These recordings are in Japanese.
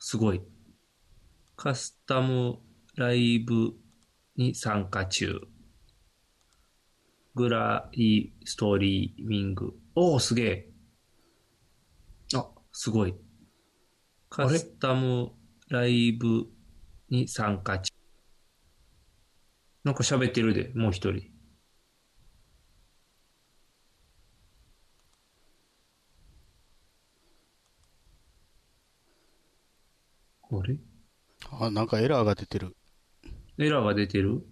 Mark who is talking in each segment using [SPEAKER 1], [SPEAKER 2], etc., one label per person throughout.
[SPEAKER 1] すごい。カスタムライブに参加中。グライストリーミング。おお、すげえ。あ、すごい。カスタムライブに参加中。なんか喋ってるで、もう一人。あれ
[SPEAKER 2] あ、なんかエラーが出てる。
[SPEAKER 1] エラーが出てる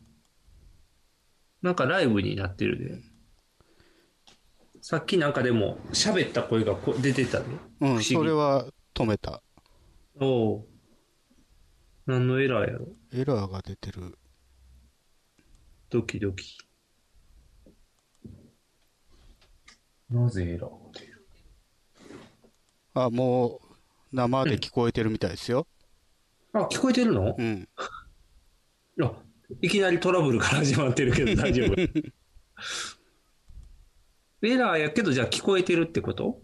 [SPEAKER 1] なんかライブになってるで。さっきなんかでも喋った声がこ出てたで。
[SPEAKER 2] う
[SPEAKER 1] 不思
[SPEAKER 2] ん、
[SPEAKER 1] 議
[SPEAKER 2] それは止めた。
[SPEAKER 1] おお。何のエラーやろ
[SPEAKER 2] エラーが出てる。
[SPEAKER 1] ドキドキ。なぜエラーが出る
[SPEAKER 2] あ、もう、生で聞こえてるみたいですよ。
[SPEAKER 1] あ、聞こえてるの
[SPEAKER 2] うん。
[SPEAKER 1] あ、いきなりトラブルから始まって るけど大丈夫。エラーやけどじゃあ聞こえてるってこと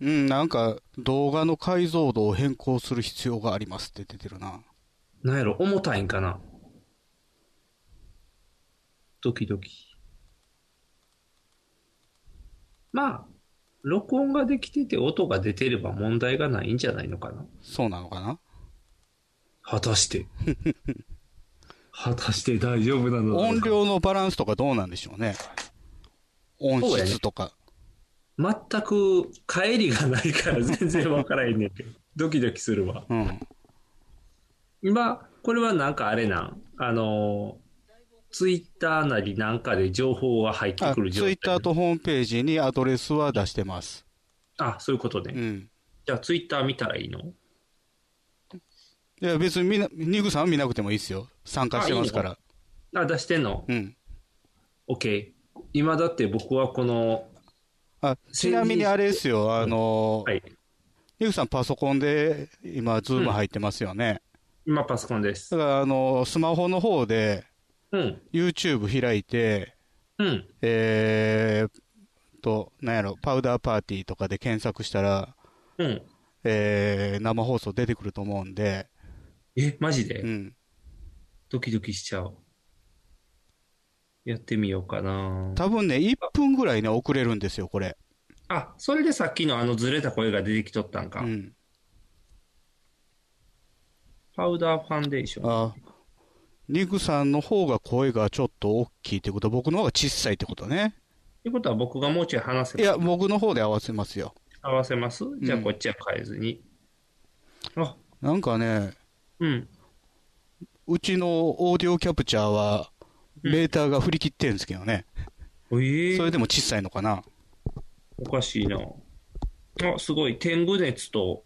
[SPEAKER 2] うん、なんか、動画の解像度を変更する必要がありますって出てるな。
[SPEAKER 1] なんやろ重たいんかなドキドキ。まあ、録音ができてて音が出てれば問題がないんじゃないのかな
[SPEAKER 2] そうなのかな
[SPEAKER 1] 果 たして。果たして大丈夫なのだろう
[SPEAKER 2] 音
[SPEAKER 1] か
[SPEAKER 2] 量のバランスとかどうなんでしょうね。音質とか。
[SPEAKER 1] 全く帰りがないから 全然わからへんねんけど。ドキドキするわ。
[SPEAKER 2] うん。
[SPEAKER 1] 今、これはなんかあれなんあのー、ツイッターなりなんかで情報が入って
[SPEAKER 2] あ、
[SPEAKER 1] くる状
[SPEAKER 2] ツイッ
[SPEAKER 1] 態。
[SPEAKER 2] ター。とホームページにアドレスは出してます。
[SPEAKER 1] あ、そういうことね。
[SPEAKER 2] うん。
[SPEAKER 1] じゃあツイッター見たらいいの
[SPEAKER 2] いや、別にみな、ニグさんは見なくてもいいですよ。参加してますから。
[SPEAKER 1] あ、出してんの
[SPEAKER 2] うん。
[SPEAKER 1] ?OK。今だって僕はこの、
[SPEAKER 2] あ、ちなみにあれですよ、あの
[SPEAKER 1] は、い。
[SPEAKER 2] ニグさんパソコンで今、ズーム入ってますよね。
[SPEAKER 1] 今パソコンです。
[SPEAKER 2] だから、あの、スマホの方で、
[SPEAKER 1] うん。
[SPEAKER 2] YouTube 開いて、
[SPEAKER 1] うん。
[SPEAKER 2] えー、と、なんやろ、パウダーパーティーとかで検索したら、
[SPEAKER 1] うん。
[SPEAKER 2] えー、生放送出てくると思うんで、
[SPEAKER 1] え、マジで、
[SPEAKER 2] うん。
[SPEAKER 1] ドキドキしちゃう。やってみようかな
[SPEAKER 2] 多分ね、1分ぐらいね、遅れるんですよ、これ。
[SPEAKER 1] あ、それでさっきのあのずれた声が出てきとったん
[SPEAKER 2] う
[SPEAKER 1] か。
[SPEAKER 2] ん。
[SPEAKER 1] パウダーファンデーション。
[SPEAKER 2] あ、ニグさんの方が声がちょっと大きいってことは、僕の方が小さいってことね。
[SPEAKER 1] ということは僕がもうちょい話
[SPEAKER 2] い
[SPEAKER 1] せば、
[SPEAKER 2] や、僕の方で合わせますよ。
[SPEAKER 1] 合わせますじゃあ
[SPEAKER 2] うん
[SPEAKER 1] こっちは変えずに。あ、
[SPEAKER 2] なんかね、
[SPEAKER 1] うん。
[SPEAKER 2] うちのオーディオキャプチャーは、
[SPEAKER 1] うん
[SPEAKER 2] メーターが振り切ってるんですけどね。
[SPEAKER 1] えー、
[SPEAKER 2] それでも小さいのかな。
[SPEAKER 1] おかしいなあ、すごい。天狗熱と、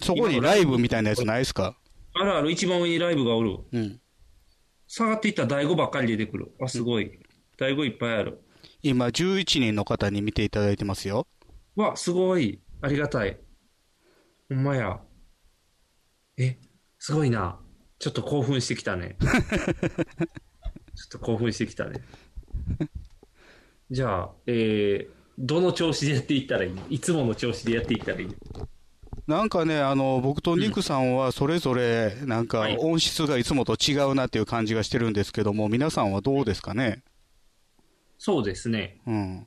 [SPEAKER 2] そこにライブみたいなやつないですか
[SPEAKER 1] あるある一番上にライブがおる。
[SPEAKER 2] うん。
[SPEAKER 1] 下がっていったら第5ばっかり出てくる。あ、すごい。第5いっぱいある。
[SPEAKER 2] 今、11人の方に見ていただいてますよ。
[SPEAKER 1] わ、すごい。ありがたい。ほんまや。え、すごいな。ちょっと興奮してきたね。ちょっと興奮してきたね。じゃあ、えー、どの調子でやっていったらいいのいつもの調子でやっていったらいいの
[SPEAKER 2] なんかね、あの、僕とニクさんはそれぞれ、なんか
[SPEAKER 1] はい
[SPEAKER 2] 音質がいつもと違うなっていう感じがしてるんですけども、皆さんはどうですかね
[SPEAKER 1] そうですね。
[SPEAKER 2] うん。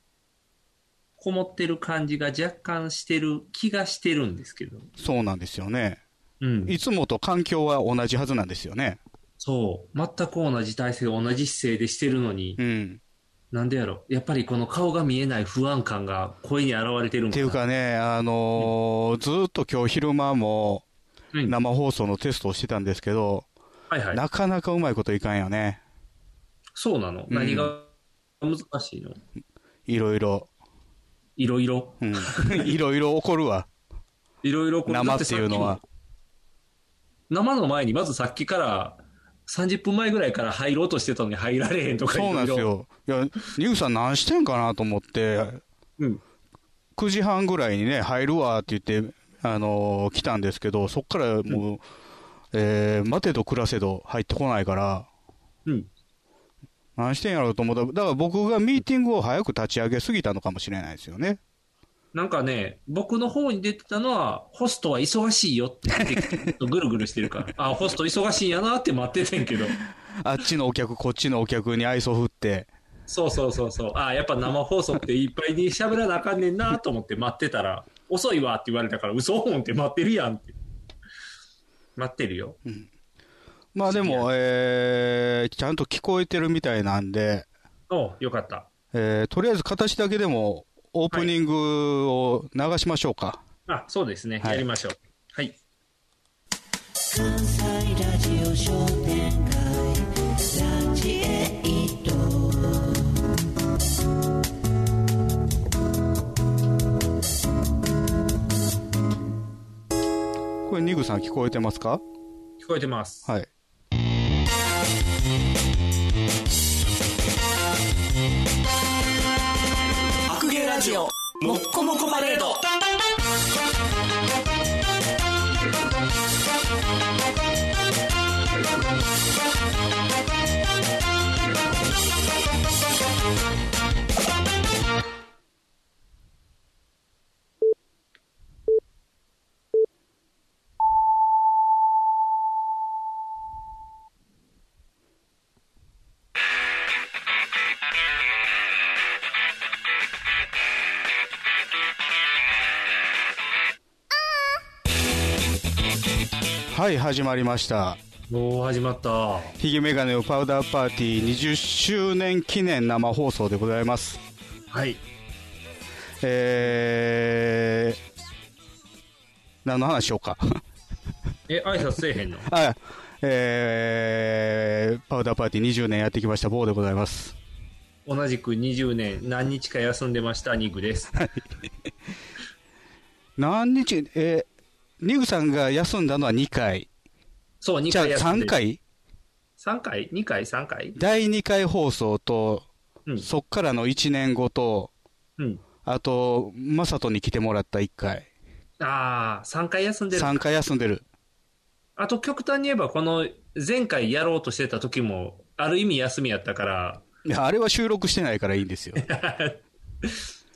[SPEAKER 1] こもってる感じが若干してる気がしてるんですけど。
[SPEAKER 2] そうなんですよね。
[SPEAKER 1] うん。
[SPEAKER 2] いつもと環境は同じはずなんですよね。
[SPEAKER 1] そう。全く同じ体勢、同じ姿勢でしてるのに、
[SPEAKER 2] うん。
[SPEAKER 1] なんでやろ。やっぱりこの顔が見えない不安感が声に現れてるん
[SPEAKER 2] っていうかね、あのーずーっと今日昼間も
[SPEAKER 1] うん
[SPEAKER 2] 生放送のテストをしてたんですけど、
[SPEAKER 1] はいはい。
[SPEAKER 2] なかなかうまいこといかんよね。
[SPEAKER 1] そうなの。
[SPEAKER 2] うん
[SPEAKER 1] 何が難しいの
[SPEAKER 2] いろいろ。
[SPEAKER 1] いろいろ。
[SPEAKER 2] うん。いろいろ起こるわ。
[SPEAKER 1] いろいろこれ
[SPEAKER 2] 生っていうの。
[SPEAKER 1] だ
[SPEAKER 2] は
[SPEAKER 1] さ。きも生の前に、まずさっきから、30分前ぐらいから入ろうとしてたのに入られへんとか
[SPEAKER 2] そうなんです。よ。いや、ニューさん何してんかなと思って、
[SPEAKER 1] いろいろ
[SPEAKER 2] 9時半ぐらいにね、入るわって言って、あのー来たんですけど、そっからもう、えー待てど暮らせど入ってこないから、
[SPEAKER 1] うん。うん。
[SPEAKER 2] 何してんやろうと思った。だから僕がミーティングを早く立ち上げすぎたのかもしれないですよね。
[SPEAKER 1] なんかね、僕の方に出てたのは、ホストは忙しいよって言ってきて、ぐるぐるしてるから、あ、ホスト忙しいんやなって待っててんけど、
[SPEAKER 2] あっちのお客、こっちのお客に愛想振って、
[SPEAKER 1] そうそうそうそう、あ、やっぱ生放送っていっぱいに喋らなあかんねんなと思って待ってたら、遅いわって言われたから、嘘本って待ってるやんって。待ってるよ。
[SPEAKER 2] まあで
[SPEAKER 1] いや
[SPEAKER 2] も、えーちゃんと聞こえてるみたいなんで、
[SPEAKER 1] およかった。
[SPEAKER 2] えーとりあえず形だけでもオープニングを流しましょうか。
[SPEAKER 1] あ、そうですね。
[SPEAKER 2] はい
[SPEAKER 1] やりましょう。はい。
[SPEAKER 3] 関西ラジオ商店街ラジエイト
[SPEAKER 2] これ、ニグさん聞こえてますか
[SPEAKER 1] 聞こえてます。
[SPEAKER 2] はい。
[SPEAKER 3] 悪芸ラジオもっこもこパレード
[SPEAKER 2] はい、始まりました。
[SPEAKER 1] おー、始まった。
[SPEAKER 2] ヒゲメガネのパウダーパーティー20周年記念生放送でございます。
[SPEAKER 1] はい。
[SPEAKER 2] えー、何の話しようか。
[SPEAKER 1] え、挨拶せえへんの
[SPEAKER 2] あえー、パウダーパーティー20年やってきました、ボーでございます。
[SPEAKER 1] 同じく20年、何日か休んでました、ニグです。
[SPEAKER 2] 何日、えー、ニグさんが休んだのは2回。
[SPEAKER 1] そう、2
[SPEAKER 2] じゃあ
[SPEAKER 1] 回休んで
[SPEAKER 2] 3回
[SPEAKER 1] ?3 回 ?2 回 ?3 回
[SPEAKER 2] 第2回放送と、
[SPEAKER 1] うん
[SPEAKER 2] そっからの1年後と、
[SPEAKER 1] うん。
[SPEAKER 2] あと、マサトに来てもらった1回。
[SPEAKER 1] ああ、3回休んでる。
[SPEAKER 2] 3回休んでる。
[SPEAKER 1] あと、極端に言えば、この前回やろうとしてた時も、ある意味休みやったから、
[SPEAKER 2] いや、あれは収録してないからいいんです よ。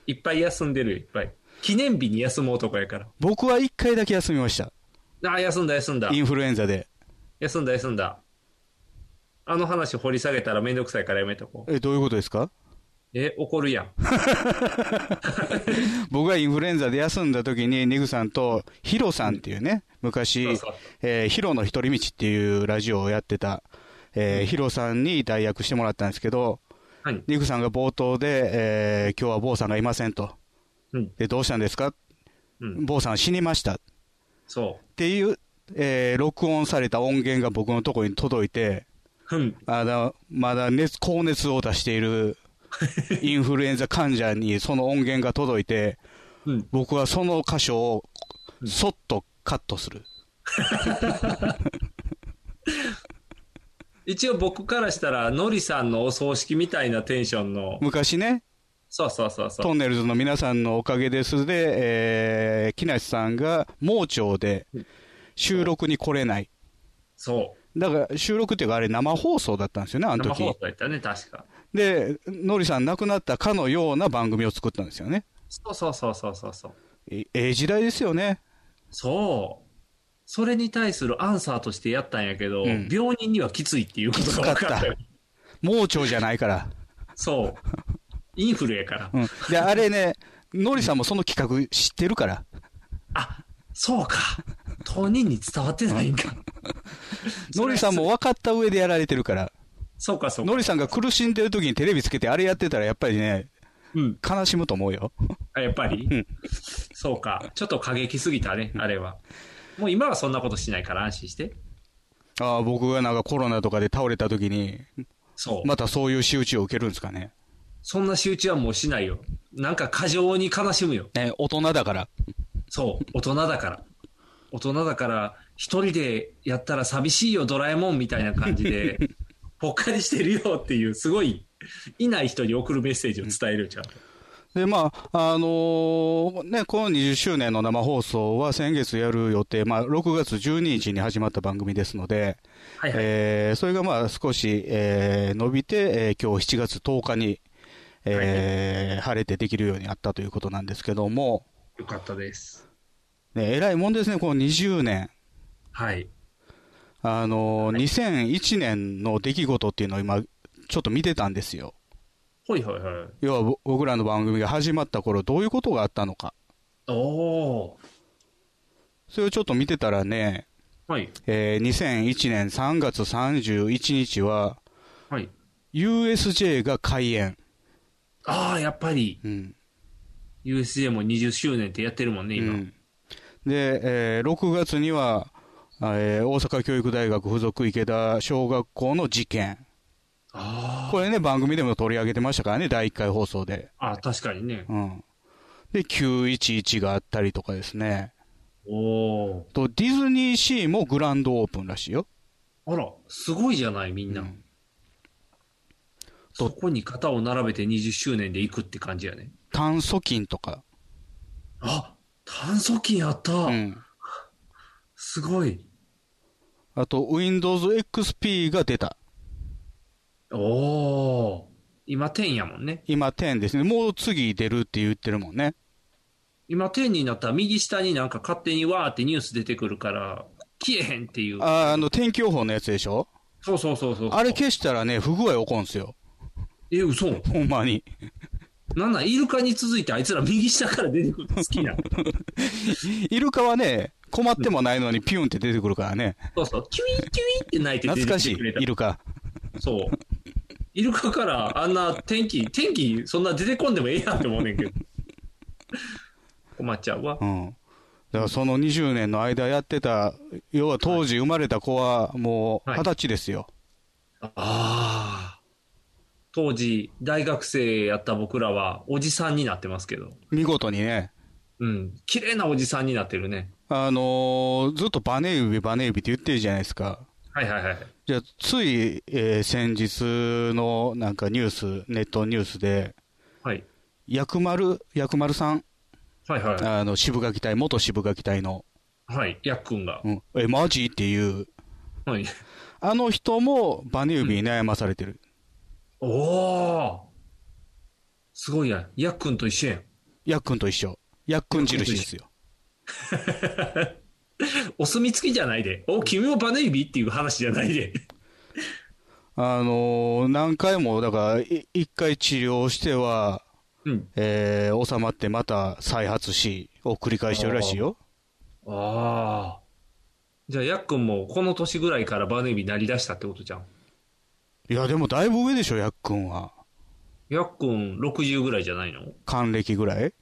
[SPEAKER 1] いっぱい休んでるよ、いっぱい。記念日に休もうとかやから。
[SPEAKER 2] 僕は1回だけ休みました。
[SPEAKER 1] ああ、休んだ、休んだ
[SPEAKER 2] イ。ンフルエンザで。
[SPEAKER 1] 休んだ、休んだ。あの話掘り下げたらめんどくさいからやめとこう。
[SPEAKER 2] え、どういうことです か
[SPEAKER 1] え、怒るやん。
[SPEAKER 2] 僕がインフルエンザで休んだ時に、ニグさんとヒロさんっていうね、昔、
[SPEAKER 1] そうそう
[SPEAKER 2] えーヒロの一人道っていうラジオをやってた、えーヒロさんに代役してもらったんですけど、
[SPEAKER 1] はい。
[SPEAKER 2] ニグさんが冒頭で、えー今日は坊さんがいませんと。
[SPEAKER 1] うん。
[SPEAKER 2] で、どうしたんですか
[SPEAKER 1] うん。
[SPEAKER 2] 坊さん死にました。っ
[SPEAKER 1] そ
[SPEAKER 2] ていう、えー録音された音源が僕のところに届いて、
[SPEAKER 1] う。うん。
[SPEAKER 2] あのまだ熱、高熱を出しているインフルエンザ患者にその音源が届いて、
[SPEAKER 1] うん。
[SPEAKER 2] 僕はその箇所をそっとカットする。
[SPEAKER 1] 一応僕からしたら、のりさんのお葬式みたいなテンションの、
[SPEAKER 2] 昔ね、
[SPEAKER 1] そうそうそうそ
[SPEAKER 2] トンネルズの皆さんのおかげですで、えー木梨さんが盲腸で収録に来れない。
[SPEAKER 1] う。そう。
[SPEAKER 2] だから収録っていうかあれ生放送だったんですよね、あの
[SPEAKER 1] 生放
[SPEAKER 2] 時。
[SPEAKER 1] 送やったね、確か。
[SPEAKER 2] で、ノリさん亡くなったかのような番組を作ったんですよね。
[SPEAKER 1] そうそうそうそうそうそう。
[SPEAKER 2] えええ時代ですよね。
[SPEAKER 1] そう。それに対するアンサーとしてやったんやけど、
[SPEAKER 2] うん
[SPEAKER 1] 病人にはきついっていうことが分かったよ。
[SPEAKER 2] 盲腸じゃないから。
[SPEAKER 1] そう。インフルやから。
[SPEAKER 2] うん、であれね、ノリさんもその企画知ってるから、
[SPEAKER 1] あ、そうか。当人に伝わってないんか。
[SPEAKER 2] ノリさんも分かった上でやられてるから、
[SPEAKER 1] そうか、そうか。
[SPEAKER 2] ノリさんが苦しんでる時にテレビつけてあれやってたら、やっぱりね、
[SPEAKER 1] うん。
[SPEAKER 2] 悲しむと思うよ。
[SPEAKER 1] あやっぱり、
[SPEAKER 2] うん
[SPEAKER 1] そうか。ちょっと過激すぎたね、あれは。もう今はそんなことしないから安心して。
[SPEAKER 2] ああ、僕がなんかコロナとかで倒れた時に、
[SPEAKER 1] そう。
[SPEAKER 2] またそういう仕打ちを受けるんですかね。
[SPEAKER 1] そんな仕打ちはもうしないよ。なんか過剰に悲しむよ。
[SPEAKER 2] ね大人だから。
[SPEAKER 1] そう。大人だから。大人だから、一人でやったら寂しいよ、ドラえもんみたいな感じで、 ぽっかりしてるよっていう、すごい、いない人に送るメッセージを伝えるじゃんと。
[SPEAKER 2] で、まあ、あのーね、この20周年の生放送は先月やる予定、まあ、6月12日に始まった番組ですので、
[SPEAKER 1] はいはい。
[SPEAKER 2] えーそれがまあ少し、えー伸びて、えー今日7月10日に、えー晴れてできるようになったということなんですけども、
[SPEAKER 1] よかったです。
[SPEAKER 2] ね、えらいもんですね、この20年。
[SPEAKER 1] はい。
[SPEAKER 2] あの、2001年の出来事っていうのを今、ちょっと見てたんですよ。
[SPEAKER 1] ほいほいほい。
[SPEAKER 2] 要はぼ僕らの番組が始まった頃、どういうことがあったのか。
[SPEAKER 1] おー。
[SPEAKER 2] それをちょっと見てたらね、
[SPEAKER 1] はい。
[SPEAKER 2] えー2001年3月31日は、
[SPEAKER 1] はい。
[SPEAKER 2] USJ が開園。
[SPEAKER 1] ああ、やっぱり、
[SPEAKER 2] うん。
[SPEAKER 1] USJ も20周年ってやってるもんね、
[SPEAKER 2] う
[SPEAKER 1] 今。
[SPEAKER 2] んで、えー6月には、あえー大阪教育大学附属池田小学校の事件。
[SPEAKER 1] あ
[SPEAKER 2] これね、番組でも取り上げてましたからね、第1回放送で。
[SPEAKER 1] あ。ああ、確かにね。
[SPEAKER 2] うん。で、911があったりとかですね。
[SPEAKER 1] おー。
[SPEAKER 2] と、ディズニーシーもグランドオープンらしいよ。
[SPEAKER 1] あら、すごいじゃない、みんな。
[SPEAKER 2] うん
[SPEAKER 1] そこに肩を並べて20周年で行くって感じやね。
[SPEAKER 2] 炭疽菌とか。
[SPEAKER 1] あ炭素菌やった、
[SPEAKER 2] うん。
[SPEAKER 1] すごい
[SPEAKER 2] あと、Windows XP が出た。
[SPEAKER 1] おお今10やもんね。
[SPEAKER 2] 今10ですね。もう次出るって言ってるもんね。
[SPEAKER 1] 今10になったら右下になんか勝手にわーってニュース出てくるから、消えへんっていう。
[SPEAKER 2] あ、あの、天気予報のやつでしょ
[SPEAKER 1] そうそうそうそう。
[SPEAKER 2] あれ消したらね、不具合起こんすよ。
[SPEAKER 1] え、嘘。
[SPEAKER 2] ほんまに。
[SPEAKER 1] なんなん、イルカに続いてあいつら右下から出てくるの好 きや。
[SPEAKER 2] イルカはね、困ってもないのにピュンって出てくるからね。
[SPEAKER 1] そうそう。キュインキュインって泣いて出
[SPEAKER 2] 懐
[SPEAKER 1] て
[SPEAKER 2] か
[SPEAKER 1] き
[SPEAKER 2] してい
[SPEAKER 1] くれ、た
[SPEAKER 2] イ。ルカ。
[SPEAKER 1] そう。イルカからあんな天気、天気そんな出てこんでもええやんって思うねんけど。困っちゃうわ
[SPEAKER 2] う。ん。だからその20年の間やってた、要は当時生まれた子はもう
[SPEAKER 1] はい
[SPEAKER 2] 二十歳ですよ。
[SPEAKER 1] ああ。当時、大学生やった僕らは、おじさんになってますけど。
[SPEAKER 2] 見事にね。
[SPEAKER 1] うん。綺麗なおじさんになってるね。
[SPEAKER 2] あのーずっとバネ指バネ指って言ってるじゃないですか。
[SPEAKER 1] はいはいはい。
[SPEAKER 2] じゃあ、つい、えー先日のなんかニュース、ネットニュースで、
[SPEAKER 1] はい。
[SPEAKER 2] 薬丸、薬丸さん、
[SPEAKER 1] はいは
[SPEAKER 2] あの、渋垣隊、元渋垣隊の、
[SPEAKER 1] い。はい。やっくんが
[SPEAKER 2] う。ん、え、マジっていう、
[SPEAKER 1] はい。
[SPEAKER 2] あの人もバネ指に悩まされてる。
[SPEAKER 1] おおすごいやん。やっくんと一緒やん。
[SPEAKER 2] ヤックンと一緒。ヤックン印ですよ。
[SPEAKER 1] お墨付きじゃないで。お、君もバネ指っていう話じゃないで。
[SPEAKER 2] あのー何回も、だから、い一回治療しては、
[SPEAKER 1] うん。
[SPEAKER 2] えー収まってまた再発し、を繰り返してるらしいよ。
[SPEAKER 1] ああ。じゃあ、やっくんもこの年ぐらいからバネ指なりだしたってことじゃん。
[SPEAKER 2] いや、でもだいぶ上でしょ、ヤックンは。
[SPEAKER 1] やっくん60ぐらいじゃないの
[SPEAKER 2] 還暦ぐらい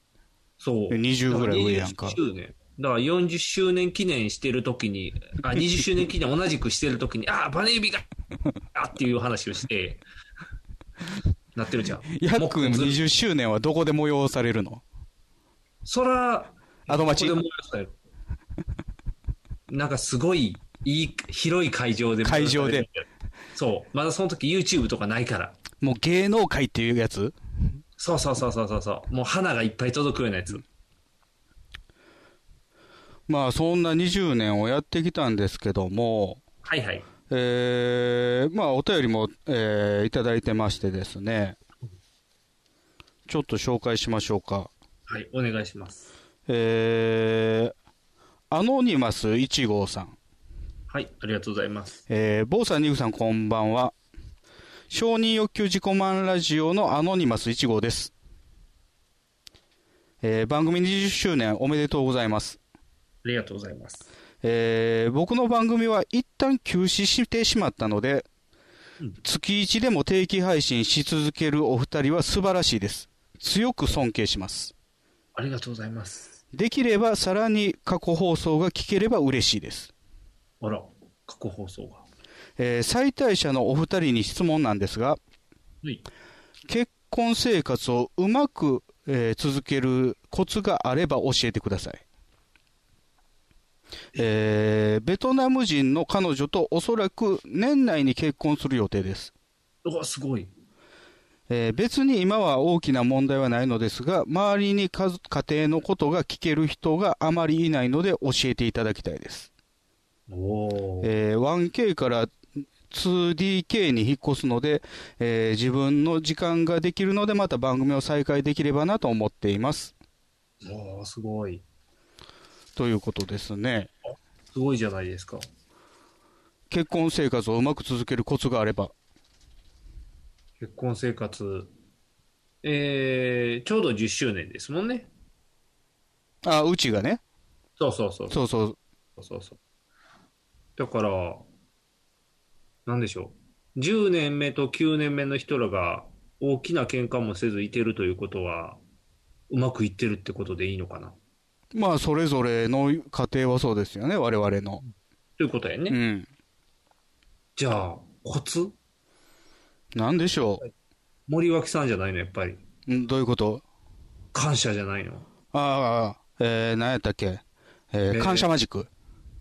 [SPEAKER 1] そう。
[SPEAKER 2] 20ぐらい上やんか
[SPEAKER 1] だら20周年。だから40周年記念してるときに、あ、20周年記念同じくしてるときに、あ、バネ指が、あっていう話をして、なってる じゃん。
[SPEAKER 2] ヤックン
[SPEAKER 1] もう
[SPEAKER 2] 20周年はどこで催されるの
[SPEAKER 1] そら、
[SPEAKER 2] アド
[SPEAKER 1] こ
[SPEAKER 2] マチ
[SPEAKER 1] こでもやったよ。なんかすごい、いい、広い会場で。
[SPEAKER 2] 会場で。
[SPEAKER 1] そう。まだその時 YouTube とかないから。
[SPEAKER 2] もう芸能界っていうやつ
[SPEAKER 1] そうそうそうそうそうそう。もう花がいっぱい届くようなやつ。
[SPEAKER 2] まあ、そんな20年をやってきたんですけども、
[SPEAKER 1] はいはい。
[SPEAKER 2] えーまあ、お便りも、えーいただいてましてですね、ちょっと紹介しましょうか。
[SPEAKER 1] はい、お願いします。
[SPEAKER 2] えーアノニマス1号さん、
[SPEAKER 1] はい、ありがとうございます。
[SPEAKER 2] えー、坊さん、ニグさん、こんばんは。承認欲求自己満ラジオのアノニマス1号です。えー番組20周年おめでとうございます。
[SPEAKER 1] ありがとうございます。
[SPEAKER 2] えー僕の番組は一旦休止してしまったので、
[SPEAKER 1] うん
[SPEAKER 2] 月1でも定期配信し続けるお二人は素晴らしいです。強く尊敬します。
[SPEAKER 1] ありがとうございます。
[SPEAKER 2] できればさらに過去放送が聞ければ嬉しいです。
[SPEAKER 1] あら、過去放送が。は
[SPEAKER 2] えー、再退者のお二人に質問なんですが、
[SPEAKER 1] い。
[SPEAKER 2] 結婚生活をうまく、えー続けるコツがあれば教えてください、えーベトナム人の彼女とおそらく年内に結婚する予定です、
[SPEAKER 1] うわ、すごい。
[SPEAKER 2] えー別に今は大きな問題はないのですが周りに家族家庭のことが聞ける人があまりいないので教えていただきたいです、
[SPEAKER 1] おお、
[SPEAKER 2] えー 1K から 2DK に引っ越すので、えー自分の時間ができるので、また番組を再開できればなと思っています。
[SPEAKER 1] おー、すごい。
[SPEAKER 2] ということですね。
[SPEAKER 1] すごいじゃないですか。
[SPEAKER 2] 結婚生活をうまく続けるコツがあれば。
[SPEAKER 1] 結婚生活。えー、ちょうど10周年ですもんね。
[SPEAKER 2] あ、うちがね。
[SPEAKER 1] そうそうそう。
[SPEAKER 2] そうそう。
[SPEAKER 1] そうそうそう。だから、なんでしょう。10年目と9年目の人らが大きな喧嘩もせずいてるということは、うまくいってるってことでいいのかな。
[SPEAKER 2] まあ、それぞれの家庭はそうですよね、我々の。
[SPEAKER 1] ということやね。
[SPEAKER 2] うん。
[SPEAKER 1] じゃあ、コツ
[SPEAKER 2] なんでしょ
[SPEAKER 1] 森脇さんじゃないの、やっぱり。
[SPEAKER 2] う。んどういうこと
[SPEAKER 1] 感謝じゃないの。
[SPEAKER 2] ああ、えー、何やったっけえー
[SPEAKER 1] えー
[SPEAKER 2] 感謝マジック。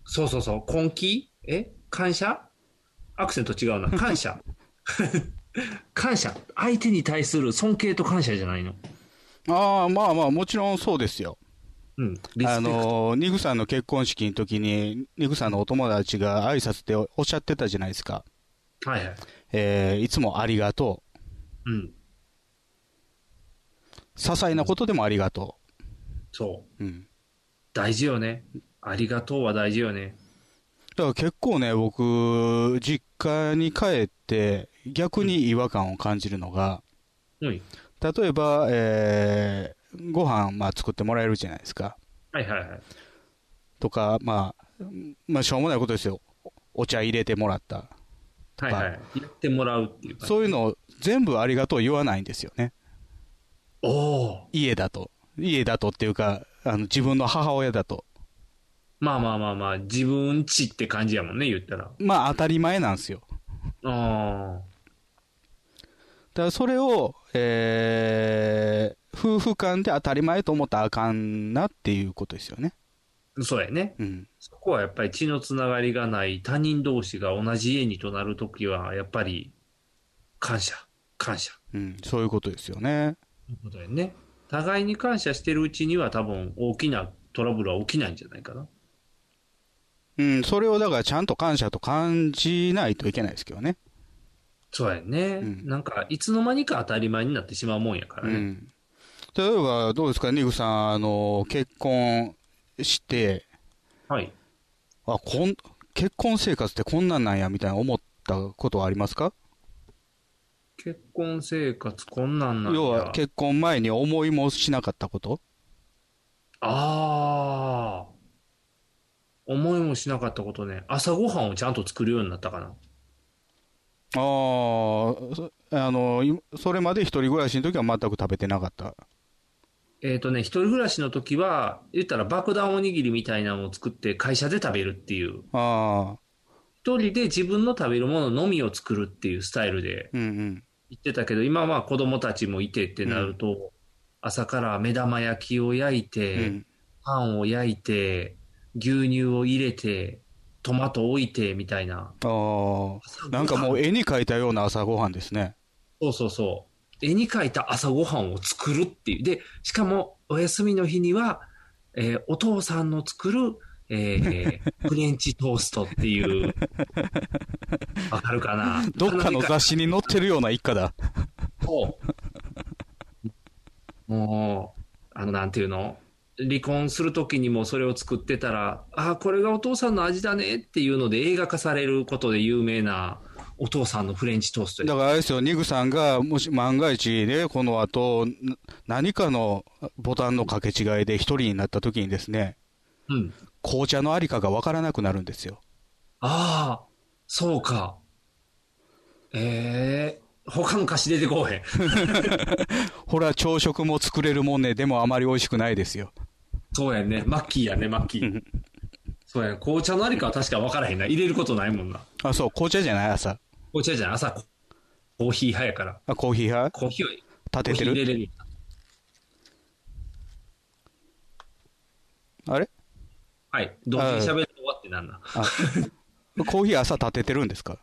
[SPEAKER 1] そうそうそう。根気え感謝アクセント違うな。感謝。 感謝。相手に対する尊敬と感謝じゃないの。
[SPEAKER 2] ああ、まあまあ、もちろんそうですよ。
[SPEAKER 1] うん。リ
[SPEAKER 2] あ
[SPEAKER 1] スペクト。
[SPEAKER 2] の、ニグさんの結婚式の時に、ニグさんのお友達が挨拶でおっしゃってたじゃないですか。
[SPEAKER 1] はいはい。
[SPEAKER 2] えー、いつもありがとう。
[SPEAKER 1] うん。
[SPEAKER 2] 些細なことでもありがと
[SPEAKER 1] そう。
[SPEAKER 2] う。うん。
[SPEAKER 1] 大事よね。ありがとうは大事よね。
[SPEAKER 2] だから結構ね、僕、実家に帰って、逆に違和感を感じるのが、
[SPEAKER 1] うん。
[SPEAKER 2] 例えば、えー、ご飯、まあ、作ってもらえるじゃないですか。
[SPEAKER 1] はいはいはい。
[SPEAKER 2] とか、まあ、まあ、しょうもないことですよ。お茶入れてもらった。
[SPEAKER 1] はいはい。言ってもらうっていうか。
[SPEAKER 2] そういうのを全部ありがとう言わないんですよね。
[SPEAKER 1] おお。
[SPEAKER 2] 家だと。家だとっていうか、あの、自分の母親だと。
[SPEAKER 1] まあまあまあまあ、自分ちって感じやもんね、言ったら。
[SPEAKER 2] まあ、当たり前なんですよ。
[SPEAKER 1] あ
[SPEAKER 2] だからそれを、えー、夫婦間で当たり前と思ったらあかんなっていうことですよね。
[SPEAKER 1] あ。そうやね。
[SPEAKER 2] うん。
[SPEAKER 1] そこはやっぱり血のつながりがない他人同士が同じ家にとなるときは、やっぱり、感謝。感謝。
[SPEAKER 2] うん。そういうことですよね。
[SPEAKER 1] ということやね。互いに感謝してるうちには多分大きなトラブルは起きないんじゃないかな。
[SPEAKER 2] うん。それをだからちゃんと感謝と感じないといけないですけどね。
[SPEAKER 1] そうやね。
[SPEAKER 2] うん
[SPEAKER 1] なんか、いつの間にか当たり前になってしまうもんやから
[SPEAKER 2] う
[SPEAKER 1] ね。
[SPEAKER 2] ん。例えば、どうですか、ニグさん、あの、結婚して、
[SPEAKER 1] はい。
[SPEAKER 2] あ、こん、結婚生活ってこんなんなんや、みたいな思ったことはありますか
[SPEAKER 1] 結婚生活こんなんなんや
[SPEAKER 2] 要は、結婚前に思いもしなかったこと
[SPEAKER 1] ああ思いもしなかったことね朝ごはんをちゃんと作るようになったかな
[SPEAKER 2] ああ、そあの、いそれまで一人暮らしの時は全く食べてなかった。
[SPEAKER 1] えっ、とね一人暮らしの時は言ったら爆弾おにぎりみたいなのを作って会社で食べるっていう
[SPEAKER 2] ああ、
[SPEAKER 1] 一人で自分の食べるもののみを作るっていうスタイルで
[SPEAKER 2] うんうん。
[SPEAKER 1] 行ってたけど今はまあ子供たちもいてってなると、朝から目玉焼きを焼いて、
[SPEAKER 2] うん
[SPEAKER 1] パンを焼いて牛乳を入れてトマト置いてみたいな
[SPEAKER 2] ああ、なんかもう絵に描いたような朝ごはんですね。
[SPEAKER 1] そうそうそう。絵に描いた朝ごはんを作るっていう。で、しかも、お休みの日には、えーお父さんの作る、えー フレンチトーストっていう。わかるかな
[SPEAKER 2] どっかの雑誌に載ってるような一家だ。
[SPEAKER 1] をもう、あの、なんていうの離婚するときにもそれを作ってたら、ああ、これがお父さんの味だねっていうので映画化されることで有名なお父さんのフレンチトーストです
[SPEAKER 2] だからあれですよ、ニグさんがもし万が一ね、この後、な何かのボタンの掛け違いで一人になった時にですね、
[SPEAKER 1] うん。
[SPEAKER 2] 紅茶のありかがわからなくなるんですよ。
[SPEAKER 1] ああ、そうか。ええ他の歌詞出てこうへん。
[SPEAKER 2] ほら、朝食も作れるもんね、でもあまり美味しくないですよ。
[SPEAKER 1] そうやね。マッキーやね、マッキ ー。そうやね。紅茶のありかは確か分からへんな。入れることないもんな。
[SPEAKER 2] あ、そう、紅茶じゃない朝。
[SPEAKER 1] 紅茶じゃない朝、ココーヒー派やから。
[SPEAKER 2] あ、コーヒー派
[SPEAKER 1] コーヒーは、コー
[SPEAKER 2] 立
[SPEAKER 1] ヒ
[SPEAKER 2] てて
[SPEAKER 1] ー入れ
[SPEAKER 2] る
[SPEAKER 1] れる。
[SPEAKER 2] あれ
[SPEAKER 1] はい。どうせ喋る終わってなんな。
[SPEAKER 2] あコーヒー朝立ててるんですか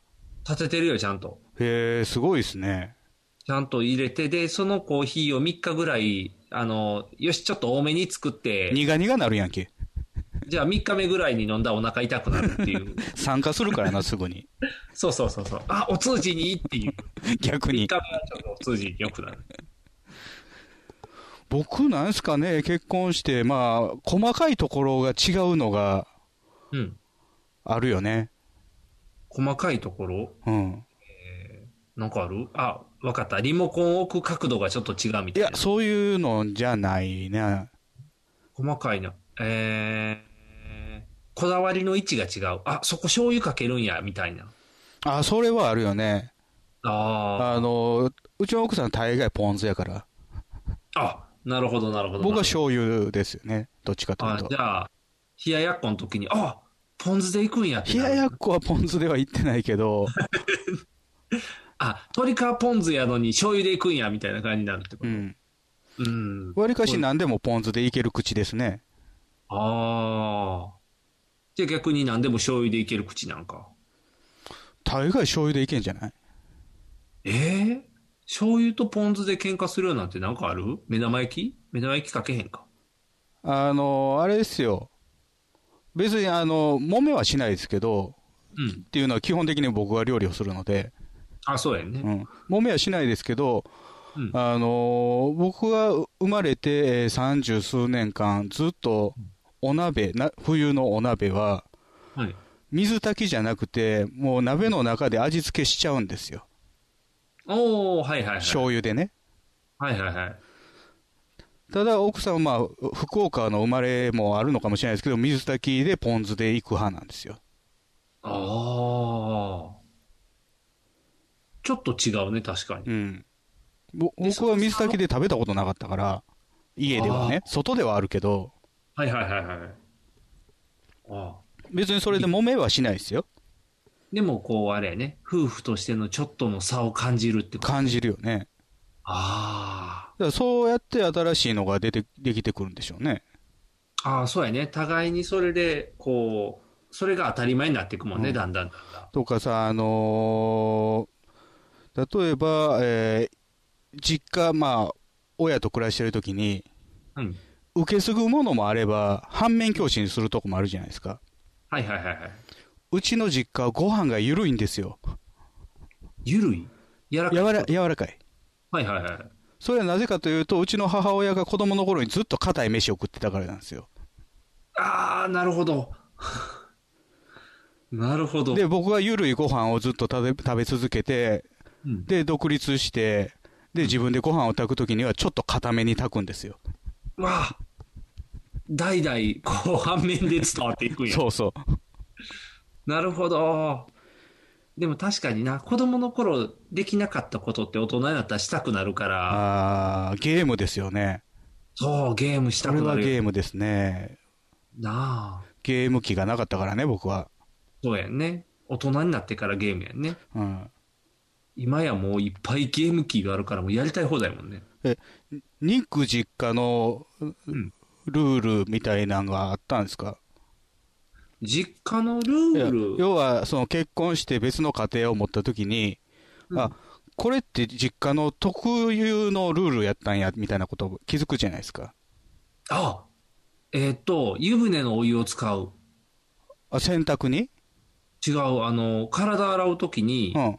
[SPEAKER 1] 立ててるよ、ちゃんと。
[SPEAKER 2] へえ、すごいですね。
[SPEAKER 1] ちゃんと入れて、で、そのコーヒーを3日ぐらい、あの、よし、ちょっと多めに作って、
[SPEAKER 2] 苦々なるやんけ。
[SPEAKER 1] じゃあ3日目ぐらいに飲んだらお腹痛くなるっ ていう。
[SPEAKER 2] 参加するからな、すぐ に。
[SPEAKER 1] そうそうそうそう。あ、お通じにいいっていう。
[SPEAKER 2] 逆
[SPEAKER 1] 3
[SPEAKER 2] に
[SPEAKER 1] 日。目はちょっとお通じに良くなる。
[SPEAKER 2] 僕なんですかね、結婚して、まあ、細かいところが違うのが
[SPEAKER 1] うん。
[SPEAKER 2] あるよね。
[SPEAKER 1] 細かいところ、
[SPEAKER 2] うん。
[SPEAKER 1] なんかあるあ、わかった。リモコンを置く角度がちょっと違うみ
[SPEAKER 2] い
[SPEAKER 1] たい
[SPEAKER 2] や
[SPEAKER 1] な、。
[SPEAKER 2] そういうのじゃないね。
[SPEAKER 1] 細かいな。えー、こだわりの位置が違う。あ、そこ醤油かけるんや、みたいな。
[SPEAKER 2] あ、それはあるよね。
[SPEAKER 1] あ
[SPEAKER 2] あの、うちの奥さん大概ポン酢やから。
[SPEAKER 1] あ。あ、なるほど、なるほど。
[SPEAKER 2] 僕は
[SPEAKER 1] なる
[SPEAKER 2] 醤油ですよね。どっちかという
[SPEAKER 1] ほどあ、
[SPEAKER 2] と
[SPEAKER 1] じ。ゃあ、冷ややっこの時に、あ、ポン酢で行くんやって
[SPEAKER 2] 冷
[SPEAKER 1] なる
[SPEAKER 2] ややっこはポン酢では言ってないけど、
[SPEAKER 1] あ、鶏皮ポン酢やのに醤油で行くんや、みたいな感じになるって
[SPEAKER 2] う
[SPEAKER 1] こと。
[SPEAKER 2] ん。
[SPEAKER 1] うん。
[SPEAKER 2] わりかし何でもポン酢でいける口ですね。
[SPEAKER 1] ああ。じゃあ逆に何でも醤油でいける口なんか。
[SPEAKER 2] 大概醤油でいけんじゃない
[SPEAKER 1] ええ醤油とポン酢で喧嘩するようなんてなんかある目玉焼き目玉焼きかけへんか。
[SPEAKER 2] あの、あれですよ。別に、あの、揉めはしないですけど、
[SPEAKER 1] うん
[SPEAKER 2] っ。ていうのは基本的に僕が料理をするので、
[SPEAKER 1] あ、そうや
[SPEAKER 2] う
[SPEAKER 1] ね。
[SPEAKER 2] ん。揉めはしないですけど、
[SPEAKER 1] うん。
[SPEAKER 2] あの、僕が生まれてえー三十数年間、ずっとお鍋、な冬のお鍋は、
[SPEAKER 1] はい。
[SPEAKER 2] 水炊きじゃなくて、もう鍋の中で味付けしちゃうんですよ。
[SPEAKER 1] おー、はいはいはい。
[SPEAKER 2] 醤油でね。
[SPEAKER 1] はいはいはい。
[SPEAKER 2] ただ、奥さんは、まあ、福岡の生まれもあるのかもしれないですけど、水炊きでポン酢でいく派なんですよ。
[SPEAKER 1] ああ。ちょっと違うね、確かに。
[SPEAKER 2] うん。ぼ僕は水炊きで食べたことなかったから、家ではね、外ではあるけど、
[SPEAKER 1] はいはいはいはい。ああ。
[SPEAKER 2] 別にそれで揉めはしないですよ。
[SPEAKER 1] でもこう、あれやね、夫婦としてのちょっとの差を感じるってこと。
[SPEAKER 2] 感じるよね。
[SPEAKER 1] あ
[SPEAKER 2] だからそうやって新しいのが出て、できてくるんでしょうね。
[SPEAKER 1] あ。ああ、そうやね。互いにそれで、こう、それが当たり前になっていくもんね、
[SPEAKER 2] うん
[SPEAKER 1] だんだんだんだん。
[SPEAKER 2] とかさ、あのー例えば、えー実家、まあ、親と暮らしてるときに、
[SPEAKER 1] うん。
[SPEAKER 2] 受け継ぐものもあれば、反面教師にするとこもあるじゃないですか。
[SPEAKER 1] はいはいはいはい。
[SPEAKER 2] うちの実家はご飯が緩いんですよ。
[SPEAKER 1] ゆるい柔らかい。
[SPEAKER 2] 柔ら柔らかい。
[SPEAKER 1] はいはいはい。
[SPEAKER 2] それはなぜかというと、うちの母親が子供の頃にずっと硬い飯を食ってたからなんですよ。
[SPEAKER 1] ああ、なるほど。 なるほど。
[SPEAKER 2] で、僕は緩いご飯をずっと食べ食べ続けて、
[SPEAKER 1] うん
[SPEAKER 2] で、独立して、で、自分でご飯を炊くときにはちょっと硬めに炊くんですよ。
[SPEAKER 1] わあ。代々、こう、反面で伝わっていくんや。
[SPEAKER 2] そうそう。
[SPEAKER 1] なるほど。でも確かにな、子供の頃できなかったことって大人になったらしたくなるから、
[SPEAKER 2] あーゲームですよね。
[SPEAKER 1] そう、ゲームした
[SPEAKER 2] これ
[SPEAKER 1] くな
[SPEAKER 2] は
[SPEAKER 1] るよ
[SPEAKER 2] ゲームですね。
[SPEAKER 1] なあ。
[SPEAKER 2] ゲーム機がなかったからね、僕は。
[SPEAKER 1] そうやんね。大人になってからゲームやんね。
[SPEAKER 2] うん。
[SPEAKER 1] 今やもういっぱいゲーム機があるからもうやりたい放題やもんね。
[SPEAKER 2] ニック実家の
[SPEAKER 1] ん
[SPEAKER 2] ルールみたいなのがあったんですか、
[SPEAKER 1] 実家のル
[SPEAKER 2] いや
[SPEAKER 1] ール。
[SPEAKER 2] 要は、その結婚して別の家庭を持ったときに、あ、これって実家の特有のルールやったんや、みたいなこと気づくじゃないですか。
[SPEAKER 1] あえっ、と、湯船のお湯を使う。
[SPEAKER 2] あ、洗濯に
[SPEAKER 1] 違う、あの、体洗うときに
[SPEAKER 2] う、ん。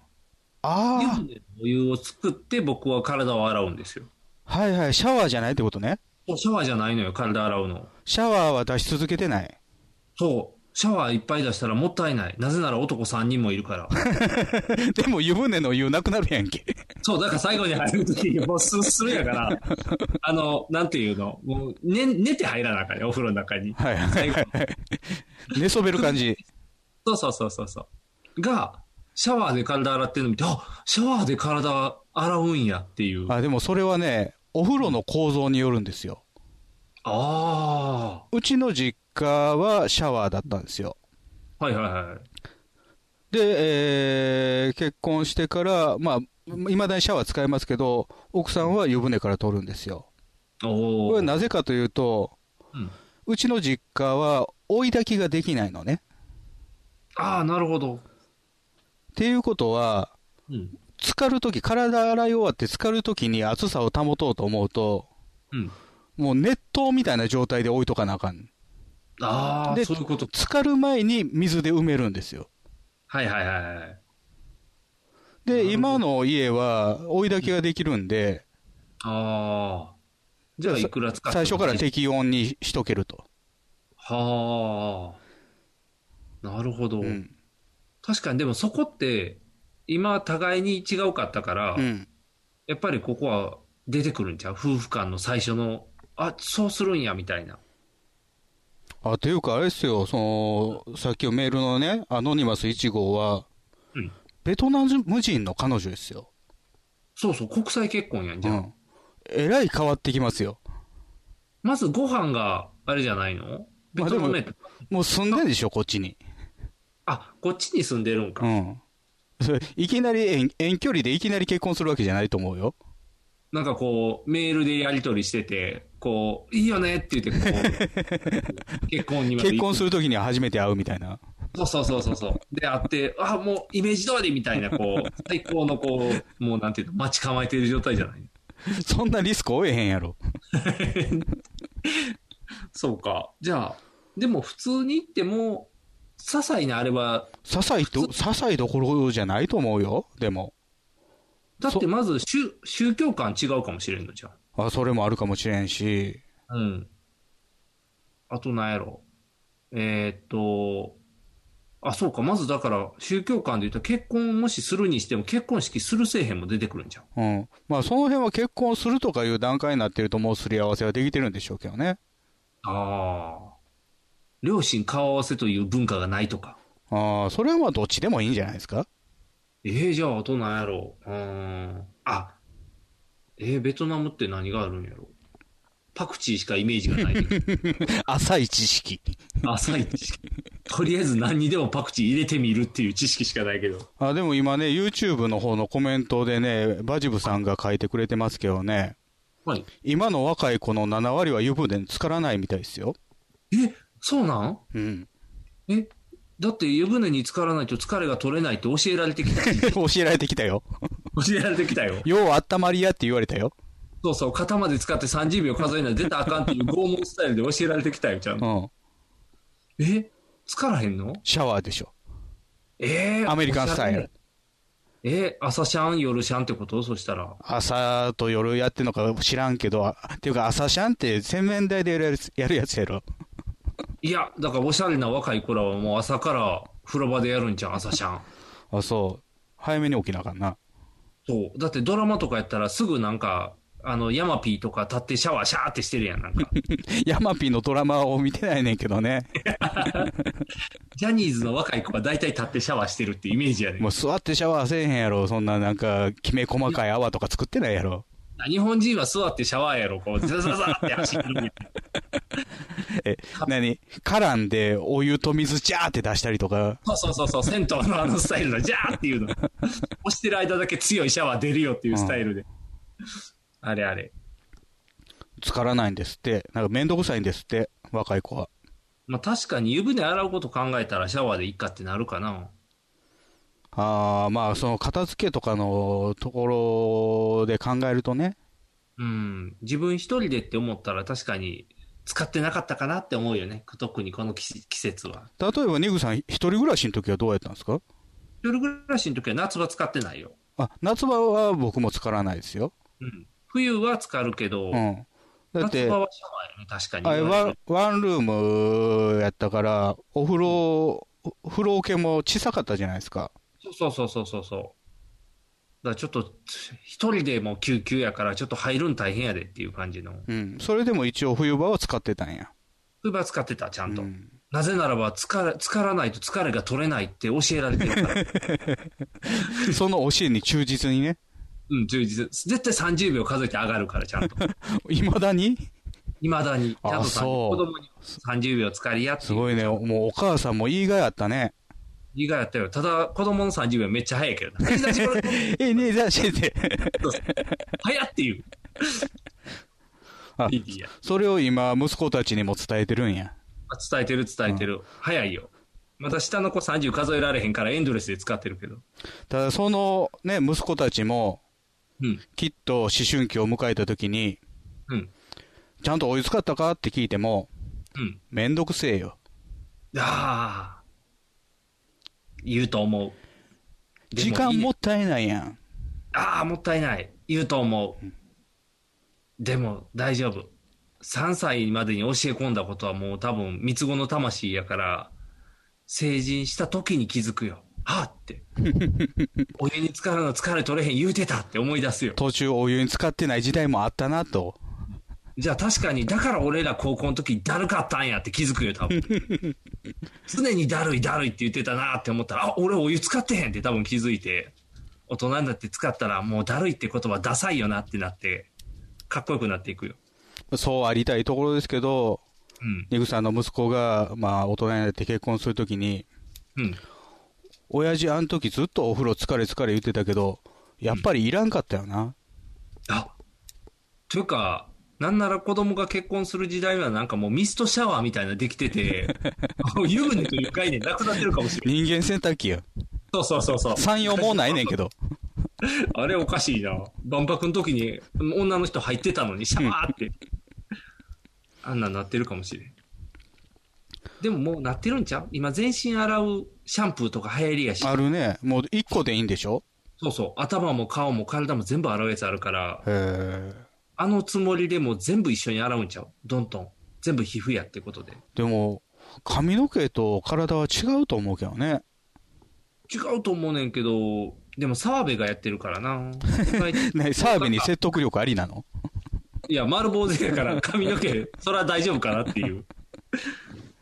[SPEAKER 2] あ
[SPEAKER 1] 湯
[SPEAKER 2] あ、
[SPEAKER 1] 船のお湯を作って僕は体を洗うんですよ。
[SPEAKER 2] はいはい、シャワーじゃないってことね。
[SPEAKER 1] そうシャワーじゃないのよ、体洗うの。
[SPEAKER 2] シャワーは出し続けてない。
[SPEAKER 1] そう。シャワーいっぱい出したらもったいない。なぜなら男3人もいる から。
[SPEAKER 2] でも湯船の湯なくなるやんけ。
[SPEAKER 1] そう、だから最後に入るときにもうスースルや から、あの、なんていうの、もう寝、寝て入らなあかんね、お風呂の中に。
[SPEAKER 2] はいはいはいはい。寝そべる感じ。
[SPEAKER 1] そうそうそうそうそう。が、シャワーで体洗ってるの見て、あシャワーで体洗うんやっていう。あ
[SPEAKER 2] あ、でも それはね、お風呂の構造によるんですよ。
[SPEAKER 1] あ
[SPEAKER 2] うちの実家はシャワーだったんですよ。
[SPEAKER 1] ー。はいはいはい。
[SPEAKER 2] で、えー結婚してから、まあ、いまだにシャワー使いますけど、奥さんは湯船から取るんですよ。
[SPEAKER 1] おお。
[SPEAKER 2] これなぜかというと、
[SPEAKER 1] うん
[SPEAKER 2] うちの実家は追い炊きができないのね。
[SPEAKER 1] ああ、なるほど。
[SPEAKER 2] っていうことは、
[SPEAKER 1] うん。
[SPEAKER 2] 浸かるとき、体洗い終わって浸かるときに暑さを保とうと思うと、
[SPEAKER 1] うん。
[SPEAKER 2] もう熱湯みたいな状態で置いとかなあかん。
[SPEAKER 1] ああ、
[SPEAKER 2] で
[SPEAKER 1] そういうこと。
[SPEAKER 2] 浸かる前に水で埋めるんですよ。
[SPEAKER 1] はいはいはいはい。なるほ
[SPEAKER 2] で、
[SPEAKER 1] ど
[SPEAKER 2] 今の家は追い炊きができるんで、
[SPEAKER 1] ああ。じゃあ、いくら使っても
[SPEAKER 2] 最初から適温にしとけると。
[SPEAKER 1] はあ。なるほど。
[SPEAKER 2] うん。
[SPEAKER 1] 確かに、でもそこって、今、互いに違うかったから、
[SPEAKER 2] うん。
[SPEAKER 1] やっぱりここは出てくるんちゃう夫婦間の最初の、あ、そうするんや、みたいな。
[SPEAKER 2] あ、というか、あれですよ、その、さっきのメールのね、アノニマス1号は、
[SPEAKER 1] うん
[SPEAKER 2] ベトナム人の彼女ですよ。
[SPEAKER 1] そうそう、国際結婚やんじ
[SPEAKER 2] う
[SPEAKER 1] ゃん。
[SPEAKER 2] ん。えらい変わってきますよ。
[SPEAKER 1] まずご飯が、あれじゃないのベ
[SPEAKER 2] まあ
[SPEAKER 1] トナムやった
[SPEAKER 2] もう住んでんでしょ、こっちに。
[SPEAKER 1] あ、こっちに住んでるんか。
[SPEAKER 2] うん。それいきなり遠遠距離でいきなり結婚するわけじゃないと思うよ。
[SPEAKER 1] なんかこう、メールでやり取りしてて、こう、いいよねって言って、こう、結婚にまで
[SPEAKER 2] 結 婚す
[SPEAKER 1] る。
[SPEAKER 2] るときには初めて会うみたいな。
[SPEAKER 1] そうそうそうそうそう。で、会って、あ、もうイメージ通りみたいな、 こう、最高のこう、もうなんていうの、待ち構えてる状態じゃない。
[SPEAKER 2] そんなリスク負えへんやろ。
[SPEAKER 1] そうか。じゃあ、でも普通に行っても、些細なあれは、
[SPEAKER 2] 些細と、些細どころじゃないと思うよ。でも。
[SPEAKER 1] だってまず宗宗教観違うかもしれんのじゃん。
[SPEAKER 2] あ、それもあるかもしれんし。
[SPEAKER 1] うん。あとなんやろ。えーっと、あ、そうか。まずだから、宗教観で言ったら結婚もしするにしても結婚式するせえへんも出てくるんじゃん。
[SPEAKER 2] うん。まあ、その辺は結婚するとかいう段階になってると、もうすり合わせはできてるんでしょうけどね。
[SPEAKER 1] ああ。両親顔合わせという文化がないとか。
[SPEAKER 2] ああ、それはまあどっちでもいいんじゃないですか。
[SPEAKER 1] ええじゃあ、あとなんやろう。うーん。あ、えーベトナムって何があるんやろ。パクチーしかイメージがない。
[SPEAKER 2] 浅い知識。
[SPEAKER 1] 浅い 知識。とりあえず何にでもパクチー入れてみるっていう知識しかないけど。
[SPEAKER 2] あでも今ね、YouTube の方のコメントでね、バジブさんが書いてくれてますけどね、
[SPEAKER 1] はい。
[SPEAKER 2] 今の若い子の7割は湯船に浸からないみたいですよ。
[SPEAKER 1] え、そうなん
[SPEAKER 2] うん。
[SPEAKER 1] え、だって湯船に浸からないと疲れが取れないって教えられてきた。
[SPEAKER 2] 教えられてきた よ。
[SPEAKER 1] 教えられてきたよ。
[SPEAKER 2] よう温まりやって言われたよ。
[SPEAKER 1] そうそう、肩まで使って30秒数えないと出たらあかんっていう拷問スタイルで教えられてきたよ、ちゃん
[SPEAKER 2] う
[SPEAKER 1] と。
[SPEAKER 2] ん。
[SPEAKER 1] え、疲らへんの
[SPEAKER 2] シャワーでしょ。
[SPEAKER 1] えー、
[SPEAKER 2] アメリカンスタイル。
[SPEAKER 1] えー、朝シャン、夜シャンってことそしたら。
[SPEAKER 2] 朝と夜やってんのか知らんけど、あっていうか朝シャンって洗面台でやるやつやるやつやろ。
[SPEAKER 1] いや、だからおしゃれな若い子らはもう朝から風呂場でやるんじゃん、朝 シャン。
[SPEAKER 2] あ、そう。早めに起きなあかんな。
[SPEAKER 1] そう。だってドラマとかやったらすぐなんか、あの、ヤマピーとか立ってシャワーシャーってしてるやん、なん か。
[SPEAKER 2] ヤマピーのドラマを見てないねんけど ね。
[SPEAKER 1] ジャニーズの若い子は大体立ってシャワーしてるってイメージやねん
[SPEAKER 2] もう座ってシャワーせえへんやろ。そんななんか、きめ細かい泡とか作ってないやろ。
[SPEAKER 1] 日本人は座ってシャワーやろ、こう、ザザザって走るみたいな。
[SPEAKER 2] え、何絡んでお湯と水ジャーって出したりとか。
[SPEAKER 1] そうそうそうそう、銭湯のあのスタイルの、ジャーっていうの。押してる間だけ強いシャワー出るよっていうスタイルで。あれあれ。
[SPEAKER 2] 疲らないんですって。なんかめんどくさいんですって。若い子は。
[SPEAKER 1] まあ確かに湯船洗うこと考えたらシャワーでいいかってなるかな。
[SPEAKER 2] ああ、まあその片付けとかのところで考えるとね。
[SPEAKER 1] うん。自分一人でって思ったら確かに使ってなかったかなって思うよね。特にこの季季節は。
[SPEAKER 2] 例えばニグさん一人暮らしの時はどうやったんですか
[SPEAKER 1] 一人暮らしの時は夏場使ってないよ。
[SPEAKER 2] あ、夏場は僕も疲らないですよ。
[SPEAKER 1] うん。冬は浸かるけど、
[SPEAKER 2] うん。だっ
[SPEAKER 1] 夏
[SPEAKER 2] て、
[SPEAKER 1] 場はシャワーやね、確かに。
[SPEAKER 2] あれワン、ワンルームやったから、お風呂、お風呂桶も小さかったじゃないですか。
[SPEAKER 1] そうそうそうそうそう。だからちょっと、一人でも救急やから、ちょっと入るん大変やでっていう感じの。
[SPEAKER 2] うん。それでも一応冬場は使ってたんや。
[SPEAKER 1] 冬場使ってた、ちゃんと。
[SPEAKER 2] うん
[SPEAKER 1] なぜならば、疲れ、疲らないと疲れが取れないって教えられて るから。
[SPEAKER 2] その教えに忠実に ね。
[SPEAKER 1] うん、充実。絶対30秒数えて上がるから、ちゃんと。
[SPEAKER 2] いまだに
[SPEAKER 1] いまだに。ちゃ
[SPEAKER 2] あ
[SPEAKER 1] んとさ
[SPEAKER 2] そう
[SPEAKER 1] 子供に30秒疲れやって
[SPEAKER 2] す。ごいね。もうお母さんも言いがいあった ね。
[SPEAKER 1] 意外やったよ。ただ、子供の30秒めっちゃ早いけどな。 早
[SPEAKER 2] え、ねえ、じゃあ教えて。
[SPEAKER 1] っていう。
[SPEAKER 2] あ
[SPEAKER 1] いいや。
[SPEAKER 2] それを今、息子たちにも伝えてるんや。
[SPEAKER 1] 伝えてる伝えてる。早いよ。また下の子30数えられへんからエンドレスで使ってるけど。
[SPEAKER 2] ただ、そのね、息子たちも、
[SPEAKER 1] うん。
[SPEAKER 2] きっと思春期を迎えた時に、
[SPEAKER 1] うん。
[SPEAKER 2] ちゃんと追いつかったかって聞いても、
[SPEAKER 1] うん。
[SPEAKER 2] めんどくせえよ。
[SPEAKER 1] ああ。言うと思う。でも
[SPEAKER 2] 時間もったいないやん。
[SPEAKER 1] ああ、もったいない。言うと思う。でも、大丈夫。3歳までに教え込んだことはもう多分、三つ子の魂やから、成人した時に気づくよ。はあ って。お湯に浸かるの疲れ取れへん言うてたって思い出すよ。
[SPEAKER 2] 途中お湯に使ってない時代もあったなと。
[SPEAKER 1] じゃあ確かに、だから俺ら高校の時だるかったんやって気づくよ、多分。常にだるいだるいって言ってたなって思ったら、あ、俺お湯使ってへんって多分気づいて、大人になって使ったらもうだるいって言葉ダサいよなってなって、かっこよくなっていくよ。
[SPEAKER 2] そうありたいところですけど、
[SPEAKER 1] うん。
[SPEAKER 2] ニグさんの息子が、まあ、大人になって結婚するときに、
[SPEAKER 1] うん。
[SPEAKER 2] 親父あの時ずっとお風呂疲れ疲れ言ってたけど、やっぱりいらんかったよな。
[SPEAKER 1] あ、というか、なんなら子供が結婚する時代はなんかもうミストシャワーみたいなのできてて、もう湯船という概念なくなってるかもしれない。
[SPEAKER 2] 人間洗濯機やん。
[SPEAKER 1] そうそうそうそう。
[SPEAKER 2] 三用もうないねんけど。
[SPEAKER 1] あれおかしいな。万博の時に女の人入ってたのにシャワーって。あんなんなってるかもしれん。でももうなってるんちゃう今全身洗うシャンプーとか流行りやし。
[SPEAKER 2] あるね。もう一個でいいんでしょ
[SPEAKER 1] そうそう。頭も顔も体も全部洗うやつあるか
[SPEAKER 2] へ
[SPEAKER 1] ら、
[SPEAKER 2] え。
[SPEAKER 1] あのつもりでもう全部一緒に洗うんちゃうどんどん。全部皮膚やってことで。
[SPEAKER 2] でも、髪の毛と体は違うと思うけどね。
[SPEAKER 1] 違うと思うねんけど、でも澤部がやってるからな。
[SPEAKER 2] ね、澤部に説得力ありなの
[SPEAKER 1] いや、丸坊主 やから髪の毛、それは大丈夫かなっていう。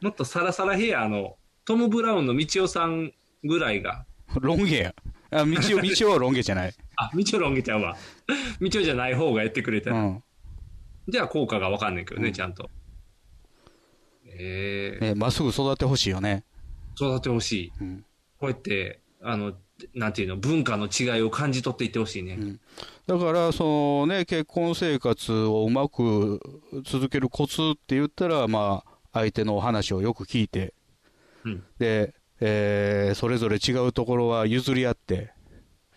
[SPEAKER 1] もっとサラサラヘアの、トム・ブラウンの道夫さんぐらいが、
[SPEAKER 2] ロン毛や。あ、道を、道をロン毛じゃない。
[SPEAKER 1] あ、道夫ロン毛ちゃうわ。道夫じゃない方がやってくれた
[SPEAKER 2] う
[SPEAKER 1] ら、
[SPEAKER 2] ん。
[SPEAKER 1] じゃあ効果がわかんないけどね、
[SPEAKER 2] うん
[SPEAKER 1] ちゃんと。えー、
[SPEAKER 2] ね、まっすぐ育ってほしいよね。
[SPEAKER 1] 育てほしい。
[SPEAKER 2] うん。
[SPEAKER 1] こうやって、あの、なんていうの、文化の違いを感じ取っていってほしいね。
[SPEAKER 2] んだから、そのね、結婚生活をうまく続けるコツって言ったら、まあ、相手のお話をよく聞いて、
[SPEAKER 1] うん。
[SPEAKER 2] で、えーそれぞれ違うところは譲り合って、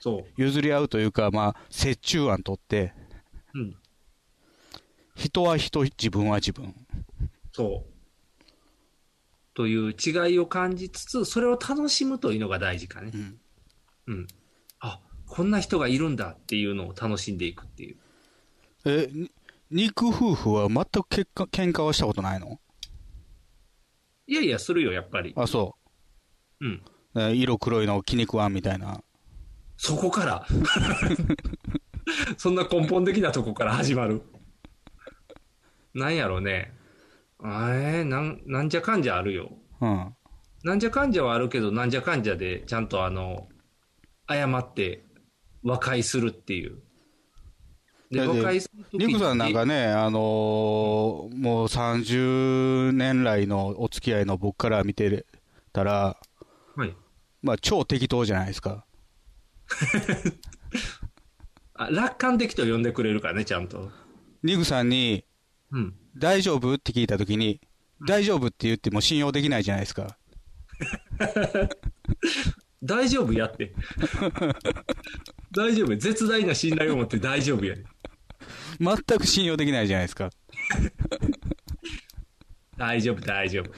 [SPEAKER 1] そ
[SPEAKER 2] 譲り合うというか、まあ、折衷案取って、
[SPEAKER 1] う。うん。
[SPEAKER 2] 人は人、自分は自分。
[SPEAKER 1] そう。という違いを感じつつ、それを楽しむというのが大事かね
[SPEAKER 2] う。ん
[SPEAKER 1] うん。あ、こんな人がいるんだっていうのを楽しんでいくっていう。
[SPEAKER 2] え、に肉夫婦は全くけっか喧嘩はしたことないの
[SPEAKER 1] いやいや、するよ、やっぱり。
[SPEAKER 2] あ、そ
[SPEAKER 1] うん。
[SPEAKER 2] う。ね色黒いの気に食わんみたいな。
[SPEAKER 1] そこから。 そんな根本的なとこから始まる。なんやろね。えー、なん、なんじゃかんじゃあるよ。
[SPEAKER 2] うん。
[SPEAKER 1] なんじゃかんじゃはあるけど、なんじゃかんじゃで、ちゃんとあの、謝って和解するっていう。で、
[SPEAKER 2] だって
[SPEAKER 1] 和解するとき
[SPEAKER 2] リクさんなんかね、あのーもう30年来のお付き合いの僕から見てたら、
[SPEAKER 1] はい。
[SPEAKER 2] まあ、超適当じゃないですか。
[SPEAKER 1] あ、楽観的と呼んでくれるからね、ちゃんと。
[SPEAKER 2] リクさんに、
[SPEAKER 1] うん。
[SPEAKER 2] 大丈夫って聞いたときに、大丈夫って言っても信用できないじゃないですか。
[SPEAKER 1] 大丈夫 やって。大丈夫。絶大な信頼を持って大丈夫やで。
[SPEAKER 2] 全く信用できないじゃないですか。
[SPEAKER 1] 大丈夫、大丈夫。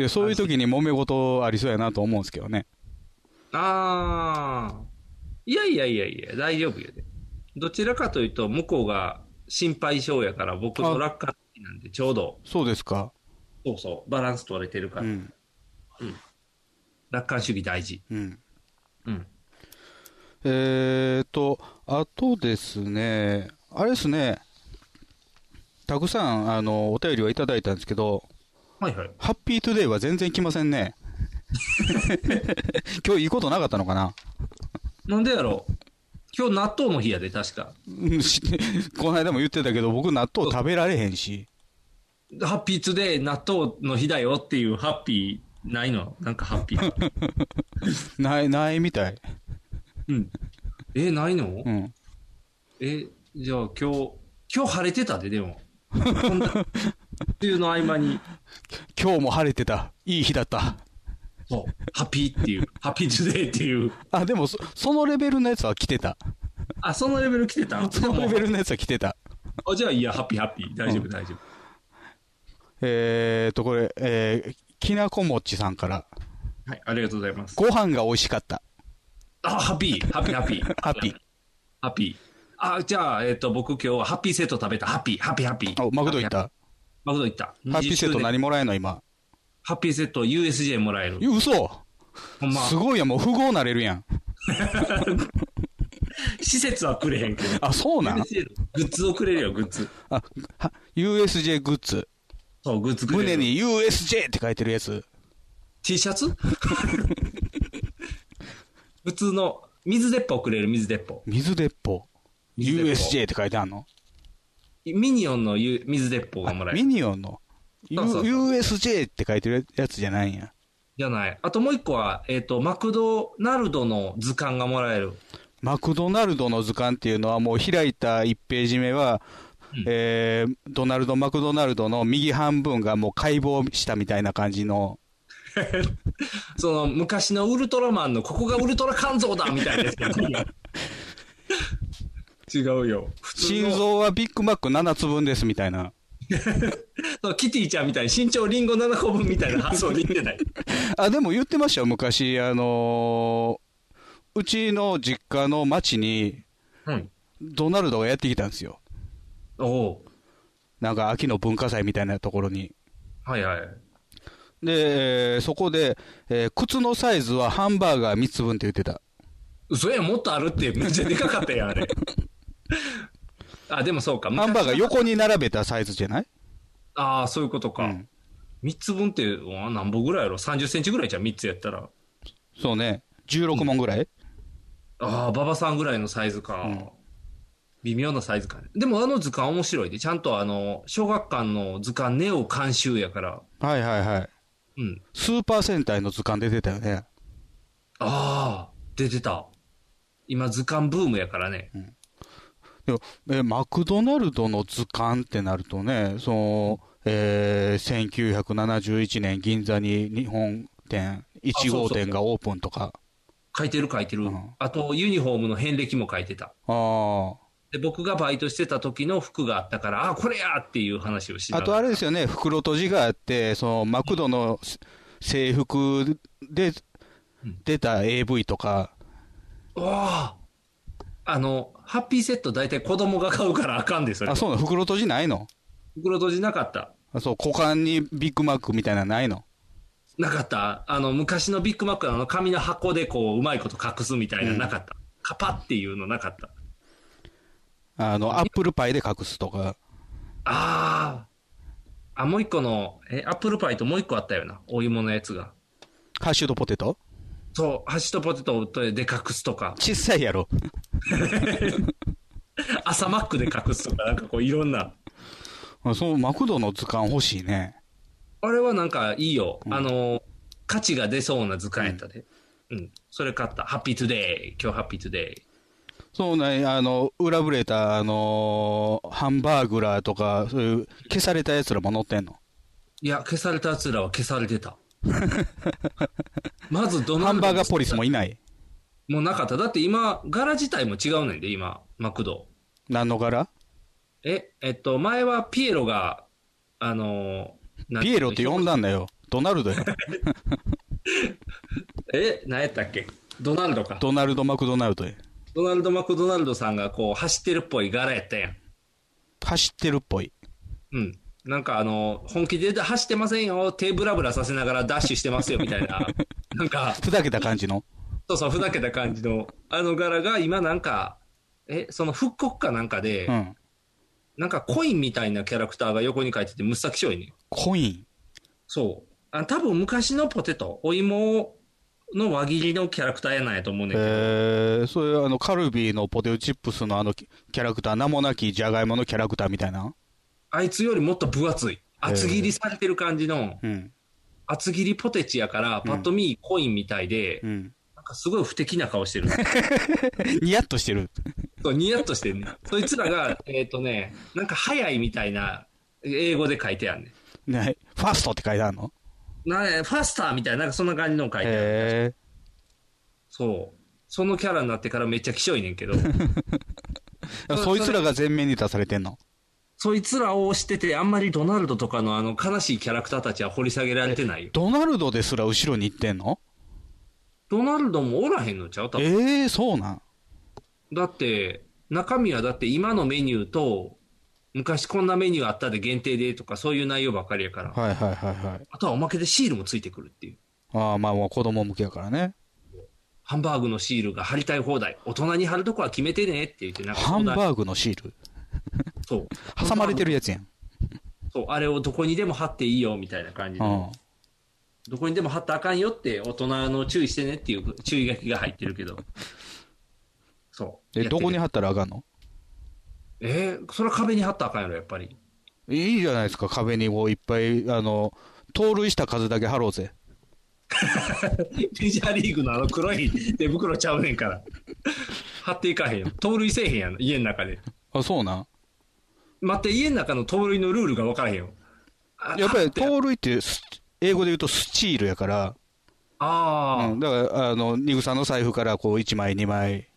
[SPEAKER 2] でそういう時に揉め事ありそうやなと思うんですけどね。
[SPEAKER 1] あー。いやいやいやいや、大丈夫やで。どちらかというと、向こうが心配性やから、僕
[SPEAKER 2] あ
[SPEAKER 1] の楽観的なんで、ちょうど、
[SPEAKER 2] そうですか。
[SPEAKER 1] そうそう、バランス取れてるか
[SPEAKER 2] う
[SPEAKER 1] ら、
[SPEAKER 2] ん。
[SPEAKER 1] 楽観主義大事。
[SPEAKER 2] うん。
[SPEAKER 1] うん。
[SPEAKER 2] えーと、あとですね、あれですね、たくさん、あの、お便りはいただいたんですけど、
[SPEAKER 1] はいはい。
[SPEAKER 2] ハッピートゥデイは全然来ませんね。 今日いいことなかったのかな
[SPEAKER 1] なんでやろう。今日納豆の日やで、確か。
[SPEAKER 2] うんしこの間も言ってたけど、僕納豆食べられへんし。
[SPEAKER 1] ハッピーツで納豆の日だよっていうハッピーないのなんかハッピ ー。
[SPEAKER 2] ない、ないみたい。
[SPEAKER 1] うん。え、ないの、
[SPEAKER 2] うん。
[SPEAKER 1] え、じゃあ今日、今日晴れてたで、でも。こんな、梅雨の合間に、
[SPEAKER 2] 今日も晴れてた。いい日だった。
[SPEAKER 1] そう、ハッピーっていう、ハッピートゥデイっていう。
[SPEAKER 2] あ、でもそ、そのレベルのやつは来てた。
[SPEAKER 1] あ、そのレベル来てた
[SPEAKER 2] そのレベルのやつは来てた。
[SPEAKER 1] あ、じゃあいいや、ハッピーハッピー。大丈夫、大丈夫。
[SPEAKER 2] えーと、これ、えーきなこもっちさんから、
[SPEAKER 1] はい、ありがとうございます。
[SPEAKER 2] ご飯が美味しかった。
[SPEAKER 1] あ、ハッピー、ハッピー、ハッピー。
[SPEAKER 2] ハッピー。
[SPEAKER 1] ハッピー。あ、じゃあ、えっ、と、僕今日はハッピーセット食べた。ハッピー、ハッピー、ハッピー。
[SPEAKER 2] あ、マクド行っ
[SPEAKER 1] ハッピー。
[SPEAKER 2] た
[SPEAKER 1] マクド行った。
[SPEAKER 2] ハッピーセット
[SPEAKER 1] 20周年
[SPEAKER 2] 何もらえんの今。
[SPEAKER 1] ハッピーセット USJ もらえる
[SPEAKER 2] い。や嘘
[SPEAKER 1] ほんま、
[SPEAKER 2] すごいやん、もう富豪なれるやん。
[SPEAKER 1] 施設はくれへんけど。
[SPEAKER 2] あ、そう なん
[SPEAKER 1] USJ のグッズをくれるよ、グッズ。
[SPEAKER 2] あ、は USJ グッズ。
[SPEAKER 1] そう、グッズくれ
[SPEAKER 2] 胸
[SPEAKER 1] る。
[SPEAKER 2] に USJ って書いてるやつ。
[SPEAKER 1] T シャツ 普通の、水鉄砲くれる、水鉄砲。
[SPEAKER 2] 水鉄砲。
[SPEAKER 1] 水鉄砲
[SPEAKER 2] USJ って書いてあんの
[SPEAKER 1] ミニオンのゆ水鉄砲がもらえ
[SPEAKER 2] ミ
[SPEAKER 1] る。
[SPEAKER 2] ニオンの。
[SPEAKER 1] そうそうそう
[SPEAKER 2] U- USJ って書いてるやつじゃないんや。
[SPEAKER 1] じゃない。あともう一個は、えっ、と、マクドナルドの図鑑がもらえる。
[SPEAKER 2] マクドナルドの図鑑っていうのはもう開いた1ページ目は、
[SPEAKER 1] うん
[SPEAKER 2] えードナルド・マクドナルドの右半分がもう解剖したみたいな感じの、
[SPEAKER 1] その、昔のウルトラマンの、ここがウルトラ肝臓だみたいですけど。 違うよ。普通の
[SPEAKER 2] 心臓はビッグマック7つ分ですみたいな。
[SPEAKER 1] そうキティちゃんみたいに身長リンゴ7個分みたいな発想で言ってない。
[SPEAKER 2] あ、でも言ってましたよ、昔。あのーうちの実家の町に
[SPEAKER 1] うん。
[SPEAKER 2] ドナルドがやってきたんですよ。
[SPEAKER 1] おお
[SPEAKER 2] なんか秋の文化祭みたいなところに。
[SPEAKER 1] うはいはい。
[SPEAKER 2] で、えーそこで、えー靴のサイズはハンバーガー3つ分って言ってた。
[SPEAKER 1] 嘘やん、もっとあるって、めっちゃでかかったやん、あ れ。あ、でもそうか。
[SPEAKER 2] ハンバーガー
[SPEAKER 1] 昔
[SPEAKER 2] 横に並べたサイズじゃない
[SPEAKER 1] ああ、そういうことか。
[SPEAKER 2] うん
[SPEAKER 1] 3つ分って、うわ何本ぐらいやろ ?30 センチぐらいじゃん、3つやったら。
[SPEAKER 2] そうね。16問ぐらい、
[SPEAKER 1] ああ、馬場さんぐらいのサイズか。
[SPEAKER 2] うん
[SPEAKER 1] 微妙なサイズ感。でもあの図鑑面白いで、ちゃんとあの、小学館の図鑑ネオ監修やから。
[SPEAKER 2] はいはいはい。
[SPEAKER 1] うん。
[SPEAKER 2] スーパー戦隊の図鑑出てたよね。
[SPEAKER 1] ああ、出てた。今図鑑ブームやからね。
[SPEAKER 2] でも、えーマクドナルドの図鑑ってなるとね、その、えー1971年銀座に日本店、1号店がオープンとか。
[SPEAKER 1] 書いてる書いてる。
[SPEAKER 2] うん
[SPEAKER 1] あと、ユニフォームの遍歴も書いてた。
[SPEAKER 2] あ
[SPEAKER 1] で、僕がバイトしてた時の服があったから、あ、これやっていう話をして
[SPEAKER 2] あ。
[SPEAKER 1] た。
[SPEAKER 2] あとあれですよね、袋閉じがあって、その、マクドの制服で
[SPEAKER 1] うん
[SPEAKER 2] 出た AV とか、
[SPEAKER 1] おーあの、ハッピーセット大体子供が買うからあかんで、それ。
[SPEAKER 2] あ、そうなの袋閉じないの
[SPEAKER 1] 袋閉じなかった。
[SPEAKER 2] あそう、股間にビッグマックみたいなのないの
[SPEAKER 1] なかった。あの、昔のビッグマックのあの紙の箱でこう、うまいこと隠すみたいな、なかった。カパっていうのなかった。
[SPEAKER 2] あの、アップルパイで隠すとか。
[SPEAKER 1] ああ。あ、もう一個の、え、アップルパイともう一個あったよな。お芋のやつが。
[SPEAKER 2] ハッシュドポテト
[SPEAKER 1] そう、ハッシュとポテトで隠すとか、
[SPEAKER 2] 小さいやろ。
[SPEAKER 1] 朝マックで隠すとか、なんかこういろんな。
[SPEAKER 2] あそのマクドの図鑑欲しいね。
[SPEAKER 1] あれはなんかいいよ。あの、価値が出そうな図鑑やったで。うん。それ買った。ハッピートゥデイ。今日ハッピートゥデイ。
[SPEAKER 2] そうね、あの、裏ぶれた、あのーハンバーグラーとか、そういう消されたやつらも載ってんの。
[SPEAKER 1] いや、消された奴らは消され てた。まずどの
[SPEAKER 2] ハンバーガーポリスもいない。
[SPEAKER 1] もうなかった。だって今、柄自体も違うねんで、今、マクド。
[SPEAKER 2] 何の柄
[SPEAKER 1] え、えっと、前はピエロが、あのー、
[SPEAKER 2] ピエロって呼ん
[SPEAKER 1] だ
[SPEAKER 2] だんだよ。ドナル ドや。
[SPEAKER 1] え、何やったっけドナルドか。
[SPEAKER 2] ドナルド・マクドナルドや。
[SPEAKER 1] ドナルド・マクドナルドさんがこう走ってるっぽい柄やったやん。
[SPEAKER 2] 走ってるっぽい。
[SPEAKER 1] うん。なんかあの、本気で走ってませんよ、手ぶらぶらさせながらダッシュしてますよみた いな、なんか、
[SPEAKER 2] ふざけた感じの。
[SPEAKER 1] そうそう、ふざけた感じの、あの柄が今なんか、え、その復刻かなんかで、
[SPEAKER 2] うん。
[SPEAKER 1] なんかコインみたいなキャラクターが横に書いてて、むっさきしょいね。
[SPEAKER 2] コイン。
[SPEAKER 1] そう。あ多分昔のポテト、お芋の輪切りのキャラクターやなんやと思うねんけど、
[SPEAKER 2] えー、それあのカルビーのポテトチップスのあのキキャラクター、名もなきジャガイモのキャラクターみたいな。
[SPEAKER 1] あいつよりもっと分厚い。厚切りされてる感じの、
[SPEAKER 2] うん。
[SPEAKER 1] 厚切りポテチやから、パッと見コインみたいで、
[SPEAKER 2] うん。
[SPEAKER 1] なんかすごい不敵な顔し てる。
[SPEAKER 2] ニヤッとしてる。
[SPEAKER 1] そう、ニヤッとしてんね。そいつらが、えっ、とね、なんか早いみたいな英語で書いてあんね
[SPEAKER 2] ね、ファストって書いてあるの
[SPEAKER 1] ん。なファスターみたいな、なんかそんな感じの書いてある。
[SPEAKER 2] へ
[SPEAKER 1] そう。そのキャラ になってからめっちゃきしょいねんけど。
[SPEAKER 2] え。そいつらが前面に出されてんの。
[SPEAKER 1] そいつらを推してて、あんまりドナルドとかのあの悲しいキャラクターたちは掘り下げられてないよ。
[SPEAKER 2] ドナルドですら後ろに行ってんの
[SPEAKER 1] ドナルドもおらへんのちゃう多分
[SPEAKER 2] ええー、そうなん。
[SPEAKER 1] だって、中身はだって今のメニューと、昔こんなメニューあったで限定でとかそういう内容ばっかりやから、
[SPEAKER 2] はいはいはいはい。
[SPEAKER 1] あとはおまけでシールもついてくるっていう。
[SPEAKER 2] ああ、まあまあ子供向けやからね。
[SPEAKER 1] ハンバーグのシールが貼りたい放題。大人に貼るとこは決めてねって言って、なんか
[SPEAKER 2] ハン
[SPEAKER 1] ー
[SPEAKER 2] バーグのシール。
[SPEAKER 1] そう。
[SPEAKER 2] 挟まれてるやつやん。
[SPEAKER 1] そう、あれをどこにでも貼っていいよみたいな感じ
[SPEAKER 2] う
[SPEAKER 1] で。
[SPEAKER 2] ん。
[SPEAKER 1] どこにでも貼ったらあかんよって大人の注意してねっていう注意書きが入ってるけど。そう。
[SPEAKER 2] え、どこに
[SPEAKER 1] 貼
[SPEAKER 2] 貼ったらあかんの
[SPEAKER 1] えーそれは壁に貼ったらあかんやろ、やっぱり。
[SPEAKER 2] いいじゃないですか、壁にもういっぱい、あの、盗塁した数だけ貼ろうぜ。
[SPEAKER 1] メジャーリーグのあの黒い手袋ちゃうねんから。貼っていかへんよ。盗塁せえへんやん、家の中で。
[SPEAKER 2] あ、そうなん。
[SPEAKER 1] 待って、家の中の盗塁のルールが分からへんよ。あ
[SPEAKER 2] やっぱ
[SPEAKER 1] 貼
[SPEAKER 2] り
[SPEAKER 1] てあ
[SPEAKER 2] 盗塁ってス、英語で言うとスチールやから、
[SPEAKER 1] あー、
[SPEAKER 2] うん、だから、あの、ニグさんの財布からこう1枚、2枚。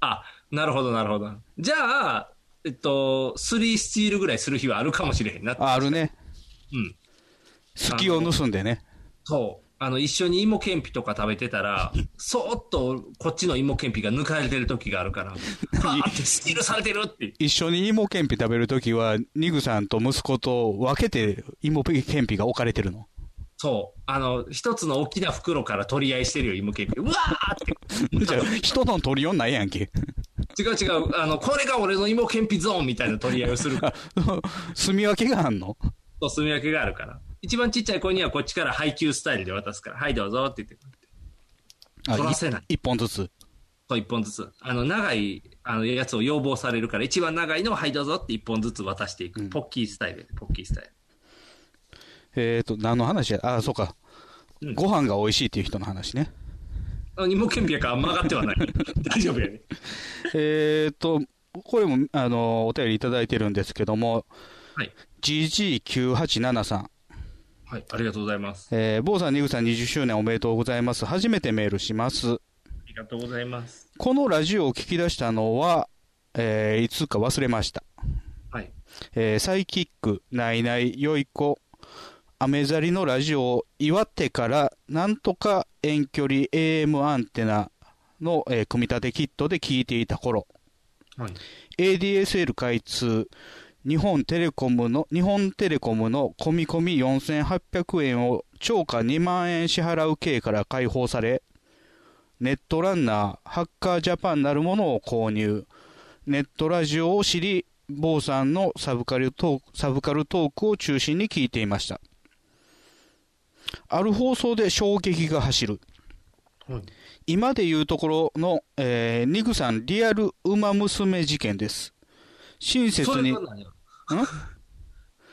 [SPEAKER 1] あ、なるほど、なるほど。じゃあ、えっと、3スチールぐらいする日はあるかもしれへんな。
[SPEAKER 2] ああるね。
[SPEAKER 1] うん。
[SPEAKER 2] 隙を盗んでね。
[SPEAKER 1] そう。あの、一緒に芋けんぴとか食べてたら、そーっとこっちの芋けんぴが抜かれてる時があ るから、あってスチールされてるって。
[SPEAKER 2] 一緒に芋けんぴ食べるときは、ニグさんと息子と分けて芋けんぴが置かれて るの。
[SPEAKER 1] そう。あの、一つの大きな袋から取り合いしてるよ、芋けんぴ。うわーって。
[SPEAKER 2] じゃあ、人の取りよんないやんけ。
[SPEAKER 1] 違う違う、あの、これが俺の芋けんぴゾーンみたいな取り合いをするから、
[SPEAKER 2] 住み分けがあんの
[SPEAKER 1] と住み分けがあるから。一番ちっちゃい子にはこっちから配給スタイルで渡すから、はいどうぞって言って、
[SPEAKER 2] あ
[SPEAKER 1] 取らせない
[SPEAKER 2] 一本ずつ。
[SPEAKER 1] そう一本ずつ。あの、長い、あの、やつを要望されるから、一番長いのをはいどうぞって一本ずつ渡していく。ポッキースタイル、ポッキースタイル。
[SPEAKER 2] えっ、と、何の話やあ、そうか
[SPEAKER 1] うん。
[SPEAKER 2] ご飯が美味しいっていう人の話ね。
[SPEAKER 1] あの芋けんぴやから曲がってはない。 大丈夫やね。
[SPEAKER 2] えっと、これも、あの、お便りいただいてるんですけども、
[SPEAKER 1] はい。
[SPEAKER 2] GG987 さん。
[SPEAKER 1] はい、ありがとうございます。あ
[SPEAKER 2] えー、坊さん、ニグさん20周年おめでとうございます。初めてメールします。
[SPEAKER 1] りがとうございます。
[SPEAKER 2] このラジオを聞き出したのは、えーいつか忘れました。
[SPEAKER 1] はい。
[SPEAKER 2] えーサイキック、ナイナイ、よい子、アメザリのラジオを岩手からなんとか遠距離 AM アンテナの、えー組み立てキットで聞いていた頃、
[SPEAKER 1] はい。
[SPEAKER 2] ADSL 開通、日本テレコムの、日本テレコムの込み込み4800円を超過2万円支払う刑から解放され、ネットランナー、ハッカージャパンなるものを購入、ネットラジオを知り、坊さんのサブカルトーク、サブカルトークを中心に聞いていました。ある放送で衝撃が走る。
[SPEAKER 1] はい。
[SPEAKER 2] 今でいうところの、えーニグさんリアルウマ娘事件です。親切
[SPEAKER 1] それ
[SPEAKER 2] に
[SPEAKER 1] は、何やろ
[SPEAKER 2] ん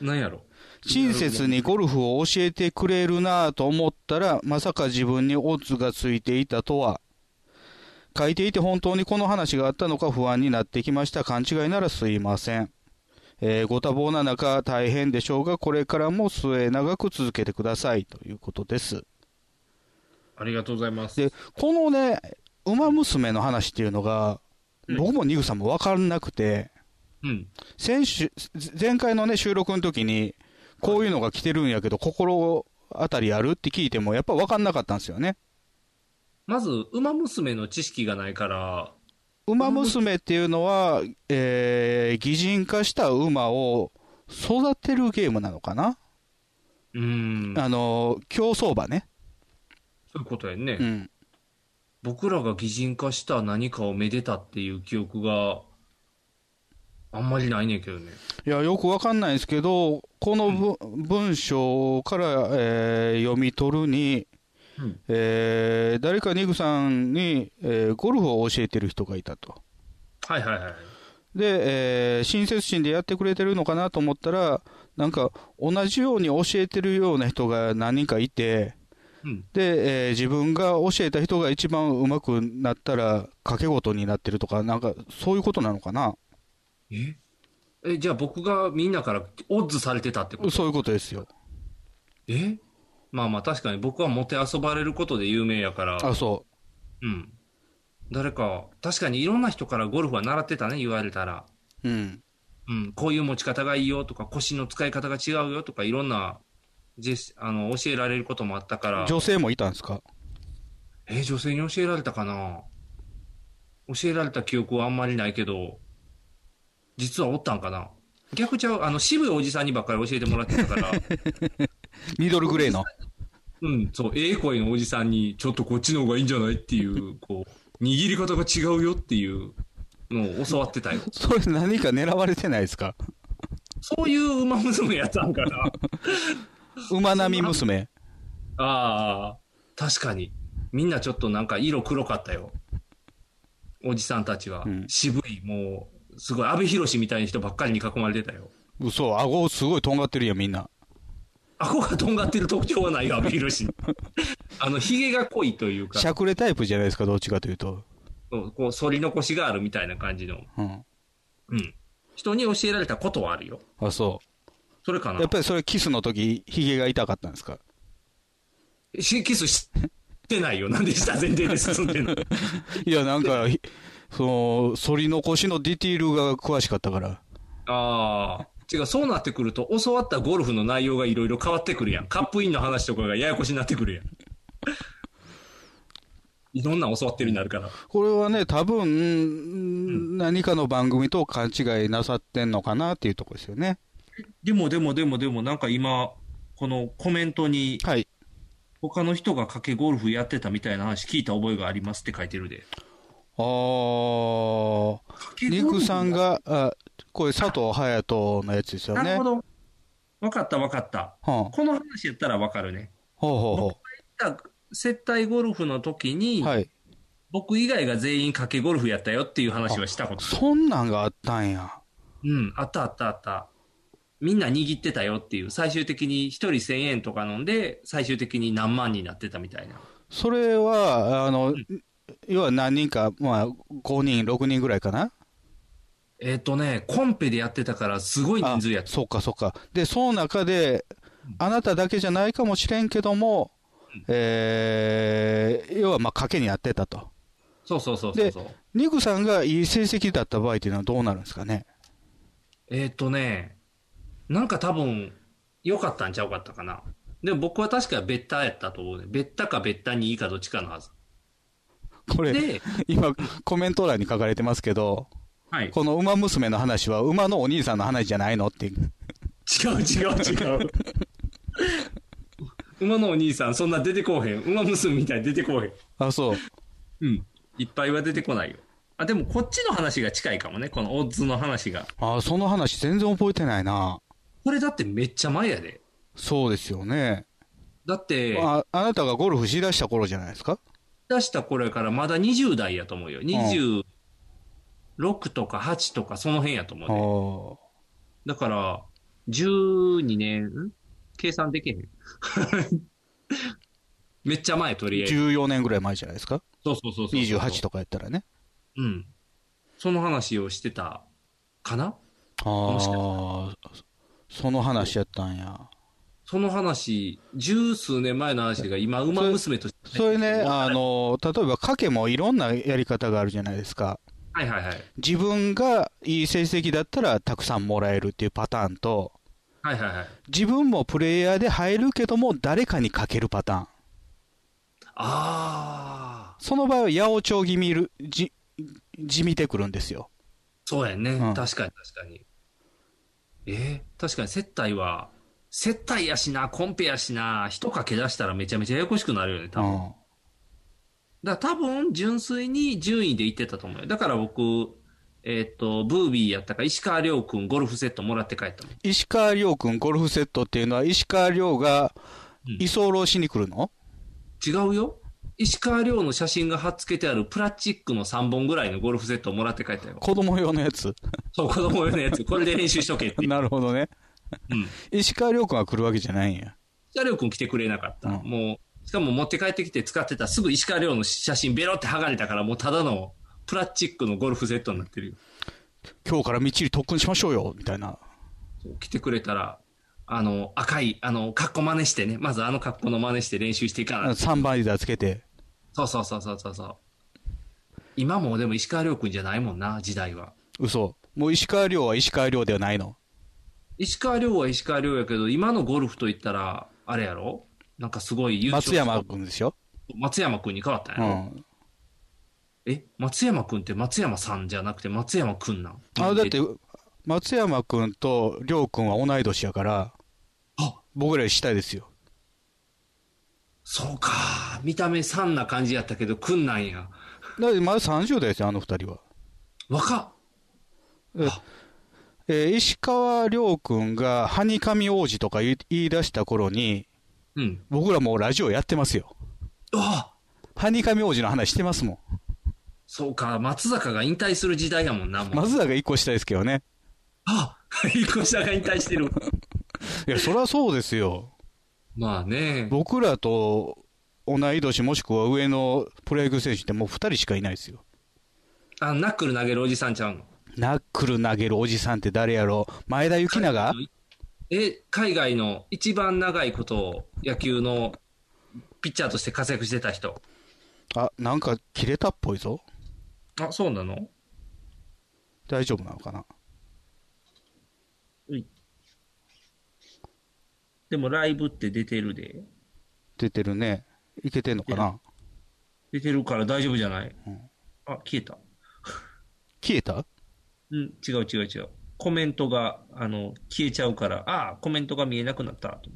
[SPEAKER 1] 何やろ
[SPEAKER 2] 親切にゴルフを教えてくれるなぁと思ったら、まさか自分にオッズがついていたとは。書いていて本当にこの話があったのか不安になってきました。勘違いならすいません。えーご多忙な中大変でしょうが、これからも末長く続けてくださいということです。
[SPEAKER 1] ありがとうございます。
[SPEAKER 2] で、このね、馬娘の話っていうのが、
[SPEAKER 1] うん
[SPEAKER 2] 僕もニグさんも分かんなくて、
[SPEAKER 1] うん。
[SPEAKER 2] 先週、前回のね、収録の時に、こういうのが来てるんやけど、心当たりあるって聞いても、やっぱ分かんなかったんですよね。
[SPEAKER 1] まず、馬娘の知識がないから、
[SPEAKER 2] 馬娘っていうのは、えー、擬人化した馬を育てるゲームなのかな、
[SPEAKER 1] うーん。
[SPEAKER 2] あの、競走馬ね。
[SPEAKER 1] そういうことやんね。
[SPEAKER 2] うん。
[SPEAKER 1] 僕らが擬人化した何かをめでたっていう記憶があんまりないねんけどね。
[SPEAKER 2] いや、よく分かんないんですけど、このぶ、文章から、えー読み取るに、
[SPEAKER 1] うん。
[SPEAKER 2] えー誰かニグさんに、えーゴルフを教えてる人がいたと。
[SPEAKER 1] はいはいはい。
[SPEAKER 2] で、えー親切心でやってくれてるのかなと思ったら、なんか同じように教えてるような人が何人かいて、
[SPEAKER 1] うん。
[SPEAKER 2] で、えー自分が教えた人が一番上手くなったら、掛け事になってるとか、なんかそういうことなのかな、
[SPEAKER 1] ええ、じゃあ僕がみんなからオッズされてたってこと
[SPEAKER 2] そういうことですよ。
[SPEAKER 1] えまあまあ確かに僕はもて遊ばれることで有名やから、
[SPEAKER 2] あ、そ
[SPEAKER 1] うん。誰か、確かにいろんな人からゴルフは習ってたね、言われたら。
[SPEAKER 2] う。うん。
[SPEAKER 1] うん、こういう持ち方がいいよとか、腰の使い方が違うよとか、いろんなジェスあの教えられることもあったから、
[SPEAKER 2] 女性もいたんですか
[SPEAKER 1] えー女性に教えられたかな教えられた記憶はあんまりないけど、実はおったんかな逆ちゃう、あの、渋いおじさんにばっかり教えてもらってたから、
[SPEAKER 2] ミドルグレーの。
[SPEAKER 1] うん、そう、ええ声のおじさんに、ちょっとこっちの方がいいんじゃないっていう、こう、握り方が違うよっていうのを教わってたよ。
[SPEAKER 2] それ何か狙われてないですか
[SPEAKER 1] そういう馬娘やったんかな。
[SPEAKER 2] 馬並み娘。
[SPEAKER 1] ああ、確かに。みんなちょっとなんか色黒かったよ。おじさんたちは。
[SPEAKER 2] うん
[SPEAKER 1] 渋い、もう、すごい、安部寛みたいな人ばっかりに囲まれてたよ。
[SPEAKER 2] 嘘、顎すごいとんがってるやん、みんな。
[SPEAKER 1] 顎がとんがってる特徴はないよ、安部寛 に。あの、髭が濃いというか
[SPEAKER 2] し、ゃくれタイプじゃないですか、どっちかというと。
[SPEAKER 1] そうこう、反り残しがあるみたいな感じの。
[SPEAKER 2] うん。
[SPEAKER 1] うん。人に教えられたことはあるよ。
[SPEAKER 2] あ、そ
[SPEAKER 1] それか
[SPEAKER 2] う。
[SPEAKER 1] な。
[SPEAKER 2] やっぱりそれキスの時、ヒゲが痛かったんですか
[SPEAKER 1] しキスしてないよ。なんでした前提で進んでんの。
[SPEAKER 2] いや、なんか、ひその、反り残しのディティールが詳しかったから。
[SPEAKER 1] ああ。違う、そうなってくると、教わったゴルフの内容がいろいろ変わってくるやん。カップインの話とかがややこしになってくるやん。いろんな教わってるようになるから。
[SPEAKER 2] これはね、多分、何かの番組と勘違いなさってんのかなっていうところですよね。
[SPEAKER 1] でもでもでもでも、なんか今、このコメントに、
[SPEAKER 2] はい。
[SPEAKER 1] 他の人が賭けゴルフやってたみたいな話聞いた覚えがありますって書いてるで。
[SPEAKER 2] あー、肉さんが、あこれ佐藤隼人のやつですよ
[SPEAKER 1] なる
[SPEAKER 2] ね。は
[SPEAKER 1] ほど。わかったわかった。
[SPEAKER 2] あ、ほう
[SPEAKER 1] この話やったらわかるね。
[SPEAKER 2] ほうほ
[SPEAKER 1] だから接待ゴルフの時に、
[SPEAKER 2] う。はい。
[SPEAKER 1] 僕以外が全員賭けゴルフやったよっていう話はしたことある
[SPEAKER 2] そんなんがあったんや。
[SPEAKER 1] うん、あったあったあった。みんな握ってたよっていう、最終的に1人1000円とか飲んで、最終的に何万になってたみたいな。
[SPEAKER 2] それは、あの、要は何人か、まあ、5人、6人ぐらいかな。
[SPEAKER 1] えっ、とね、コンペでやってたから、すごい人数やった。
[SPEAKER 2] そっかそっか。で、その中で、あなただけじゃないかもしれんけども、えー、要はまあ、賭けになってたと。
[SPEAKER 1] そうそうそうそうそう。
[SPEAKER 2] ニクさんがいい成績だった場合っていうのはどうなるんですかね。
[SPEAKER 1] えっ、とね、なんか多分、良かったんちゃうかったかな。でも僕は確かベッタやったと思うね。ベッタかベッタにいいかどっちかのはず。
[SPEAKER 2] これ、
[SPEAKER 1] で、
[SPEAKER 2] 今、コメント欄に書かれてますけど、
[SPEAKER 1] はい。
[SPEAKER 2] この馬娘の話は馬のお兄さんの話じゃないのって。
[SPEAKER 1] 違う違う違う。 馬のお兄さん、そんな出てこうへん。馬娘みたいに出てこうへん。
[SPEAKER 2] あ、そう。
[SPEAKER 1] うん。いっぱいは出てこないよ。あ、でもこっちの話が近いかもね。このオッズの話が。
[SPEAKER 2] あ、その話全然覚えてないな。
[SPEAKER 1] これだってめっちゃ前やで。
[SPEAKER 2] そうですよね。
[SPEAKER 1] だって、
[SPEAKER 2] ああなたがゴルフしだした頃じゃないですか
[SPEAKER 1] 出した頃からまだ20代やと思うよ。26とか8とかその辺やと思う
[SPEAKER 2] あ
[SPEAKER 1] ね。
[SPEAKER 2] ー
[SPEAKER 1] だから、12年、ん計算できへん。 めっちゃ前、とりあえず。
[SPEAKER 2] 14年ぐらい前じゃないですか
[SPEAKER 1] そうそうそうそう。
[SPEAKER 2] 28とかやったらね。
[SPEAKER 1] うん。その話をしてた、かな
[SPEAKER 2] あ
[SPEAKER 1] もしか
[SPEAKER 2] あ、その話やったんや。
[SPEAKER 1] その話、十数年前の話が今、馬娘として。
[SPEAKER 2] それね、あの、例えば賭けもいろんなやり方があるじゃないですか。
[SPEAKER 1] はいはいはい。
[SPEAKER 2] 自分がいい成績だったらたくさんもらえるっていうパターンと、
[SPEAKER 1] はいはいはい。
[SPEAKER 2] 自分もプレイヤーで入るけども誰かに賭けるパターン。
[SPEAKER 1] ああ、
[SPEAKER 2] その場合は八百長気味る、じ、じみてくるんですよ。
[SPEAKER 1] そうやね。
[SPEAKER 2] うん
[SPEAKER 1] 確かに確かに。えー、確かに接待は、接待やしな、コンペやしな、一かけ出したらめちゃめちゃややこしくなるよね、多分。
[SPEAKER 2] うん
[SPEAKER 1] だから多分、純粋に順位でいってたと思うよ。だから僕、えっ、と、ブービーやったから、石川遼くんゴルフセットもらって帰ったもん。
[SPEAKER 2] 石川遼君ゴルフセットっていうのは石川遼が
[SPEAKER 1] うん
[SPEAKER 2] 居候しに来るの、
[SPEAKER 1] 違うよ。石川遼の写真が貼っつけてあるプラスチックの3本ぐらいのゴルフセットをもらって帰った よ。
[SPEAKER 2] 子供用のやつ。
[SPEAKER 1] そう、子供用のやつ、これで練習しとけって。
[SPEAKER 2] なるほどね。
[SPEAKER 1] うん。
[SPEAKER 2] 石川遼君が来るわけじゃないんや。
[SPEAKER 1] 石川遼君来てくれなかった。
[SPEAKER 2] うん
[SPEAKER 1] もう、しかも持って帰ってきて使ってたすぐ石川遼の写真ベロって剥がれたから、もうただのプラスチックのゴルフセットになってるよ。
[SPEAKER 2] 今日からみっちり特訓しましょうよ、みたいな。
[SPEAKER 1] そう来てくれたら、あの、赤い、あの、格好真似してね。まずあの格好の真似して練習していかない。
[SPEAKER 2] 3番リーダーつけて。
[SPEAKER 1] そうそうそうそうそうそう。今もでも石川遼君じゃないもんな、時代は。
[SPEAKER 2] 嘘。もう石川遼は石川遼ではないの。
[SPEAKER 1] 石川遼は石川遼やけど、今のゴルフと言ったら、あれやろなんかすごい優勝
[SPEAKER 2] 松山君でしょ
[SPEAKER 1] 松山君に変わったん
[SPEAKER 2] う
[SPEAKER 1] やろ、
[SPEAKER 2] ん。
[SPEAKER 1] え、松山君って松山さんじゃなくて松山君なん
[SPEAKER 2] あ、だって
[SPEAKER 1] え、
[SPEAKER 2] 松山君と亮君は同い年やから、
[SPEAKER 1] あ、
[SPEAKER 2] 僕らより下ですよ。
[SPEAKER 1] そうか。見た目さんな感じやったけど、君なんや。
[SPEAKER 2] だってまだ30代ですよ、あの二人は。
[SPEAKER 1] 若っ。
[SPEAKER 2] えー石川遼君が、ハニカミ王子とか言い言い出した頃に、
[SPEAKER 1] うん。
[SPEAKER 2] 僕らもうラジオやってますよ。
[SPEAKER 1] あ
[SPEAKER 2] ハニカミ王子の話してますも
[SPEAKER 1] そうか。松坂が引退する時代やもんな、も
[SPEAKER 2] ん。
[SPEAKER 1] う。
[SPEAKER 2] 松坂一個下ですけどね。
[SPEAKER 1] あ彦下が引退してる。
[SPEAKER 2] いや、そりゃそうですよ。
[SPEAKER 1] まあね。
[SPEAKER 2] 僕らと同い年もしくは上のプロ野球選手ってもう2人しかいないですよ。
[SPEAKER 1] あ、ナックル投げるおじさんちゃうの。
[SPEAKER 2] ナックル投げるおじさんって誰やろ前田幸長
[SPEAKER 1] え、海外の一番長いことを野球のピッチャーとして活躍してた人。
[SPEAKER 2] あ、なんか切れたっぽいぞ。
[SPEAKER 1] あ、そうなの
[SPEAKER 2] 大丈夫なのかな
[SPEAKER 1] でもライブって出てるで。
[SPEAKER 2] 出てるね。いけてんのか
[SPEAKER 1] い
[SPEAKER 2] な
[SPEAKER 1] 出てるから大丈夫じゃない、
[SPEAKER 2] うん
[SPEAKER 1] あ、消えた。
[SPEAKER 2] 消えた
[SPEAKER 1] うん、違う違う違う。コメントが、あの、消えちゃうから、ああ、コメントが見えなくなった。とコ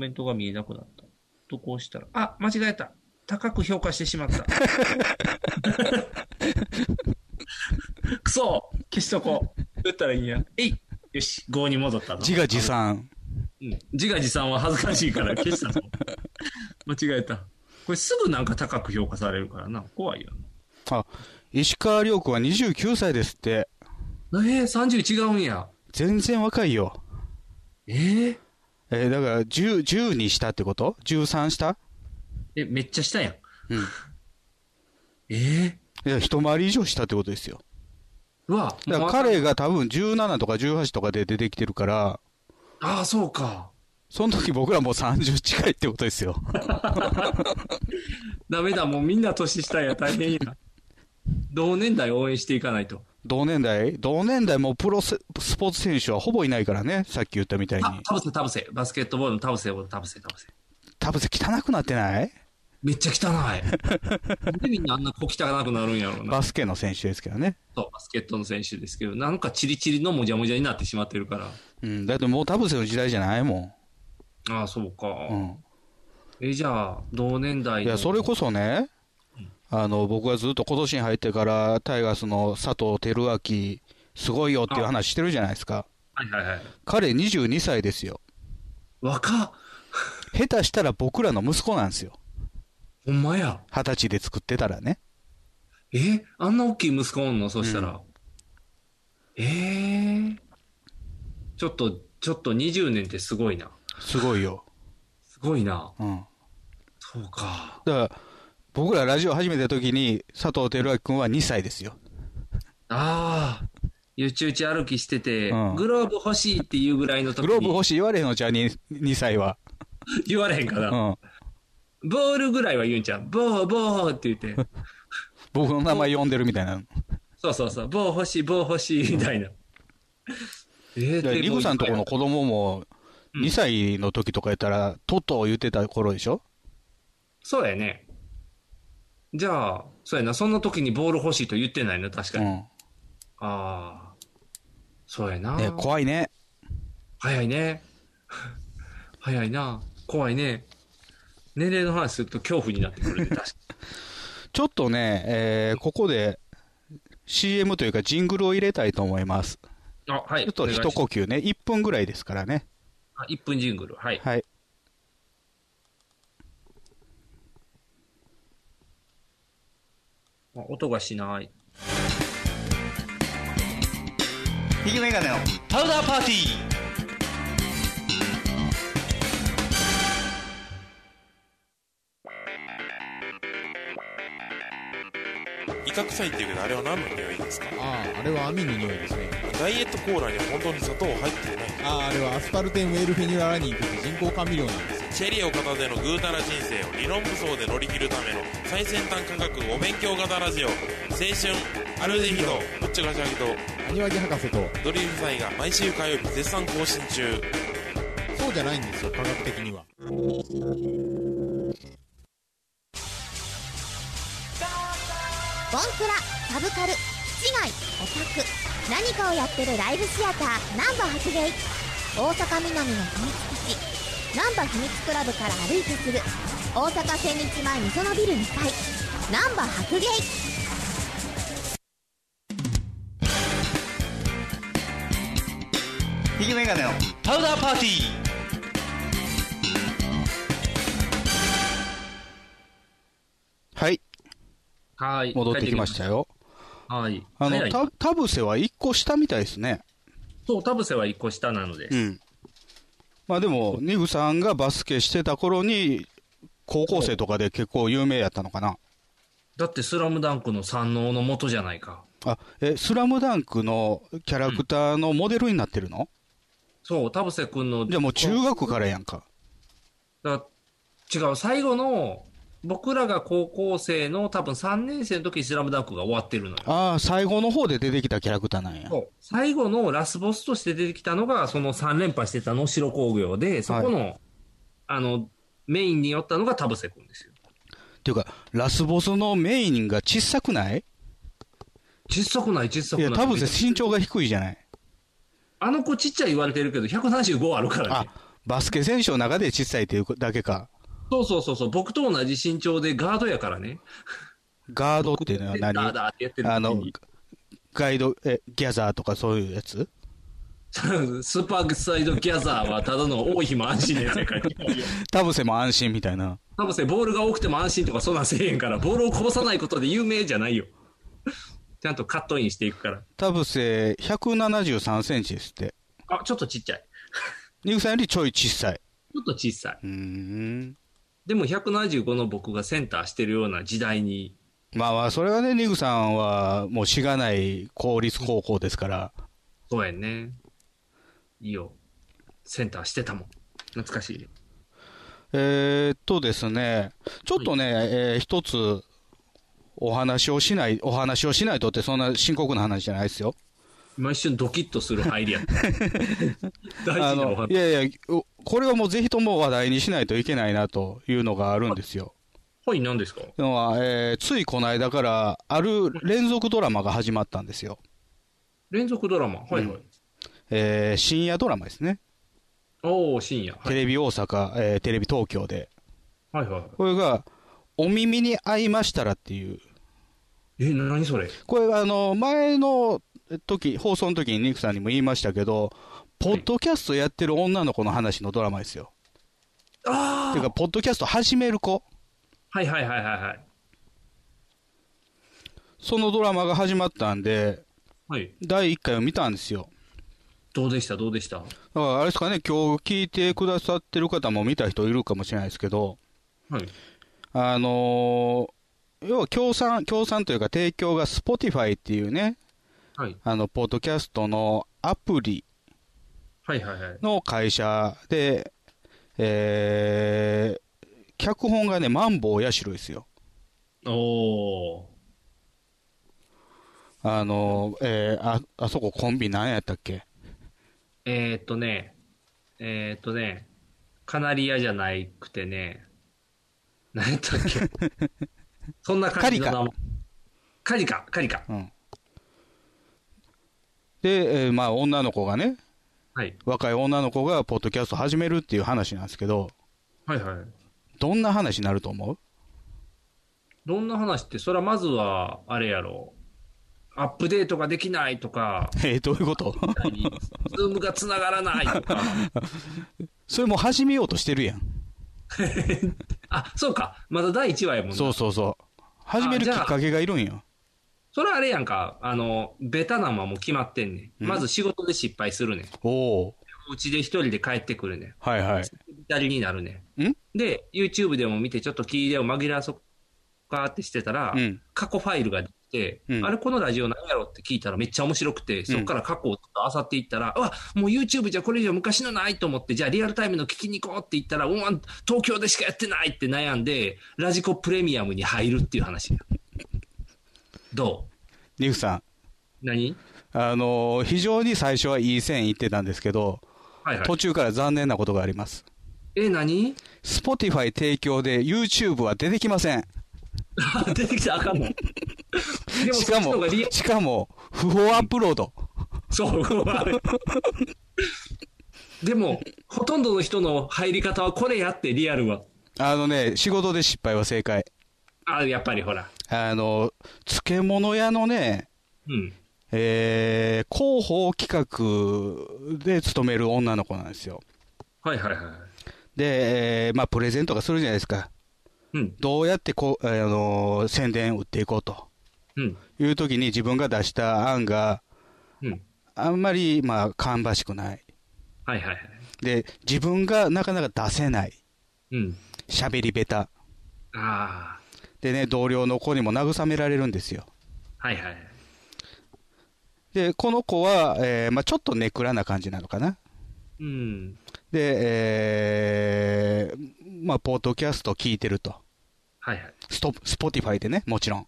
[SPEAKER 1] メントが見えなくなった。とこうしたら、あ、間違えた。高く評価してしま った。くそ消しとこう。どうやったらいいんや。えいよし、5に戻ったの。
[SPEAKER 2] 自画自賛。
[SPEAKER 1] うん自画自賛は恥ずかしいから消した ぞ。間違えた。これすぐなんか高く評価されるからな。怖いよ
[SPEAKER 2] あ、石川遼君は29歳ですって。
[SPEAKER 1] な。えー、30違うんや。
[SPEAKER 2] 全然若いよ。
[SPEAKER 1] えー、
[SPEAKER 2] えーだから10、10にしたってこと ?13 した
[SPEAKER 1] え、めっちゃしたやん。
[SPEAKER 2] うん。
[SPEAKER 1] え
[SPEAKER 2] いや、一回り以上したってことですよ。
[SPEAKER 1] えわあ、
[SPEAKER 2] だから彼が多分17とか18とかで出てきてるから、
[SPEAKER 1] ああ、そうか。
[SPEAKER 2] その時僕らもう30近いってことですよ。
[SPEAKER 1] ダメだ、もうみんな年下や、大変や。同年代応援していかないと。
[SPEAKER 2] 同年代同年代もうプロススポーツ選手はほぼいないからね。さっき言ったみたい
[SPEAKER 1] あ
[SPEAKER 2] に、。
[SPEAKER 1] タブセ、タブセ。バスケットボールのタブセ、タブセ、タブセ。
[SPEAKER 2] 多分汚くなってない
[SPEAKER 1] めっちゃ汚い。なんでみんなあんな小汚くなるんやろうな。
[SPEAKER 2] バスケの選手ですけどね。
[SPEAKER 1] そうバスケットの選手ですけど、なんかチリチリのもじゃもじゃになってしまってるから。
[SPEAKER 2] うん。だってもう田臥の時代じゃないも
[SPEAKER 1] ああ、そうか。
[SPEAKER 2] ん。うん。
[SPEAKER 1] え、じゃあ、同年代
[SPEAKER 2] い
[SPEAKER 1] の
[SPEAKER 2] や、それこそね、あの、僕はずっと今年に入ってから、タイガースの佐藤輝明、すごいよっていう話してるじゃないですか。
[SPEAKER 1] はいはいはい。
[SPEAKER 2] 彼22歳ですよ。
[SPEAKER 1] 若っ
[SPEAKER 2] 下手したら僕らの息子なんですよ。
[SPEAKER 1] ほんまや。
[SPEAKER 2] 二十歳で作ってたらね。
[SPEAKER 1] えあんな大きい息子おんのそしたら。ええちょっと、ちょっと20年ってすごいな。
[SPEAKER 2] すごいよ。
[SPEAKER 1] すごいな。
[SPEAKER 2] うん。
[SPEAKER 1] そうか。
[SPEAKER 2] だから、僕らラジオ始めた時に、佐藤輝明君は2歳ですよ。
[SPEAKER 1] ああ。ゆちゆち歩きしてて、
[SPEAKER 2] うん
[SPEAKER 1] グローブ欲しいっていうぐらいの時
[SPEAKER 2] グロ
[SPEAKER 1] に
[SPEAKER 2] ーブ欲しい言われへんのじゃあ、に2歳は。
[SPEAKER 1] 言われへんか
[SPEAKER 2] う
[SPEAKER 1] ら、
[SPEAKER 2] ん。
[SPEAKER 1] ボールぐらいは言うんちゃう。ボーボーって 言って。
[SPEAKER 2] 僕の名前呼んでるみたいな。
[SPEAKER 1] そうそうそう。棒欲しい、棒欲しい、みたいな。 えー
[SPEAKER 2] だからリブさんとこの
[SPEAKER 1] で
[SPEAKER 2] 子供も、
[SPEAKER 1] うん
[SPEAKER 2] 2歳の時とかやったら、トトを言ってた頃でしょ
[SPEAKER 1] そうやね。じゃあ、そうやな。そんな時にボール欲しいと言ってないの、確か
[SPEAKER 2] う
[SPEAKER 1] に。
[SPEAKER 2] ん。
[SPEAKER 1] ああ、そうやな。
[SPEAKER 2] ね、怖いね。
[SPEAKER 1] 早いね。 早いな。怖いね。年齢の話すると恐怖になってく るね、確か
[SPEAKER 2] ちょっとね、えーここで、CM というか、ジングルを入れたいと思います。
[SPEAKER 1] に。あ、はい。
[SPEAKER 2] ちょっと一呼吸ね、1分ぐらいですからね。
[SPEAKER 1] 1分ジングル。はい。
[SPEAKER 2] はい。
[SPEAKER 1] あ音がしない。
[SPEAKER 2] ひげメガネのパウダーパーティー
[SPEAKER 4] 威嚇臭いっていうけどあれは何の匂いですか
[SPEAKER 5] あああれは網の匂いですね
[SPEAKER 4] ダイエットコーラには本当に砂糖入っていない
[SPEAKER 5] あああれはアスパルテンウェールフェニュララニンという人工甘味料なんですよ
[SPEAKER 4] シェリーを片手のぐうたら人生を理論武装で乗り切るための最先端科学お勉強型ラジオ青春アルデヒドぶっちゃかしゃぎと
[SPEAKER 5] ニワギ博士と
[SPEAKER 4] ドリームサイが毎週火曜日絶賛更新中
[SPEAKER 5] そうじゃないんですよ科学的には
[SPEAKER 6] ボンクラサブカル市街オタク何かをやってるライブシアター難波発芸大阪南の秘密基地難波秘密クラブから歩いてする大阪千日前みそのビル2階難波発芸
[SPEAKER 7] ひげメガネのパウダーパーティー
[SPEAKER 2] はい、
[SPEAKER 1] はい。
[SPEAKER 2] 戻ってきましたよ。
[SPEAKER 1] はい。
[SPEAKER 2] あ
[SPEAKER 1] 早
[SPEAKER 2] の、
[SPEAKER 1] い
[SPEAKER 2] た田臥は1個下みたいですね。
[SPEAKER 1] そう、田臥は一個下なので
[SPEAKER 2] う。ん。まあでも、ニグさんがバスケしてた頃に、高校生とかで結構有名やったのかな。
[SPEAKER 1] だって、スラムダンクの三能の元じゃないか。
[SPEAKER 2] あ、え、スラムダンクのキャラクターのモデルになってるの、
[SPEAKER 1] そう、田臥君の。
[SPEAKER 2] じゃあもう中学からやんか。
[SPEAKER 1] だ違う、最後の、僕らが高校生の多分3年生の時にスラムダンクが終わってるのよ。
[SPEAKER 2] ああ、最後の方で出てきたキャラクターなんや。
[SPEAKER 1] そう最後のラスボスとして出てきたのが、その3連覇してた能代工業で、そこの、あの、メインに寄ったのが田臥君ですよ。
[SPEAKER 2] っていうか、ラスボスのメインが小さくない
[SPEAKER 1] 小さくない、小さ
[SPEAKER 2] い
[SPEAKER 1] くない。
[SPEAKER 2] や、田臥身長が低いじゃない。
[SPEAKER 1] あの子ちっちゃい言われてるけど、175あるから
[SPEAKER 2] あ
[SPEAKER 1] ね。、
[SPEAKER 2] バスケ選手の中で小さいっていうだけか。
[SPEAKER 1] そうそうそうそう、僕と同じ身長でガードやからね。
[SPEAKER 2] ガードっていうのは
[SPEAKER 1] ダー
[SPEAKER 2] 何
[SPEAKER 1] ダーってやってる
[SPEAKER 2] あ
[SPEAKER 1] 時
[SPEAKER 2] の
[SPEAKER 1] に、
[SPEAKER 2] ガイド、え、ギャザーとかそういうやつ
[SPEAKER 1] スーパーサイドギャザーはただの多い日も安心ね世界に。
[SPEAKER 2] 田臥も安心みたいな。
[SPEAKER 1] 田臥ボールが多くても安心とかそんなんせえへん から、ボールをこぼさないことで有名じゃないよ。ちゃんとカットインしていくから。
[SPEAKER 2] 田臥173センチですって。
[SPEAKER 1] あ、ちょっとちっちゃい。
[SPEAKER 2] ニグさんよりちょい小さい。
[SPEAKER 1] ちょっと小さい。
[SPEAKER 2] うーん。
[SPEAKER 1] でも175の僕がセンターしてるような時代に、
[SPEAKER 2] まあまあ、それはね、ニグさんはもうしがない公立高校ですから。
[SPEAKER 1] そうやんね。いいよ。センターしてたもん。懐かしいね。
[SPEAKER 2] えーっとですね、ちょっとね、えー一つお話をしない、お話をしないとってそんな深刻な話じゃないですよ。
[SPEAKER 1] 今一瞬ドキッとする入りやった大
[SPEAKER 2] あ
[SPEAKER 1] 事なお
[SPEAKER 2] の、い
[SPEAKER 1] 話。
[SPEAKER 2] やいや、おこれはもうぜひとも話題にしないといけないなというのがあるんですよ。
[SPEAKER 1] はい、何ですか
[SPEAKER 2] ではえーついこの間から、ある連続ドラマが始まったんですよ。
[SPEAKER 1] 連続ドラマ。はいはい。
[SPEAKER 2] えー深夜ドラマですね。
[SPEAKER 1] おー、深夜。は
[SPEAKER 2] テ
[SPEAKER 1] い、
[SPEAKER 2] レビ大阪、えーテレビ東京で。
[SPEAKER 1] はいはい。
[SPEAKER 2] これが、お耳に合いましたらっていう。
[SPEAKER 1] え、何それ
[SPEAKER 2] これ、あの、前の時、放送の時にニクさんにも言いましたけど、ポッドキャストやってる女の子の話のドラマですよ。
[SPEAKER 1] あ
[SPEAKER 2] ていうか、ポッドキャスト始める子。
[SPEAKER 1] はいはいはいはいはい。
[SPEAKER 2] そのドラマが始まったんで、
[SPEAKER 1] はい。
[SPEAKER 2] 第1回を見たんですよ。
[SPEAKER 1] どうでしたどうでした
[SPEAKER 2] だからあれですかね、今日聞いてくださってる方も見た人いるかもしれないですけど、
[SPEAKER 1] はい。
[SPEAKER 2] あのー要は協賛、協賛というか提供が Spotify っていうね、
[SPEAKER 1] はい。
[SPEAKER 2] あの、ポッドキャストのアプリ
[SPEAKER 1] はいはいはい。
[SPEAKER 2] の会社で、えー脚本がね、マンボウヤシロですよ。
[SPEAKER 1] おー。
[SPEAKER 2] あのーえーあ、あそこコンビ何やったっけ
[SPEAKER 1] えー、っとね、えー、っとね、カナリアじゃないくてね、何やったっけ そんな感じの名前。カリカ。カリカ。
[SPEAKER 2] うん。で、えーまあ、女の子がね、
[SPEAKER 1] はい。
[SPEAKER 2] 若い女の子がポッドキャスト始めるっていう話なんですけど、
[SPEAKER 1] はいはい。
[SPEAKER 2] どんな話になると思う
[SPEAKER 1] どんな話って、そらまずは、あれやろ。アップデートができないとか、
[SPEAKER 2] えーどういうこと
[SPEAKER 1] ズームが繋がらないと か。
[SPEAKER 2] それもう始めようとしてるやん。
[SPEAKER 1] あ、そうか。まだ第1話やもんな。
[SPEAKER 2] そうそうそう。始めるきっかけがいるんよ。
[SPEAKER 1] それはあれやんか、あの、ベタなのはもう決まってんね、ん。まず仕事で失敗するねん。
[SPEAKER 2] おお
[SPEAKER 1] お家で一人で帰ってくるねん。
[SPEAKER 2] ーはいはい。
[SPEAKER 1] 二人になるね
[SPEAKER 2] ん
[SPEAKER 1] ん。で、YouTube でも見てちょっと聞いてを紛らわそうかってしてたら、
[SPEAKER 2] うん
[SPEAKER 1] 過去ファイルがって、
[SPEAKER 2] うん
[SPEAKER 1] あれこのラジオ何やろって聞いたらめっちゃ面白くて、そこから過去をちょっと漁っていったら、うわ、もう YouTube じゃこれ以上昔のないと思って、じゃあリアルタイムの聞きに行こうって言ったら、うん、東京でしかやってないって悩んで、ラジコプレミアムに入るっていう話。ど
[SPEAKER 2] リフさん、
[SPEAKER 1] う何
[SPEAKER 2] あのー非常に最初はいい線いってたんですけど、
[SPEAKER 1] はいはい
[SPEAKER 2] 途。中から残念なことがあります。
[SPEAKER 1] え、何
[SPEAKER 2] Spotify 提供で YouTube は出てきません。
[SPEAKER 1] 出てきたら あかんの。でも
[SPEAKER 2] し
[SPEAKER 1] そ
[SPEAKER 2] か
[SPEAKER 1] っちの方
[SPEAKER 2] も
[SPEAKER 1] がリア、
[SPEAKER 2] しかも、不法アップロード。
[SPEAKER 1] そう、あれでも、ほとんどの人の入り方はこれやって、リアルは。
[SPEAKER 2] あのね、仕事で失敗は正解。
[SPEAKER 1] あやっぱりほら。
[SPEAKER 2] あの、漬物屋のね、
[SPEAKER 1] うん。
[SPEAKER 2] えー広報企画で勤める女の子なんですよ。
[SPEAKER 1] はいはいはい。
[SPEAKER 2] で、えーまあ、プレゼントがするじゃないですか。
[SPEAKER 1] うん。
[SPEAKER 2] どうやってこう、あのー宣伝打っていこうと
[SPEAKER 1] うん。
[SPEAKER 2] いう時に自分が出した案が
[SPEAKER 1] うん。
[SPEAKER 2] あんまり、まあ、芳しくない。
[SPEAKER 1] はいはいはい。
[SPEAKER 2] で、自分がなかなか出せない。
[SPEAKER 1] うん。
[SPEAKER 2] 喋り下手。
[SPEAKER 1] あ
[SPEAKER 2] でね、同僚の子にも慰められるんですよ。
[SPEAKER 1] あ。はいはい。
[SPEAKER 2] で、この子は、えーまあ、ちょっとネクラな感じなのかな。
[SPEAKER 1] うん。
[SPEAKER 2] で、えーまあ、ポッドキャスト聞いてると。
[SPEAKER 1] はいはい。
[SPEAKER 2] スト、スポティファイでね、もちろん。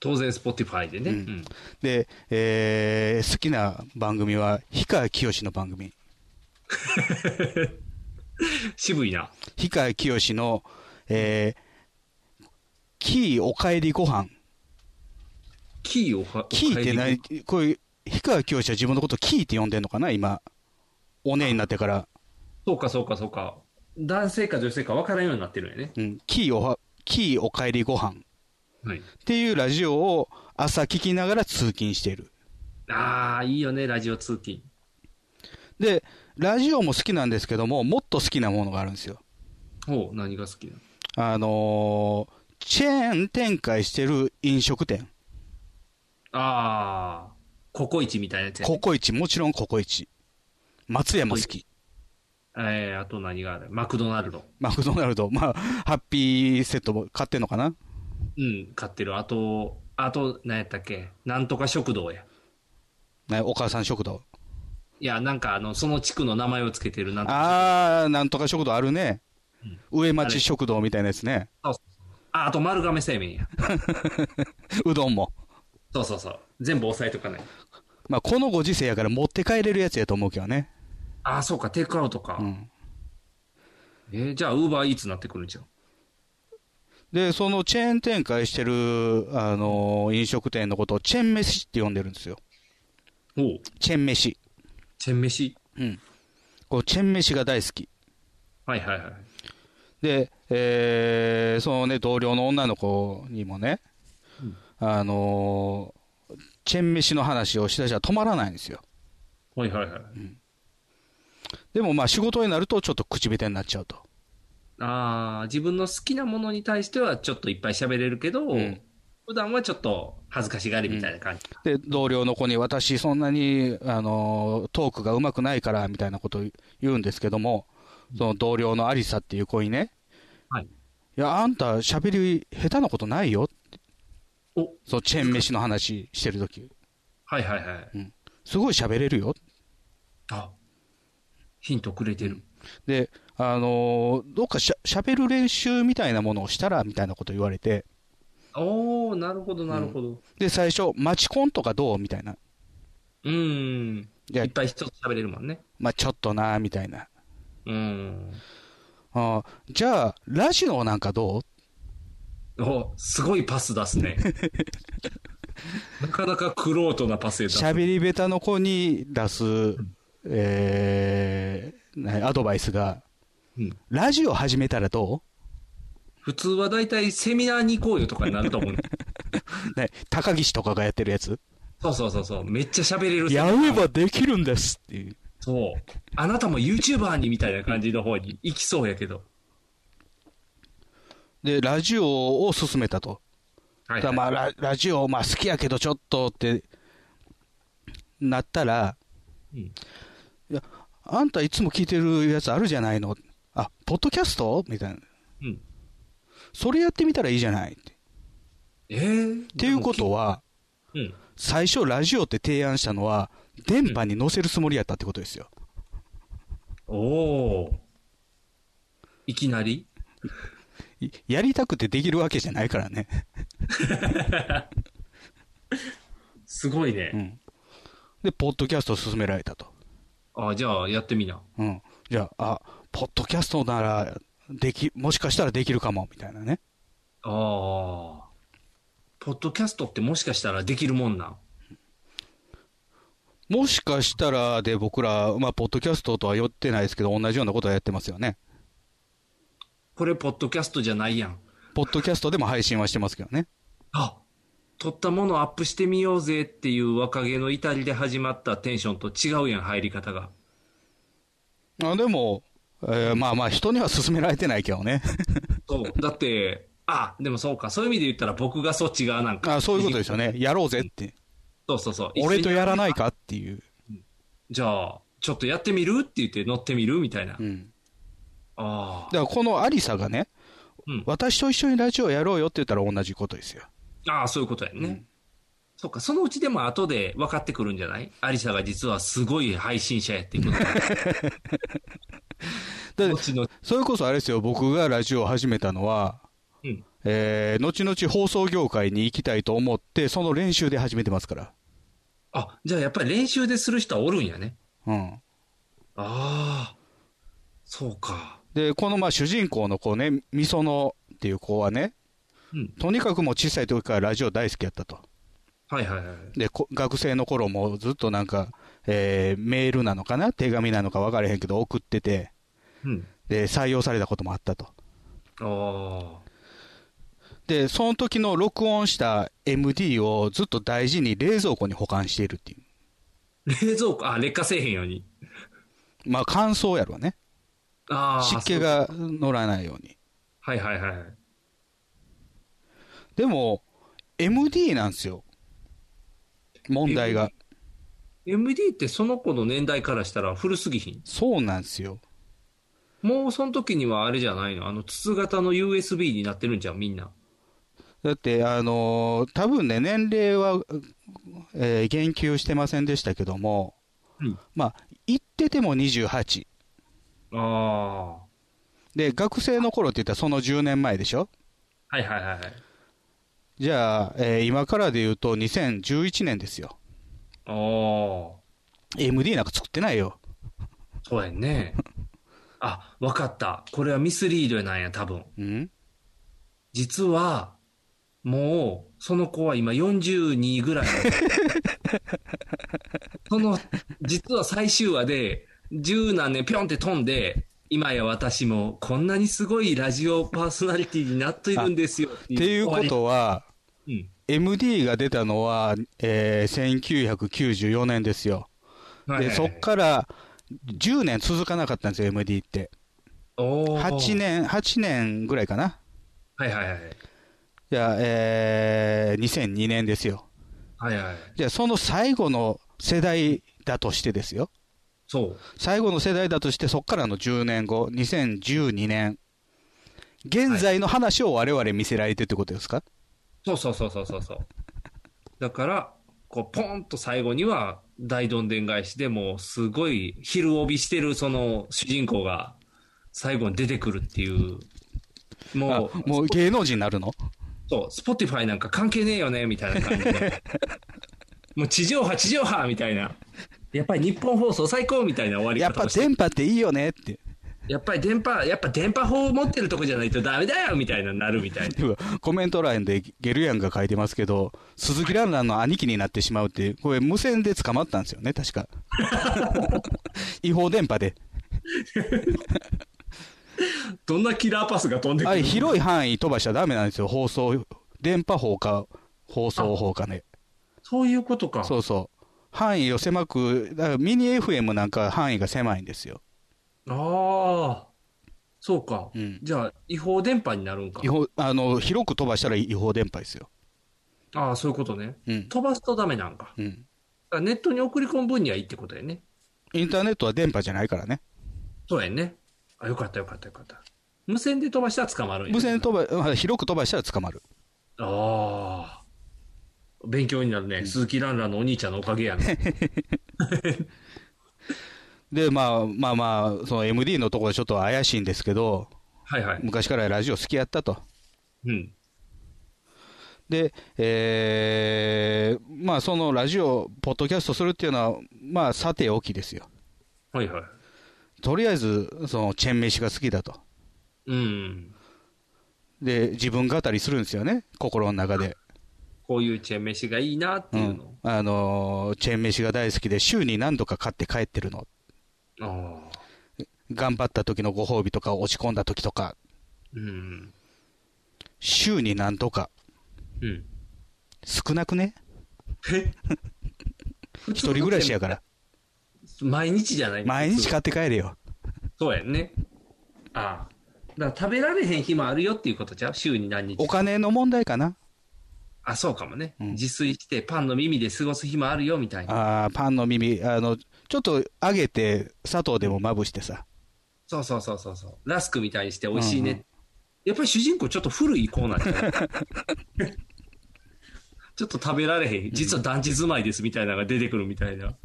[SPEAKER 1] 当然、Spotify でね。
[SPEAKER 2] う
[SPEAKER 1] うんん。
[SPEAKER 2] で、えー好きな番組は、氷川きよしの番組。
[SPEAKER 1] 渋いな。
[SPEAKER 2] 氷川きよしの、えーキーおかえりご飯。
[SPEAKER 1] キーをは
[SPEAKER 2] キーってない、こういう、氷川きよしは自分のことキーって呼んでんのかな、今。おねえになってから。
[SPEAKER 1] そうかそうかそうか。男性か女性か分からんようになってるよね。
[SPEAKER 2] うん、キーおは、キーおかえりご飯。
[SPEAKER 1] はい。
[SPEAKER 2] っていうラジオを朝聞きながら通勤している。
[SPEAKER 1] ああ、いいよね、ラジオ通勤。
[SPEAKER 2] で、ラジオも好きなんですけども、もっと好きなものがあるんですよ。
[SPEAKER 1] ほう、何が好きなの
[SPEAKER 2] あのーチェーン展開してる飲食店。
[SPEAKER 1] ああ、ココイチみたいなやつやね、
[SPEAKER 2] ココイチ、もちろんココイチ。松屋も好き。
[SPEAKER 1] えー、あと何があるマクドナルド。
[SPEAKER 2] マクドナルド、まあ、ハッピーセットも買ってんのかな
[SPEAKER 1] うん、買ってる。あと、あと、何やったっけなんとか食堂や。
[SPEAKER 2] ねお母さん食堂。
[SPEAKER 1] いや、なんかあの、その地区の名前をつけてるなんとか
[SPEAKER 2] あー、なんとか食堂あるね。上町食堂みたいなやつね。
[SPEAKER 1] そうそうそうあ、あと丸亀製麺や。
[SPEAKER 2] うどんも。
[SPEAKER 1] そうそうそう。全部押さえとかない。
[SPEAKER 2] まあ、このご時世やから持って帰れるやつやと思うけどね。
[SPEAKER 1] ああ、そうか、テイクアウトか。
[SPEAKER 2] うん。
[SPEAKER 1] えーじゃあ、ウーバーイーツになってくるんじゃん。
[SPEAKER 2] で、そのチェーン展開してる、あのー飲食店のことをチェーン飯って呼んでるんですよ。
[SPEAKER 1] おう、
[SPEAKER 2] チェーン飯。
[SPEAKER 1] チェン飯。
[SPEAKER 2] うん。こう、チェーン飯が大好き。
[SPEAKER 1] はいはいはい。
[SPEAKER 2] で、えーそのね、同僚の女の子にもね、あのーチェーン飯の話をしだしたら止まらないんですよ。
[SPEAKER 1] はいはいはい。
[SPEAKER 2] でもまあ仕事になるとちょっと口下手になっちゃうと。
[SPEAKER 1] ああ、自分の好きなものに対してはちょっといっぱい喋れるけど、
[SPEAKER 2] うん
[SPEAKER 1] 普段はちょっと恥ずかしがりみたいな感じ。
[SPEAKER 2] で、同僚の子に私そんなに、あのートークがうまくないからみたいなことを言うんですけども、その同僚のアリサっていう子にね、
[SPEAKER 1] はい。
[SPEAKER 2] いや、あんた喋り下手なことないよ。
[SPEAKER 1] お、
[SPEAKER 2] そう、チェーン飯の話してるとき。
[SPEAKER 1] はいはいはい。
[SPEAKER 2] すごい喋れるよ。
[SPEAKER 1] あ、ヒントくれてる。
[SPEAKER 2] で、あのーどっかしゃ喋る練習みたいなものをしたらみたいなこと言われて、
[SPEAKER 1] おおなるほどなるほど。
[SPEAKER 2] で、最初、マチコンとかどうみたいな。
[SPEAKER 1] うーん。
[SPEAKER 2] いや
[SPEAKER 1] いっぱい人と喋れるもんね。
[SPEAKER 2] まあ、ちょっとな、みたいな。
[SPEAKER 1] うん。
[SPEAKER 2] あーじゃあ、ラジオなんかどう
[SPEAKER 1] お、すごいパス出 すね。なかなかクロートなパス出た。
[SPEAKER 2] 喋り下手の子に出す、えーなアドバイスが、
[SPEAKER 1] うん
[SPEAKER 2] ラジオ始めたらど
[SPEAKER 1] 普通は大体セミナーに行こうよとかになると 思う。
[SPEAKER 2] う、ね、高岸とかがやってるやつ。
[SPEAKER 1] そうそうそうそう。めっちゃ喋れる。
[SPEAKER 2] やればできるんですっていう。
[SPEAKER 1] そう。あなたも YouTuber にみたいな感じの方に行きそうやけど。
[SPEAKER 2] で、ラジオを勧めたと。
[SPEAKER 1] は
[SPEAKER 2] だからまあラ、ラジオ、まあ、好きやけどちょっとってなったら、
[SPEAKER 1] うん
[SPEAKER 2] いや、あんたいつも聞いてるやつあるじゃないの。あ、ポッドキャストみたいな。
[SPEAKER 1] うん
[SPEAKER 2] それやってみたらいいじゃないって。
[SPEAKER 1] えー、
[SPEAKER 2] っていうことは、
[SPEAKER 1] うん。
[SPEAKER 2] 最初ラジオって提案したのは、電波に乗せるつもりやったってことですよ。
[SPEAKER 1] おお。いきなり
[SPEAKER 2] いやりたくてできるわけじゃないからね。
[SPEAKER 1] すごいね。
[SPEAKER 2] うん。で、ポッドキャストを勧められたと。
[SPEAKER 1] あ、じゃあやってみな。
[SPEAKER 2] うん。じゃあ、あ、ポッドキャストなら、でき、もしかしたらできるかも、みたいなね。
[SPEAKER 1] ああ。ポッドキャストってもしかしたらできるもんなん。
[SPEAKER 2] もしかしたらで僕ら、まあ、ポッドキャストとは寄ってないですけど、同じようなことはやってますよね。
[SPEAKER 1] これポッドキャストじゃないやん。
[SPEAKER 2] ポッドキャストでも配信はしてますけどね。
[SPEAKER 1] あ撮ったものアップしてみようぜっていう若気の至りで始まったテンションと違うやん、入り方が。
[SPEAKER 2] あでも、えーまあまあ、人には勧められてないけどね。
[SPEAKER 1] そう。だって、あ、でもそうか。そういう意味で言ったら僕がそっち側なんか。
[SPEAKER 2] あそういうことですよ ね。やろうぜって。
[SPEAKER 1] そうそうそう。。
[SPEAKER 2] 俺とやらないいかっていう。
[SPEAKER 1] じゃあ、ちょっとやってみるって言って乗ってみるみたいな。
[SPEAKER 2] うん。
[SPEAKER 1] ああ。
[SPEAKER 2] だからこのありさがね、
[SPEAKER 1] うん
[SPEAKER 2] 私と一緒にラジオやろうよって言ったら同じことですよ。
[SPEAKER 1] ああ、そういうことやね。そうか。そのうちでも後で分かってくるんじゃないアリサが実はすごい配信者やっていうこと
[SPEAKER 2] だ
[SPEAKER 1] が。
[SPEAKER 2] って
[SPEAKER 1] 後々
[SPEAKER 2] それこそあれですよ、僕がラジオを始めたのは、
[SPEAKER 1] うん
[SPEAKER 2] えー後々放送業界に行きたいと思って、その練習で始めてますから。
[SPEAKER 1] あ、じゃあやっぱり練習でする人はおるんやね。
[SPEAKER 2] うん。
[SPEAKER 1] ああ。そうか。
[SPEAKER 2] で、このまあ主人公の子ね、みそのっていう子はね、
[SPEAKER 1] うん。
[SPEAKER 2] とにかくもう小さい時からラジオ大好きやったと。
[SPEAKER 1] はいはいはい。
[SPEAKER 2] で、こ学生の頃もずっとなんか、えーメールなのかな手紙なのか分からへんけど送ってて、
[SPEAKER 1] うん。
[SPEAKER 2] で、採用されたこともあったと。
[SPEAKER 1] あ
[SPEAKER 2] で、その時の録音した MD をずっと大事に冷蔵庫に保管しているっていう。
[SPEAKER 1] あ。冷蔵庫、あ、劣化せえへんように。
[SPEAKER 2] まあ乾燥やろね。
[SPEAKER 1] ああ。
[SPEAKER 2] 湿気
[SPEAKER 1] そう。
[SPEAKER 2] が乗らないように。
[SPEAKER 1] はいはいはい。
[SPEAKER 2] でも、MD なんですよ。問題が。
[SPEAKER 1] MD ってその子の年代からしたら古すぎひん。
[SPEAKER 2] そうなんですよ。
[SPEAKER 1] もうその時にはあれじゃないのあの、筒型の USB になってるんじゃん、みんな。
[SPEAKER 2] だって、あのー多分ね、年齢は、えー言及してませんでしたけども、
[SPEAKER 1] うん
[SPEAKER 2] まあ、言ってても28。
[SPEAKER 1] ああ。
[SPEAKER 2] で、学生の頃って言ったらその10年前でしょ
[SPEAKER 1] はいはいはいはい。
[SPEAKER 2] じゃあ、えー今からで言うと2011年ですよ。
[SPEAKER 1] ああ。
[SPEAKER 2] MD なんか作ってないよ。
[SPEAKER 1] そうや んね。あ、わかった。これはミスリードなんや、多分。
[SPEAKER 2] うん
[SPEAKER 1] 実は、もう、その子は今42ぐら いなの。その、実は最終話で、十何年ぴょんって飛んで、今や私もこんなにすごいラジオパーソナリティになっているんですよって
[SPEAKER 2] っていうこ。
[SPEAKER 1] 終わ
[SPEAKER 2] とは、
[SPEAKER 1] り
[SPEAKER 2] MD が出たのは、えー1994年ですよ。
[SPEAKER 1] うん。
[SPEAKER 2] で、そっから10年続かなかったんですよ、MD って。
[SPEAKER 1] ら、おー
[SPEAKER 2] 8。年、8年ぐらいかな。
[SPEAKER 1] はいはいはい。
[SPEAKER 2] じゃあ、えー2002年ですよ。
[SPEAKER 1] はいはい。
[SPEAKER 2] じゃあ、その最後の世代だとしてですよ。
[SPEAKER 1] そう。
[SPEAKER 2] 最後の世代だとして、そっからの10年後、2012年。現在の話を我々見せられてってことですか、
[SPEAKER 1] そうそうそうそうそうそう。だから、こう、ポンと最後には、大どんでん返しでもう、すごい、昼帯してる、その、主人公が、最後に出てくるっていう、も
[SPEAKER 2] あ
[SPEAKER 1] う、
[SPEAKER 2] もう芸能人になるの
[SPEAKER 1] そう、スポティファイなんか関係ねえよね、みたいな感じ で。もう、地上波、地上波みたいな。やっぱり日本放送最高みたいな終わり
[SPEAKER 2] やっ
[SPEAKER 1] 方
[SPEAKER 2] ぱ
[SPEAKER 1] をして
[SPEAKER 2] 電波っていいよねって。
[SPEAKER 1] やっぱり電波、やっぱ電波法を持ってるとこじゃないとダメだよみたいななるみたいな。
[SPEAKER 2] でもコメント欄でゲルヤンが書いてますけど、鈴木蘭蘭の兄貴になってしまうって、これ無線で捕まったんですよね、確 か。違法電波で。
[SPEAKER 1] どんなキラーパスが飛んでく
[SPEAKER 2] あ
[SPEAKER 1] る
[SPEAKER 2] れ、広い範囲飛ばしちゃダメなんですよ、放送、電波法か、放送法かね。
[SPEAKER 1] そういうことか。
[SPEAKER 2] そうそう。範囲を狭く、だからミニ FM なんか範囲が狭いんですよ。
[SPEAKER 1] ああ、そうか。
[SPEAKER 2] うん
[SPEAKER 1] じゃあ、違法電波になるんか
[SPEAKER 2] 違。法、あの、広く飛ばしたら違法電波ですよ。
[SPEAKER 1] ああ、そういうことね。
[SPEAKER 2] うん。
[SPEAKER 1] 飛ばすとダメなんか。だか
[SPEAKER 2] うん。
[SPEAKER 1] らネットに送り込む分にはいいってことやね。
[SPEAKER 2] インターネットは電波じゃないからね。
[SPEAKER 1] そうやね。あ、よかったよかったよかった。無線で飛ばしたら捕まるんや
[SPEAKER 2] 無線で飛ば、まあ広く飛ばしたら捕まる。
[SPEAKER 1] ああ。勉強になるね。鈴木蘭蘭のお兄ちゃんのおかげ やね。
[SPEAKER 2] で、まあまあまあ、その MD のところでちょっと怪しいんですけど、
[SPEAKER 1] はいはい。
[SPEAKER 2] 昔からラジオ好きやったと。
[SPEAKER 1] うん。
[SPEAKER 2] で、えーまあそのラジオ、ポッドキャストするっていうのは、まあさておきですよ。
[SPEAKER 1] はいはい。
[SPEAKER 2] とりあえず、そのチェン飯が好きだと。
[SPEAKER 1] うん。
[SPEAKER 2] で、自分語りするんですよね、心の中で。
[SPEAKER 1] こういうチェーン飯がいいなって
[SPEAKER 2] う
[SPEAKER 1] いうんの。。
[SPEAKER 2] あのーチェーン飯が大好きで、週に何度か買って帰ってるの。
[SPEAKER 1] ああ。
[SPEAKER 2] 頑張った時のご褒美とか、落ち込んだ時とか、
[SPEAKER 1] うん。
[SPEAKER 2] 週に何度か。
[SPEAKER 1] うん。
[SPEAKER 2] 少なくね
[SPEAKER 1] え
[SPEAKER 2] 一人暮らしやから。
[SPEAKER 1] 毎日じゃない
[SPEAKER 2] 毎日買
[SPEAKER 1] か
[SPEAKER 2] って帰れよ。
[SPEAKER 1] そうやんね。ああ。だから食べられへん日もあるよっていうことじゃう週に何日か
[SPEAKER 2] お金の問題かな。
[SPEAKER 1] あ、そうかもね。
[SPEAKER 2] うん
[SPEAKER 1] 自炊してパンの耳で過ごす日もあるよみたいな。
[SPEAKER 2] あーパンの耳、あの、ちょっと揚げて、砂糖でもまぶしてさ。
[SPEAKER 1] そうそうそうそうそう。ラスクみたいにして美味しいね。やっぱり主人公ちょっと古い子なんじゃない ちょっと食べられへん。実は団地住まいですみたいなのが出てくるみたいな。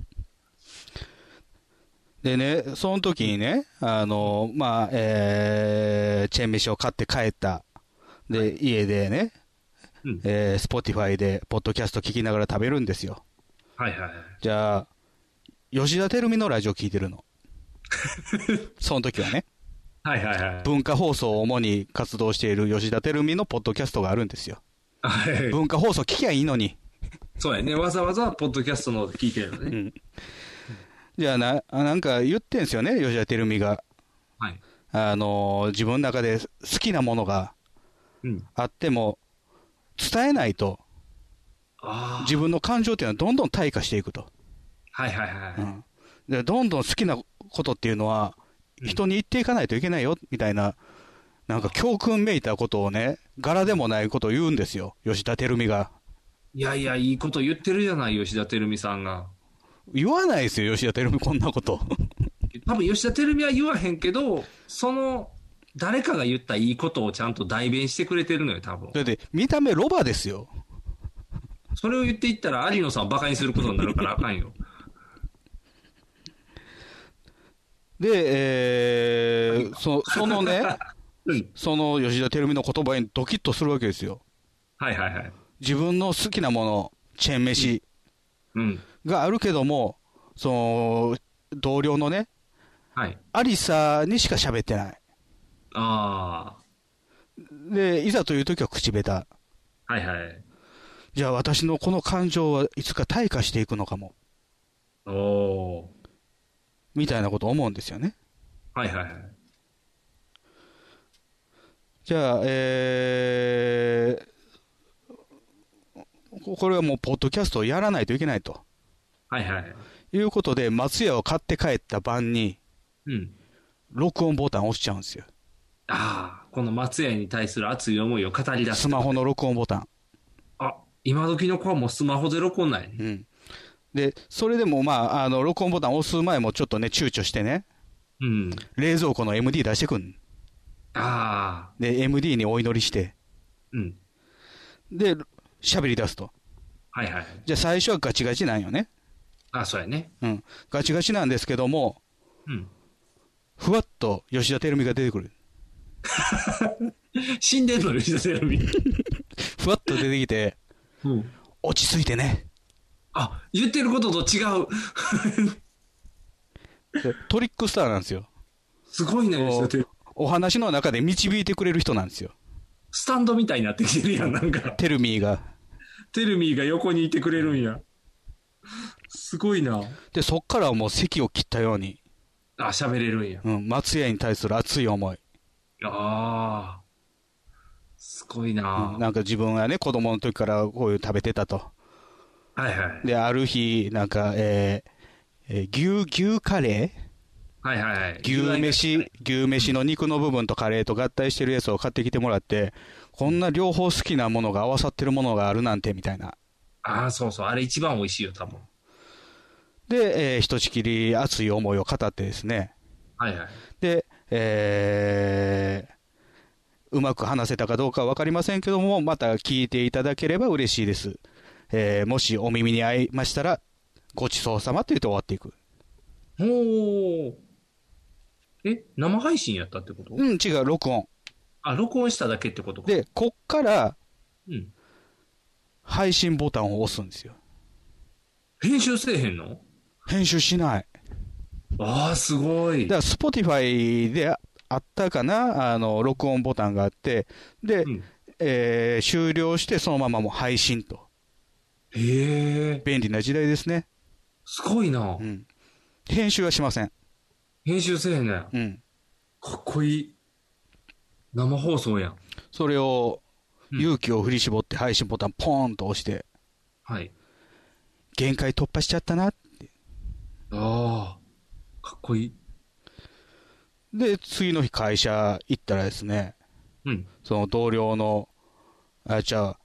[SPEAKER 2] でね、その時にね、あの、まあ、えーチェーン飯を買って帰った。で、家でね、
[SPEAKER 1] うん
[SPEAKER 2] えー、スポティファイで、ポッドキャスト聞きながら食べるんですよ。
[SPEAKER 1] はいはいはい。
[SPEAKER 2] じゃあ、吉田照美のラジオ聞いてるの。その時はね、
[SPEAKER 1] はいはいはい。
[SPEAKER 2] 文化放送を主に活動している吉田照美のポッドキャストがあるんですよ。
[SPEAKER 1] はい
[SPEAKER 2] 文化放送聞きゃいいのに。
[SPEAKER 1] そうやね。わざわざポッドキャストの聞いてるのね。
[SPEAKER 2] うんじゃあな、あなんか言ってんすよね、吉田照美が。
[SPEAKER 1] はい。
[SPEAKER 2] あの、自分の中で好きなものが
[SPEAKER 1] うん。
[SPEAKER 2] あっても、伝えないと、
[SPEAKER 1] あ
[SPEAKER 2] 自分の感情っていうのはどんどん退化していくと。
[SPEAKER 1] あ。はいはいはい。
[SPEAKER 2] うんでどんどん好きなことっていうのは、
[SPEAKER 1] うん
[SPEAKER 2] 人に言っていかないといけないよ、みたいな、なんか教訓めいたことをね、柄でもないことを言うんですよ、吉田照美が。
[SPEAKER 1] いやいや、いいこと言ってるじゃない、吉田照美さんが。
[SPEAKER 2] 言わないですよ、吉田照美、こんなこと。
[SPEAKER 1] 多分吉田照美は言わへんけど、その、誰かが言ったいいことをちゃんと代弁してくれてるのよ、多分。
[SPEAKER 2] だって、見た目ロバですよ。
[SPEAKER 1] それを言っていったら、有野さんをバカにすることになるからあかんよ。
[SPEAKER 2] で、えーそ そのね、
[SPEAKER 1] うん。
[SPEAKER 2] その吉田照美の言葉にドキッとするわけですよ。
[SPEAKER 1] はいはいはい。
[SPEAKER 2] 自分の好きなもの、チェーン飯
[SPEAKER 1] うん。
[SPEAKER 2] があるけども、その、同僚のね、
[SPEAKER 1] はい。
[SPEAKER 2] アリサにしか喋ってない。
[SPEAKER 1] あ
[SPEAKER 2] で、いざという時は口下手。
[SPEAKER 1] あ。はいはい。
[SPEAKER 2] じゃあ私のこの感情はいつか退化していくのかも。
[SPEAKER 1] おお
[SPEAKER 2] みたいなことを思うんですよね。
[SPEAKER 1] ー。はいはいはい。
[SPEAKER 2] じゃあ、えーここれはもう、ポッドキャストをやらないといけないと
[SPEAKER 1] はいはい。
[SPEAKER 2] いうことで、松屋を買って帰った晩に、
[SPEAKER 1] うん。
[SPEAKER 2] 録音ボタン押しちゃうんですよ。
[SPEAKER 1] ああ、この松屋に対する熱い思いを語り出
[SPEAKER 2] ス
[SPEAKER 1] す。
[SPEAKER 2] マホの録音ボタン。
[SPEAKER 1] あ、今時の子はもうスマホで録音ない、ね。
[SPEAKER 2] うん。で、それでも、まあ、あの、録音ボタン押す前もちょっとね、躊躇してね、
[SPEAKER 1] うん。
[SPEAKER 2] 冷蔵庫の MD 出してくん。
[SPEAKER 1] ああ。
[SPEAKER 2] で、MD にお祈りして、
[SPEAKER 1] うん。
[SPEAKER 2] で、喋り出すと。
[SPEAKER 1] はいはい。
[SPEAKER 2] じゃあ最初はガチガチなんよね。
[SPEAKER 1] あ、そうやね。
[SPEAKER 2] うん。ガチガチなんですけども、
[SPEAKER 1] うん。
[SPEAKER 2] ふわっと吉田照美が出てくる。
[SPEAKER 1] 死んでんのよ、吉田セラミ。
[SPEAKER 2] ふわっと出てきて、
[SPEAKER 1] うん。
[SPEAKER 2] 落ち着いてね。
[SPEAKER 1] あ、言ってることと違う。
[SPEAKER 2] でトリックスターなんですよ。
[SPEAKER 1] すごいね、吉田照美
[SPEAKER 2] お話の中で導いてくれる人なんですよ。
[SPEAKER 1] スタンドみたいになってきてるやん、なんか。
[SPEAKER 2] テルミーが。
[SPEAKER 1] テルミーが横にいてくれるんや。すごいな。
[SPEAKER 2] で、そっからはもう席を切ったように、
[SPEAKER 1] あ、喋れるんや。
[SPEAKER 2] うん、松屋に対する熱い思い。
[SPEAKER 1] ああ。すごいな。
[SPEAKER 2] なんか自分がね、子供の時からこういう食べてたと。
[SPEAKER 1] はいはい。
[SPEAKER 2] で、ある日、なんか、えーえー牛、牛カレ
[SPEAKER 1] はいはいはい。
[SPEAKER 2] ー牛飯、牛飯の肉の部分とカレーと合体してるやつを買ってきてもらって、こんな両方好きなものが合わさってるものがあるなんて、みたいな。
[SPEAKER 1] ああ、そうそう。あれ一番美味しいよ、多分。
[SPEAKER 2] で、えーひとしきり熱い思いを語ってですね。
[SPEAKER 1] はいはい。
[SPEAKER 2] で、えーうまく話せたかどうかは分かりませんけども、また聞いていただければ嬉しいです。えーもしお耳に合いましたら、ごちそうさまと言って終わっていく。
[SPEAKER 1] おー。え、生配信やったってこと
[SPEAKER 2] うん、違う、録音。
[SPEAKER 1] あ、録音しただけってことか。
[SPEAKER 2] で、こっから
[SPEAKER 1] うん。
[SPEAKER 2] 配信ボタンを押すんですよ。
[SPEAKER 1] 編集せえへんの
[SPEAKER 2] 編集しない。
[SPEAKER 1] ああ、すごい。
[SPEAKER 2] だから、Spotify でああったかな、あの、録音ボタンがあって、で、
[SPEAKER 1] うん
[SPEAKER 2] えー終了して、そのままもう配信と。
[SPEAKER 1] へえ、
[SPEAKER 2] 便利な時代ですね。
[SPEAKER 1] すごいな
[SPEAKER 2] う。ん。編集はしません。
[SPEAKER 1] 編集せえへんねん。
[SPEAKER 2] うん。
[SPEAKER 1] かっこいい。生放送やん。
[SPEAKER 2] それを、
[SPEAKER 1] うん
[SPEAKER 2] 勇気を振り絞って配信ボタンポーンと押して、
[SPEAKER 1] はい。
[SPEAKER 2] 限界突破しちゃったな。
[SPEAKER 1] ああ、かっこいい。
[SPEAKER 2] で、次の日会社行ったらですね、
[SPEAKER 1] うん。
[SPEAKER 2] その同僚の、あ、じゃあ、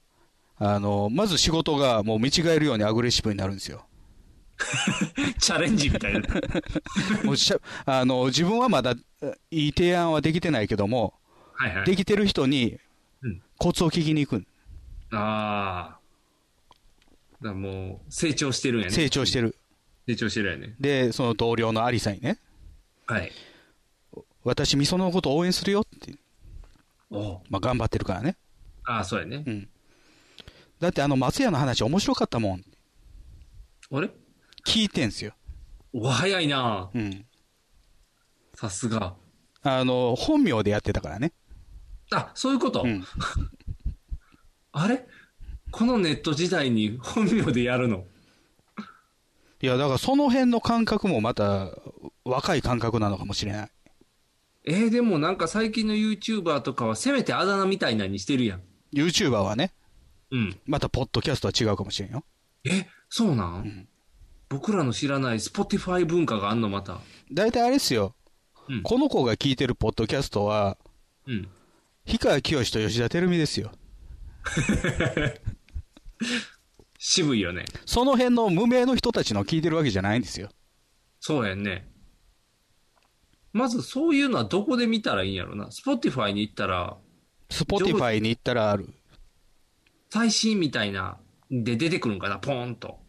[SPEAKER 2] あの、まず仕事がもう見違えるようにアグレッシブになるんです よ。
[SPEAKER 1] チャレンジ みたいな。
[SPEAKER 2] もうしゃあの自分はまだえいい提案はできてないけども、
[SPEAKER 1] はいは
[SPEAKER 2] で
[SPEAKER 1] い。
[SPEAKER 2] きてる人に
[SPEAKER 1] うん
[SPEAKER 2] コツを聞きに行く、
[SPEAKER 1] ああ。だからもう、成長してるんやね。
[SPEAKER 2] 成長して
[SPEAKER 1] る。
[SPEAKER 2] る、
[SPEAKER 1] 成長してるんやね。
[SPEAKER 2] で、その同僚のアリさんにね、
[SPEAKER 1] はい。
[SPEAKER 2] 私、みそのこと応援するよって、
[SPEAKER 1] おう
[SPEAKER 2] まあ、頑張ってるからね、
[SPEAKER 1] ああ、そうやね
[SPEAKER 2] う。ん、だってあの松屋の話、面白かったもん、
[SPEAKER 1] あれ
[SPEAKER 2] 聞いてんすよ、
[SPEAKER 1] お、早いな
[SPEAKER 2] うん、
[SPEAKER 1] さすが。
[SPEAKER 2] あの本名でやってたからね、
[SPEAKER 1] あ、そういうこと。
[SPEAKER 2] うん、
[SPEAKER 1] あれこのネット時代に本名でやるの。
[SPEAKER 2] いや、だからその辺の感覚もまた若い感覚なのかもしれない、
[SPEAKER 1] えー、でもなんか最近の YouTuber とかはせめてあだ名みたいなにしてるやん。
[SPEAKER 2] YouTuber はね、
[SPEAKER 1] うん。
[SPEAKER 2] またポッドキャストは違うかもしれんよ。
[SPEAKER 1] え、そうなん、僕らの知らない Spotify 文化があんのまた。
[SPEAKER 2] 大体あれですよ、
[SPEAKER 1] うん
[SPEAKER 2] この子が聞いてるポッドキャストは、
[SPEAKER 1] うん。
[SPEAKER 2] 氷川きよしと吉田照美ですよ。
[SPEAKER 1] 渋いよね。
[SPEAKER 2] その辺の無名の人たちの聞いてるわけじゃないんですよ。
[SPEAKER 1] そうやんね。まずそういうのはどこで見たらいいんやろな。Spotify に行ったら、
[SPEAKER 2] スポティファイに行ったらある。
[SPEAKER 1] 最新みたいな、で出てくるんかな、ポーンと。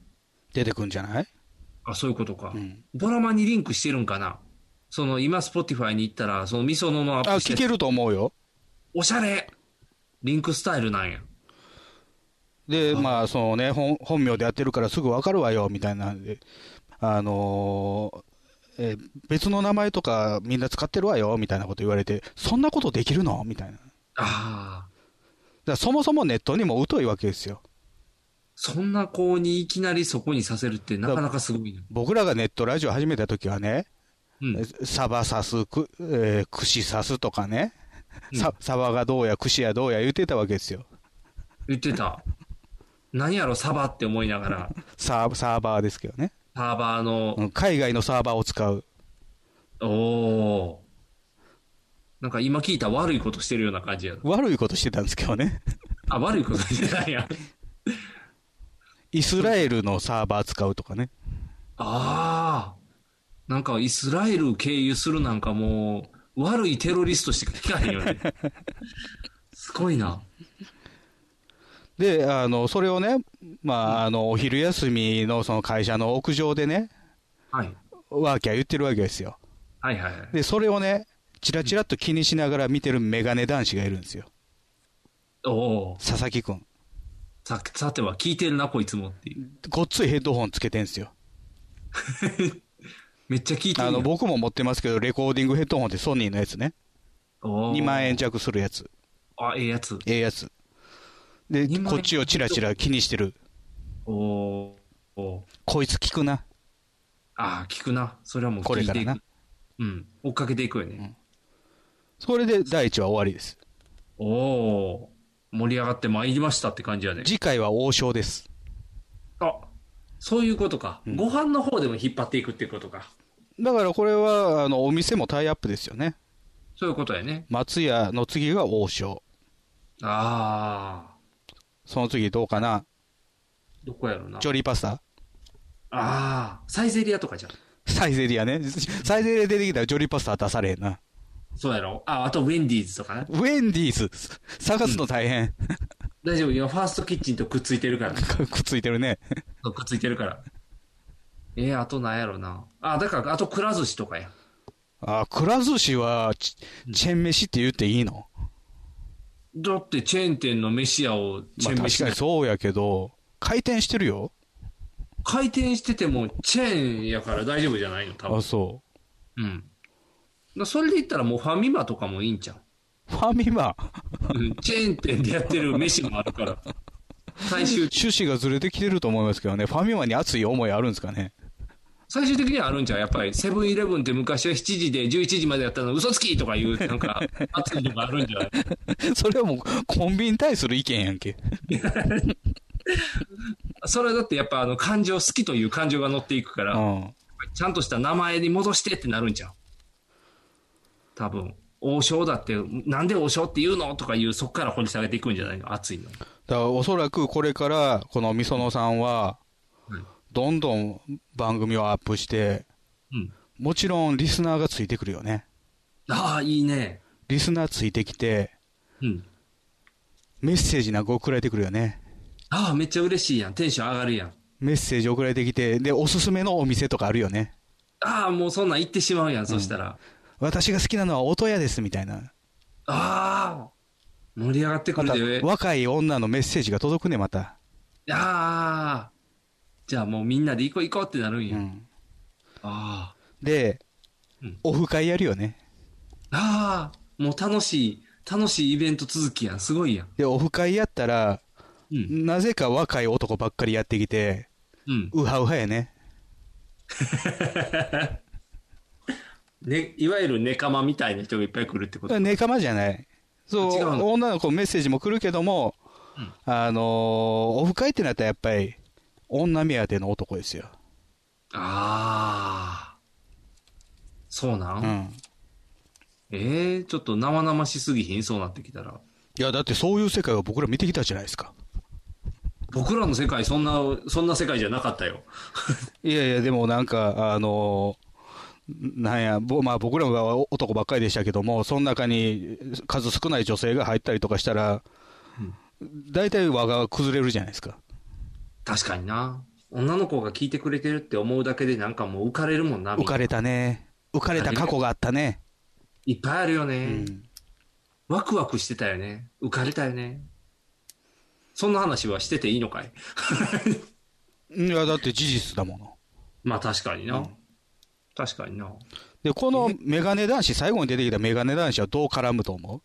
[SPEAKER 2] 出てくんじゃない
[SPEAKER 1] あ、そういうことか。
[SPEAKER 2] うん
[SPEAKER 1] ドラマにリンクしてるんかな。その、今 Spotify に行ったら、その味噌ののア
[SPEAKER 2] あ、
[SPEAKER 1] ップして
[SPEAKER 2] 聞けると思うよ。
[SPEAKER 1] おしゃれリンクスタイルなんや。
[SPEAKER 2] で、まあ、そのね、本本名でやってるからすぐわかるわよ、みたいなんで、あのーえー別の名前とかみんな使ってるわよ、みたいなこと言われて、そんなことできるのみたいな。だか
[SPEAKER 1] ああ、
[SPEAKER 2] らそもそもネットにも疎いわけですよ。
[SPEAKER 1] そんな子にいきなりそこにさせるってなかなかすごいな。
[SPEAKER 2] 僕らがネットラジオ始めた時はね、
[SPEAKER 1] うん。
[SPEAKER 2] サバサス、く、えー、串刺すとかね、ササバがどうや、串やどうや言ってたわけですよ。
[SPEAKER 1] 言ってた。何やろ、サバって思いながら、
[SPEAKER 2] サーサーバーですけどね。
[SPEAKER 1] サーバー
[SPEAKER 2] う
[SPEAKER 1] の、
[SPEAKER 2] ん海外のサーバーを使う。
[SPEAKER 1] おおー。なんか今聞いた悪いことしてるような感じやな。
[SPEAKER 2] 悪いことしてたんですけど ね。
[SPEAKER 1] あ、悪いことしてな いや。
[SPEAKER 2] イスラエルのサーバー使うとかね。
[SPEAKER 1] ああ。なんかイスラエル経由するなんかもう、悪いテロリストしか聞かへん よね。すごいな。
[SPEAKER 2] で、あの、それをね、まあ、あの、お昼休みのその会社の屋上でね、
[SPEAKER 1] はい。
[SPEAKER 2] ワーキャー言ってるわけですよ。
[SPEAKER 1] はいはいはい。
[SPEAKER 2] で、それをね、チラチラっと気にしながら見てるメガネ男子がいるんですよ。
[SPEAKER 1] おおー。
[SPEAKER 2] 佐々木くん。
[SPEAKER 1] さ、さては聞いてるな、こいつもっていう。
[SPEAKER 2] ごっついヘッドホンつけてんすよ。
[SPEAKER 1] めっちゃ聞いてる
[SPEAKER 2] あ
[SPEAKER 1] やん。
[SPEAKER 2] の、僕も持ってますけど、レコーディングヘッドホンってソニーのやつね。
[SPEAKER 1] おー
[SPEAKER 2] 2万円。弱するやつ。
[SPEAKER 1] あ、ええやつ。
[SPEAKER 2] ええやつ。で、
[SPEAKER 1] 2万
[SPEAKER 2] こ
[SPEAKER 1] 円
[SPEAKER 2] っちをチラチラ気にしてる。
[SPEAKER 1] おおー。おー
[SPEAKER 2] こいつ聞くな。
[SPEAKER 1] ああ、聞くな。それはもう
[SPEAKER 2] こ
[SPEAKER 1] 聞
[SPEAKER 2] れ
[SPEAKER 1] い
[SPEAKER 2] か
[SPEAKER 1] て
[SPEAKER 2] ら
[SPEAKER 1] いく
[SPEAKER 2] な。。
[SPEAKER 1] うん。追っかけていくよね。
[SPEAKER 2] それで第1話終わりです。
[SPEAKER 1] おおー。盛り上がってまいりましたって感じやね。
[SPEAKER 2] 次回は王将です。
[SPEAKER 1] あ、そういうことか。ご飯の方でも引っ張っていくっていうことか。
[SPEAKER 2] だからこれは、あの、お店もタイアップですよね。
[SPEAKER 1] そういうことやね。
[SPEAKER 2] 松屋の次が王将。
[SPEAKER 1] ああ。
[SPEAKER 2] その次どうかな
[SPEAKER 1] どこやろうな。
[SPEAKER 2] チョリーパスタ
[SPEAKER 1] ああ。サイゼリアとかじゃん。
[SPEAKER 2] サイゼリアね。サイゼリア出てきたらジョリーパスタは出されへんな。
[SPEAKER 1] そうやろ。あ、あとウェンディーズとかね。
[SPEAKER 2] ウェンディーズ。探すの大変。
[SPEAKER 1] 大丈夫。今、ファーストキッチンとくっついてるから。
[SPEAKER 2] くっついてるね。
[SPEAKER 1] くっついてるから。えー、あとなんやろな。あ、だから、あとくら寿司とかや。
[SPEAKER 2] あ、くら寿司はチ、チェーン飯って言っていいの
[SPEAKER 1] だって、チェーン店の飯屋をチ
[SPEAKER 2] ま
[SPEAKER 1] ェ
[SPEAKER 2] あ
[SPEAKER 1] ーン
[SPEAKER 2] 確
[SPEAKER 1] 飯、
[SPEAKER 2] かにそうやけど、回転してるよ。
[SPEAKER 1] 回転してても、チェーンやから大丈夫じゃないの多
[SPEAKER 2] あ、
[SPEAKER 1] 分。
[SPEAKER 2] そ
[SPEAKER 1] うん。なそれで言ったらもうファミマとかもいいんち ゃう
[SPEAKER 2] う。ファミマ、
[SPEAKER 1] うんチェーン店でやってる飯もあるから。最終、
[SPEAKER 2] 趣旨がずれてきてると思いますけどね、ファミマに熱い思いあるんですかね。
[SPEAKER 1] 最終的にはあるんちゃうやっぱり、セブンイレブンって昔は7時で11時までやったの嘘つきとかいう、な んか、圧力があるんじゃない
[SPEAKER 2] それはもうコンビニに対する意見やんけ。
[SPEAKER 1] それはだってやっぱあの感情、好きという感情が乗っていくか
[SPEAKER 2] う
[SPEAKER 1] ら、
[SPEAKER 2] ん。
[SPEAKER 1] ちゃんとした名前に戻してってなるんじゃん。多分。王将だって、なんで王将って言うのとかいう、そこから掘り下げていくんじゃないの熱いの。
[SPEAKER 2] だからおそらくこれから、このみそのさんは
[SPEAKER 1] うん、
[SPEAKER 2] どんどん番組をアップして、
[SPEAKER 1] うん。
[SPEAKER 2] もちろんリスナーがついてくるよね。
[SPEAKER 1] ああ、いいね。
[SPEAKER 2] リスナーついてきて、
[SPEAKER 1] うん。
[SPEAKER 2] メッセージなんか送られてくるよね。
[SPEAKER 1] ああ、めっちゃ嬉しいやん。テンション上がるやん。
[SPEAKER 2] メッセージ送られてきて、で、おすすめのお店とかあるよね。
[SPEAKER 1] ああ、もうそんなん言ってしまうやん、そしたら。
[SPEAKER 2] 私が好きなのは音屋ですみたいな。
[SPEAKER 1] ああ、盛り上がってく
[SPEAKER 2] また
[SPEAKER 1] るで。
[SPEAKER 2] 若い女のメッセージが届くね、また。
[SPEAKER 1] ああ、じゃあもうみんなで行こう行こうってなるん
[SPEAKER 2] う
[SPEAKER 1] や。
[SPEAKER 2] ん。
[SPEAKER 1] ああ、
[SPEAKER 2] で
[SPEAKER 1] うん、
[SPEAKER 2] オフ会やるよね。
[SPEAKER 1] ああ、もう楽しい、楽しいイベント続きやん。すごいやん。
[SPEAKER 2] で、オフ会やったら、
[SPEAKER 1] うん、
[SPEAKER 2] なぜか若い男ばっかりやってきて、
[SPEAKER 1] うん。
[SPEAKER 2] ウハウハやね。
[SPEAKER 1] ね、いわゆるネカマみたいな人がいっぱい来るってこと。
[SPEAKER 2] ネカマじゃない。そう、
[SPEAKER 1] 違うの
[SPEAKER 2] 女の子メッセージも来るけども、あのーオフ会ってなったらやっぱり、女目当ての男ですよ。
[SPEAKER 1] ああ、そうなん、
[SPEAKER 2] うん。
[SPEAKER 1] ええちょっと生々しすぎひん、そうなってきたら。
[SPEAKER 2] いや、だってそういう世界を僕ら見てきたじゃないですか。
[SPEAKER 1] 僕らの世界、そんな、そんな世界じゃなかったよ。
[SPEAKER 2] いやいや、でもなんか、あのーなんや、ぼまあ、僕らは男ばっかりでしたけども、その中に数少ない女性が入ったりとかしたら、大体輪が崩れるじゃないですか。
[SPEAKER 1] 確かにな。女の子が聞いてくれてるって思うだけでなんかもう浮かれるもんな。
[SPEAKER 2] 浮かれたね。浮かれた過去があったね。
[SPEAKER 1] いっぱいあるよ
[SPEAKER 2] う
[SPEAKER 1] ね、
[SPEAKER 2] ん。
[SPEAKER 1] ワクワクしてたよね。浮かれたよね。そんな話はしてていいのかい
[SPEAKER 2] いや、だって事実だもの。
[SPEAKER 1] まあ確かにな。確かにな。
[SPEAKER 2] で、このメガネ男子、最後に出てきたメガネ男子はどう絡むと思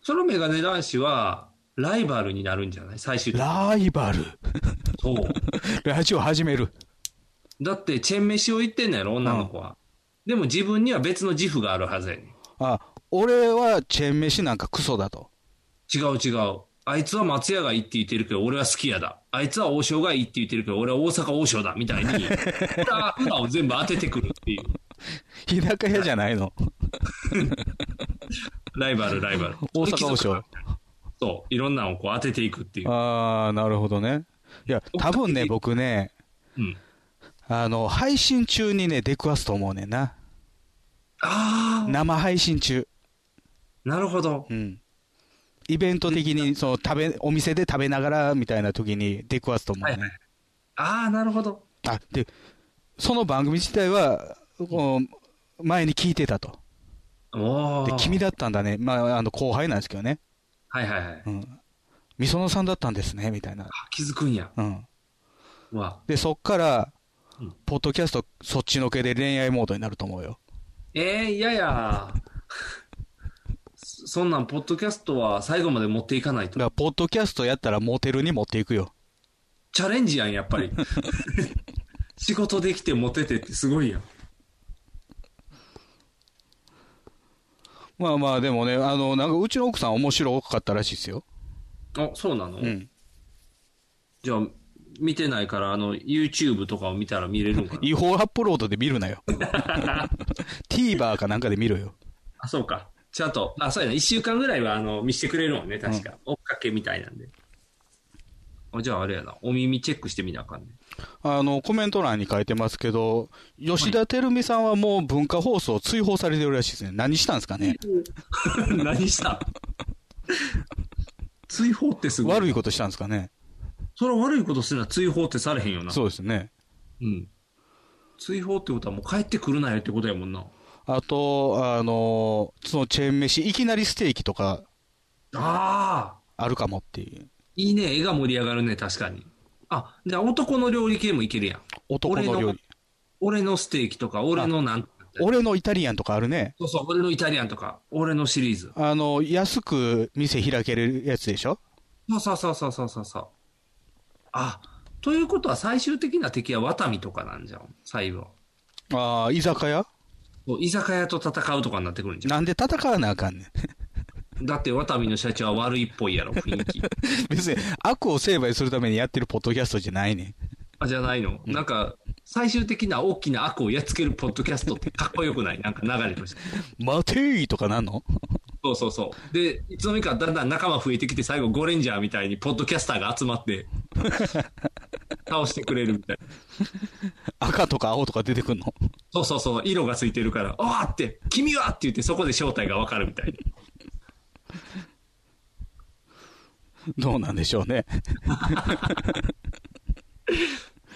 [SPEAKER 1] そのメガネ男子は、ライバルになるんじゃない最終
[SPEAKER 2] う
[SPEAKER 1] 的に。
[SPEAKER 2] ライバル。
[SPEAKER 1] そう。
[SPEAKER 2] ラジオ始める。
[SPEAKER 1] だって、チェン飯を言ってんのやろ、女の子は。でも自分には別の自負があるはずやねん
[SPEAKER 2] あ、俺はチェーン飯なんかクソだと。
[SPEAKER 1] 違う違う。あいつは松屋がいいって言ってるけど、俺は好きやだ。あいつは王将がいいって言ってるけど、俺は大阪王将だ。み たいに、普段を全部当ててくるっていう。
[SPEAKER 2] 日高屋じゃないの。
[SPEAKER 1] ライバル、ライバル。
[SPEAKER 2] 大阪王将。
[SPEAKER 1] そう。いろんなのをこう当てていくっていう。
[SPEAKER 2] ああ、なるほどね。いや、多分ね、僕ね、
[SPEAKER 1] うん。
[SPEAKER 2] あの、配信中にね、出くわすと思うねんな。
[SPEAKER 1] あ
[SPEAKER 2] 生配信中。
[SPEAKER 1] あ、なるほど。
[SPEAKER 2] うん。イベント的に、その、食べ、お店で食べながらみたいな時に出くわすと思う
[SPEAKER 1] はい
[SPEAKER 2] ね。
[SPEAKER 1] はい。ああ、なるほど。
[SPEAKER 2] あ、で、その番組自体は、こう前に聞いてたと。
[SPEAKER 1] おお。
[SPEAKER 2] で、君だったんだね。まあ、あの、後輩なんですけどね。
[SPEAKER 1] はいはいはい。
[SPEAKER 2] うん。みそのさんだったんですね、みたいな。
[SPEAKER 1] あ気づくんや。
[SPEAKER 2] うん。
[SPEAKER 1] うわ。
[SPEAKER 2] で、そっから
[SPEAKER 1] うん、
[SPEAKER 2] ポッドキャスト、そっちのけで恋愛モードになると思うよ。
[SPEAKER 1] ええいやや。そそんなん、ポッドキャストは最後まで持っていかない
[SPEAKER 2] だか
[SPEAKER 1] と。
[SPEAKER 2] ら、ポッドキャストやったらモテるに持っていくよ。
[SPEAKER 1] チャレンジやん、やっぱり。 仕事できてモテてってすごいやん。
[SPEAKER 2] まあまあ、でもね、あの、なんか、うちの奥さん面白かったらしいですよ。
[SPEAKER 1] あ、そうなの、
[SPEAKER 2] うん。
[SPEAKER 1] じゃあ、見てないから、あの、YouTube とかを見たら見れるん かな
[SPEAKER 2] 違法アップロードで見るな よ。TVer かなんかで見ろよ。
[SPEAKER 1] あ、そうか。ちゃんと、あ、そうやな。一週間ぐらいは、あの、見してくれるもんね、確か。追っかけみたいなんで。あ、じゃああれやな。お耳チェックしてみなあかん ね。
[SPEAKER 2] あの、コメント欄に書いてますけど、吉田照美さんはもう文化放送追放さ れてるらしいですね。何したんですかね。
[SPEAKER 1] 何したん追放ってすごい。
[SPEAKER 2] 悪い
[SPEAKER 1] こ
[SPEAKER 2] こ
[SPEAKER 1] と。
[SPEAKER 2] としたんですかね。
[SPEAKER 1] それは悪いことするなら追放ってされへんよな。
[SPEAKER 2] そうですね。
[SPEAKER 1] うん。追放ってことはもう帰ってくるなよってことやもんな。
[SPEAKER 2] あと、あのーそのチェーン飯、いきなりステーキとか
[SPEAKER 1] ああ
[SPEAKER 2] あるかもっていう。
[SPEAKER 1] いいね。絵が盛り上がるね、確かに。あ、じゃあ男の料理系もいけるやん。
[SPEAKER 2] 男の料理。
[SPEAKER 1] 俺のステーキとか、俺のなん
[SPEAKER 2] 俺のイタリアンとかあるね。
[SPEAKER 1] そうそう、俺のイタリアンとか、俺のシリーズ。
[SPEAKER 2] あの、安く店開けれるやつでしょ
[SPEAKER 1] そうそうそうそうそうそう。あ、ということは最終的な敵はワタミとかなんじゃん、最後。
[SPEAKER 2] ああ、居酒屋
[SPEAKER 1] そう居酒屋と戦うとかになってくるんじゃ
[SPEAKER 2] なんで戦わなあかんねん。
[SPEAKER 1] ん。だってワタミの社長は悪いっぽいやろ、雰囲気。
[SPEAKER 2] 別に悪を成敗するためにやってるポッドキャストじゃないねん。
[SPEAKER 1] あ、じゃないの。なんか、最終的な大きな悪をやっつけるポッドキャストってかっこよくないなんか流れとして。
[SPEAKER 2] 待てーとかなんの
[SPEAKER 1] そうそうそう。で、いつの間にかだんだん仲間増えてきて、最後ゴレンジャーみたいにポッドキャスターが集まって、倒してくれるみたいな。
[SPEAKER 2] 赤とか青とか出てくんの
[SPEAKER 1] そうそうそう、色がついてるから、おーって、君はって言って、そこで正体がわかるみたいな。
[SPEAKER 2] どうなんでしょう ね。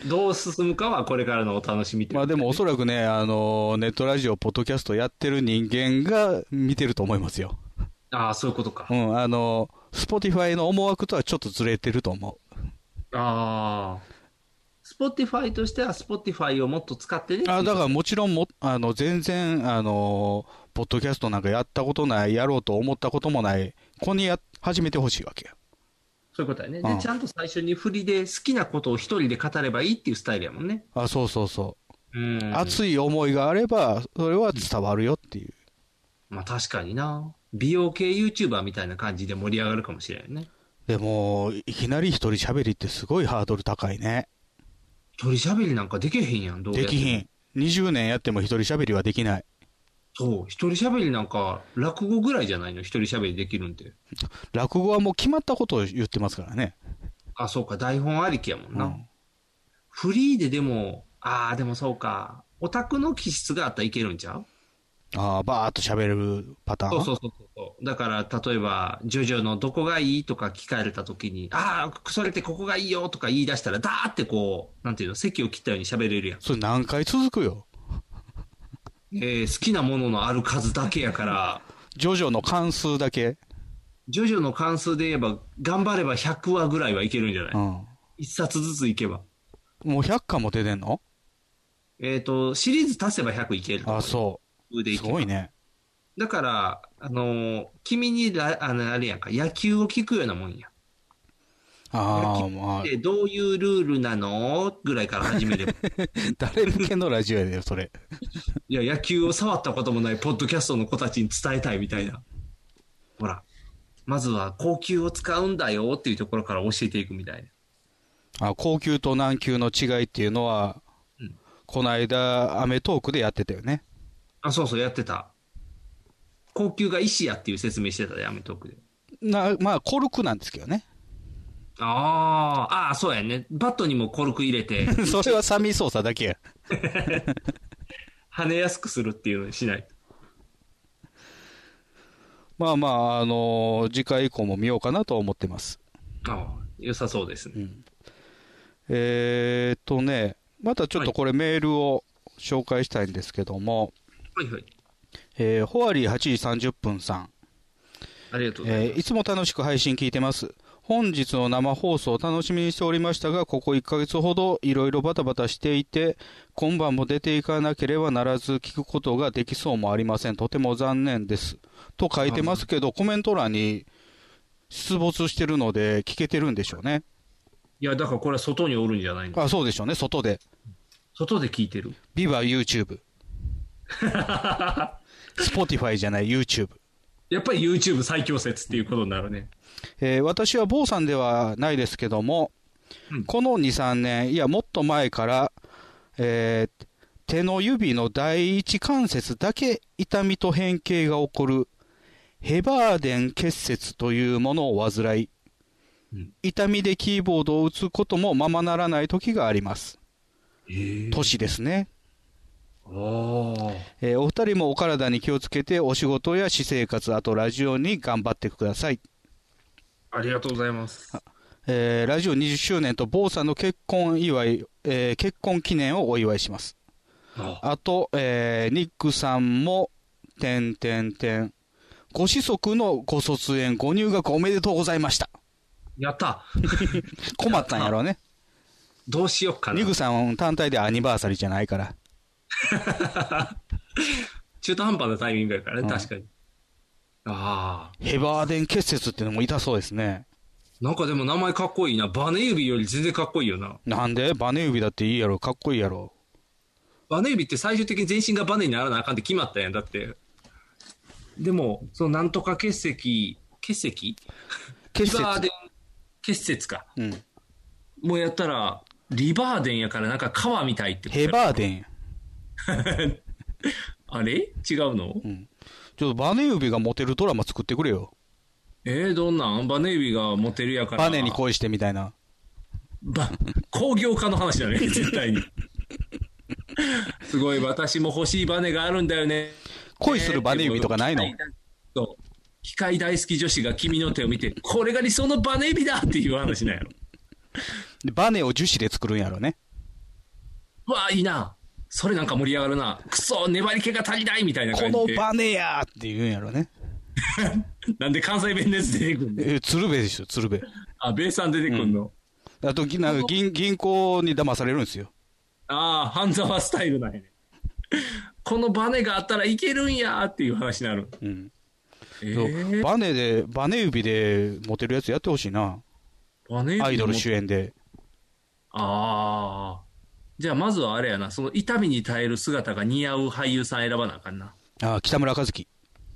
[SPEAKER 1] どう進むかはこれからのお楽しみという
[SPEAKER 2] まあでもおそらくね、あの、ネットラジオ、ポッドキャストやってる人間が見てると思いますよ。
[SPEAKER 1] ああ、そういうことか。
[SPEAKER 2] うん、あの、スポティファイの思惑とはちょっとずれてると思
[SPEAKER 1] ああ。Spotify としては Spotify をもっと使ってね。
[SPEAKER 2] う。あだかららもちろんも、あの、全然、あの、ポッドキャストなんかやったことない、やろうと思ったこともない子にや始めてほしいわけよ。
[SPEAKER 1] そういうことやね。
[SPEAKER 2] うん
[SPEAKER 1] で、ちゃんと最初に振りで好きなことを一人で語ればいいっていうスタイルやもんね。
[SPEAKER 2] あ、そうそうそう。
[SPEAKER 1] うん
[SPEAKER 2] 熱い思いがあれば、それは伝わるよっていう。
[SPEAKER 1] まあ確かにな。美容系 YouTuber みたいな感じで盛り上がるかもしれないね。
[SPEAKER 2] でも、いきなり一人喋りってすごいハードル高いね。
[SPEAKER 1] 一人喋りなんかできへんやん、どうや
[SPEAKER 2] で
[SPEAKER 1] って
[SPEAKER 2] き
[SPEAKER 1] も
[SPEAKER 2] ひん。20年やっても一人喋りはできない。
[SPEAKER 1] そう、一人喋りなんか落語ぐらいじゃないの、一人喋りできるんて。
[SPEAKER 2] 落語はもう決まったことを言ってますからね。
[SPEAKER 1] あ、そうか、台本ありきやもんな。
[SPEAKER 2] うん
[SPEAKER 1] フリーででも、ああ、でもそうか、オタクの気質があったらいけるんちゃう
[SPEAKER 2] ああ、ばーっと喋れるパターン。
[SPEAKER 1] そうそうそうそう。だから、例えば、ジョジョのどこがいいとか聞かれたときに、ああ、それってここがいいよとか言い出したら、だーってこう、なんていうの、席を切ったように喋れるやん。
[SPEAKER 2] それ何回続くよ。
[SPEAKER 1] えー好きなもののある数だけやから、
[SPEAKER 2] ジョジョの関数だけ。
[SPEAKER 1] ジョジョの関数で言えば、頑張れば100話ぐらいはいけるんじゃない
[SPEAKER 2] うん。
[SPEAKER 1] 一冊ずついけば。
[SPEAKER 2] もう100巻も出てんの
[SPEAKER 1] えっ、と、シリーズ足せば100いける。。
[SPEAKER 2] ああ、そうう。
[SPEAKER 1] です
[SPEAKER 2] ごい
[SPEAKER 1] い。
[SPEAKER 2] ね。
[SPEAKER 1] だから、あのー君にら、あの、あれやんか、野球を聞くようなもんや。
[SPEAKER 2] ああ、
[SPEAKER 1] 野球
[SPEAKER 2] まあ
[SPEAKER 1] っ、てどういうルールなのぐらいから始めれば。
[SPEAKER 2] 誰向けのラジオやでよ、それ。
[SPEAKER 1] いや、野球を触ったこともないポッドキャストの子たちに伝えたいみたいな。ほら、まずは高級を使うんだよっていうところから教えていくみたいな。
[SPEAKER 2] あ高級と難級の違いっていうのは、
[SPEAKER 1] うん
[SPEAKER 2] この間、アメトークでやってたよね。
[SPEAKER 1] あ、そうそう、やってた。高級が石やっていう説明してたで、アメトークで。
[SPEAKER 2] なまあ、コルクなんですけどね。
[SPEAKER 1] ああ、ああ、そうやね。バットにもコルク入れ て、
[SPEAKER 2] それはサミー操作だけや。
[SPEAKER 1] 跳ねやすくするっていうのにしないと。
[SPEAKER 2] まあまあ、あのー次回以降も見ようかなと思ってます。
[SPEAKER 1] ああ、良さそうですね。
[SPEAKER 2] えーっとね、またちょっとこれメールを紹介したいんですけども、
[SPEAKER 1] はいはい。
[SPEAKER 2] えーホアリー8時30分さん、
[SPEAKER 1] ありがとうございます。
[SPEAKER 2] えーいつも楽しく配信聞いてます。本日の生放送を楽しみにしておりましたが、ここ1ヶ月ほどいろいろバタバタしていて、今晩も出ていかなければならず聞くことができそうもありません。とても残念です。と書いてますけど、コメント欄に出没してるので聞けてるんでしょうね。
[SPEAKER 1] いや、だからこれは外におるんじゃないの
[SPEAKER 2] あ、そうでしょうね。外で。
[SPEAKER 1] 外で聞いてる。
[SPEAKER 2] ビバ YouTube。Spotify じゃない YouTube。
[SPEAKER 1] やっぱり YouTube 最強説っていうことになるね。
[SPEAKER 2] えー私は坊さんではないですけども、
[SPEAKER 1] うん
[SPEAKER 2] この2、3年、いや、もっと前から、えー手の指の第一関節だけ痛みと変形が起こる、ヘバーデン結節というものを患い、
[SPEAKER 1] うん
[SPEAKER 2] 痛みでキーボードを打つこともままならない時があります。
[SPEAKER 1] ええ
[SPEAKER 2] 年ですね。
[SPEAKER 1] ああ。
[SPEAKER 2] えーお二人もお体に気をつけて、お仕事や私生活、あとラジオに頑張ってください。
[SPEAKER 1] あありがとうございます。
[SPEAKER 2] えーラジオ20周年と坊さんの結婚祝い、えー結婚記念をお祝いします。
[SPEAKER 1] あ
[SPEAKER 2] あと、えーニックさんも、てんてんてん。ご子息のご卒園、ご入学おめでとうございました。
[SPEAKER 1] やった
[SPEAKER 2] 困ったんやろうね。
[SPEAKER 1] どうしよっかな
[SPEAKER 2] ニッ。クさん単体でアニバーサリーじゃないから。
[SPEAKER 1] 中途半端なタイミングやから
[SPEAKER 2] うん
[SPEAKER 1] ね、確かに。ああ。
[SPEAKER 2] ヘバーデン結節っていうのも痛そうですね。
[SPEAKER 1] なんかでも名前かっこいいな。バネ指より全然かっこいいよな。
[SPEAKER 2] なんでバネ指だっていいやろ、かっこいいやろ。
[SPEAKER 1] バネ指って最終的に全身がバネにならなあかんって決まったやん。だって。でも、そのなんとか結石、結石リ
[SPEAKER 2] 結
[SPEAKER 1] バーデ
[SPEAKER 2] 節
[SPEAKER 1] ン。結石か。
[SPEAKER 2] うん。
[SPEAKER 1] もうやったら、リバーデンやからなんか川みたいってこと
[SPEAKER 2] ヘ
[SPEAKER 1] やろ
[SPEAKER 2] バーデンや。
[SPEAKER 1] あれ違うの、
[SPEAKER 2] ちょっとバネ指がモテるドラマ作ってくれよ。
[SPEAKER 1] えー、どんなんバネ指がモテるやから。
[SPEAKER 2] バネに恋してみたいな。
[SPEAKER 1] ば、工業化の話だ ね、絶対に。すごい、私も欲しいバネがあるんだよね。
[SPEAKER 2] 恋するバネ指とかないの
[SPEAKER 1] えーそう機械大好き女子が君の手を見て、これが理想のバネ指だっていう話なんやろ。
[SPEAKER 2] でバネを樹脂で作るんやろね。
[SPEAKER 1] うわあ、いいな。それなんか盛り上がるな。くそ、粘り気が足りないみたいな
[SPEAKER 2] こ
[SPEAKER 1] 感
[SPEAKER 2] の
[SPEAKER 1] じで。
[SPEAKER 2] バネやーって言うんやろね。
[SPEAKER 1] なんで関西弁のやつ出てくんの
[SPEAKER 2] え、鶴瓶ですよ、鶴瓶。
[SPEAKER 1] あ、ベイさん出てくんの。
[SPEAKER 2] あと、ぎなんか銀銀行に騙されるんですよ。
[SPEAKER 1] ああ、半沢スタイルなんやね。このバネがあったらいけるんやーっていう話になる。
[SPEAKER 2] うん。
[SPEAKER 1] えー、
[SPEAKER 2] バネで、バネ指でモテるやつやってほしいな。
[SPEAKER 1] バネ指
[SPEAKER 2] アイドル
[SPEAKER 1] も
[SPEAKER 2] 主演で。
[SPEAKER 1] ああ。じゃあ、まずはあれやな、その痛みに耐える姿が似合う俳優さん選ばなあかんな。
[SPEAKER 2] あ、北村和樹。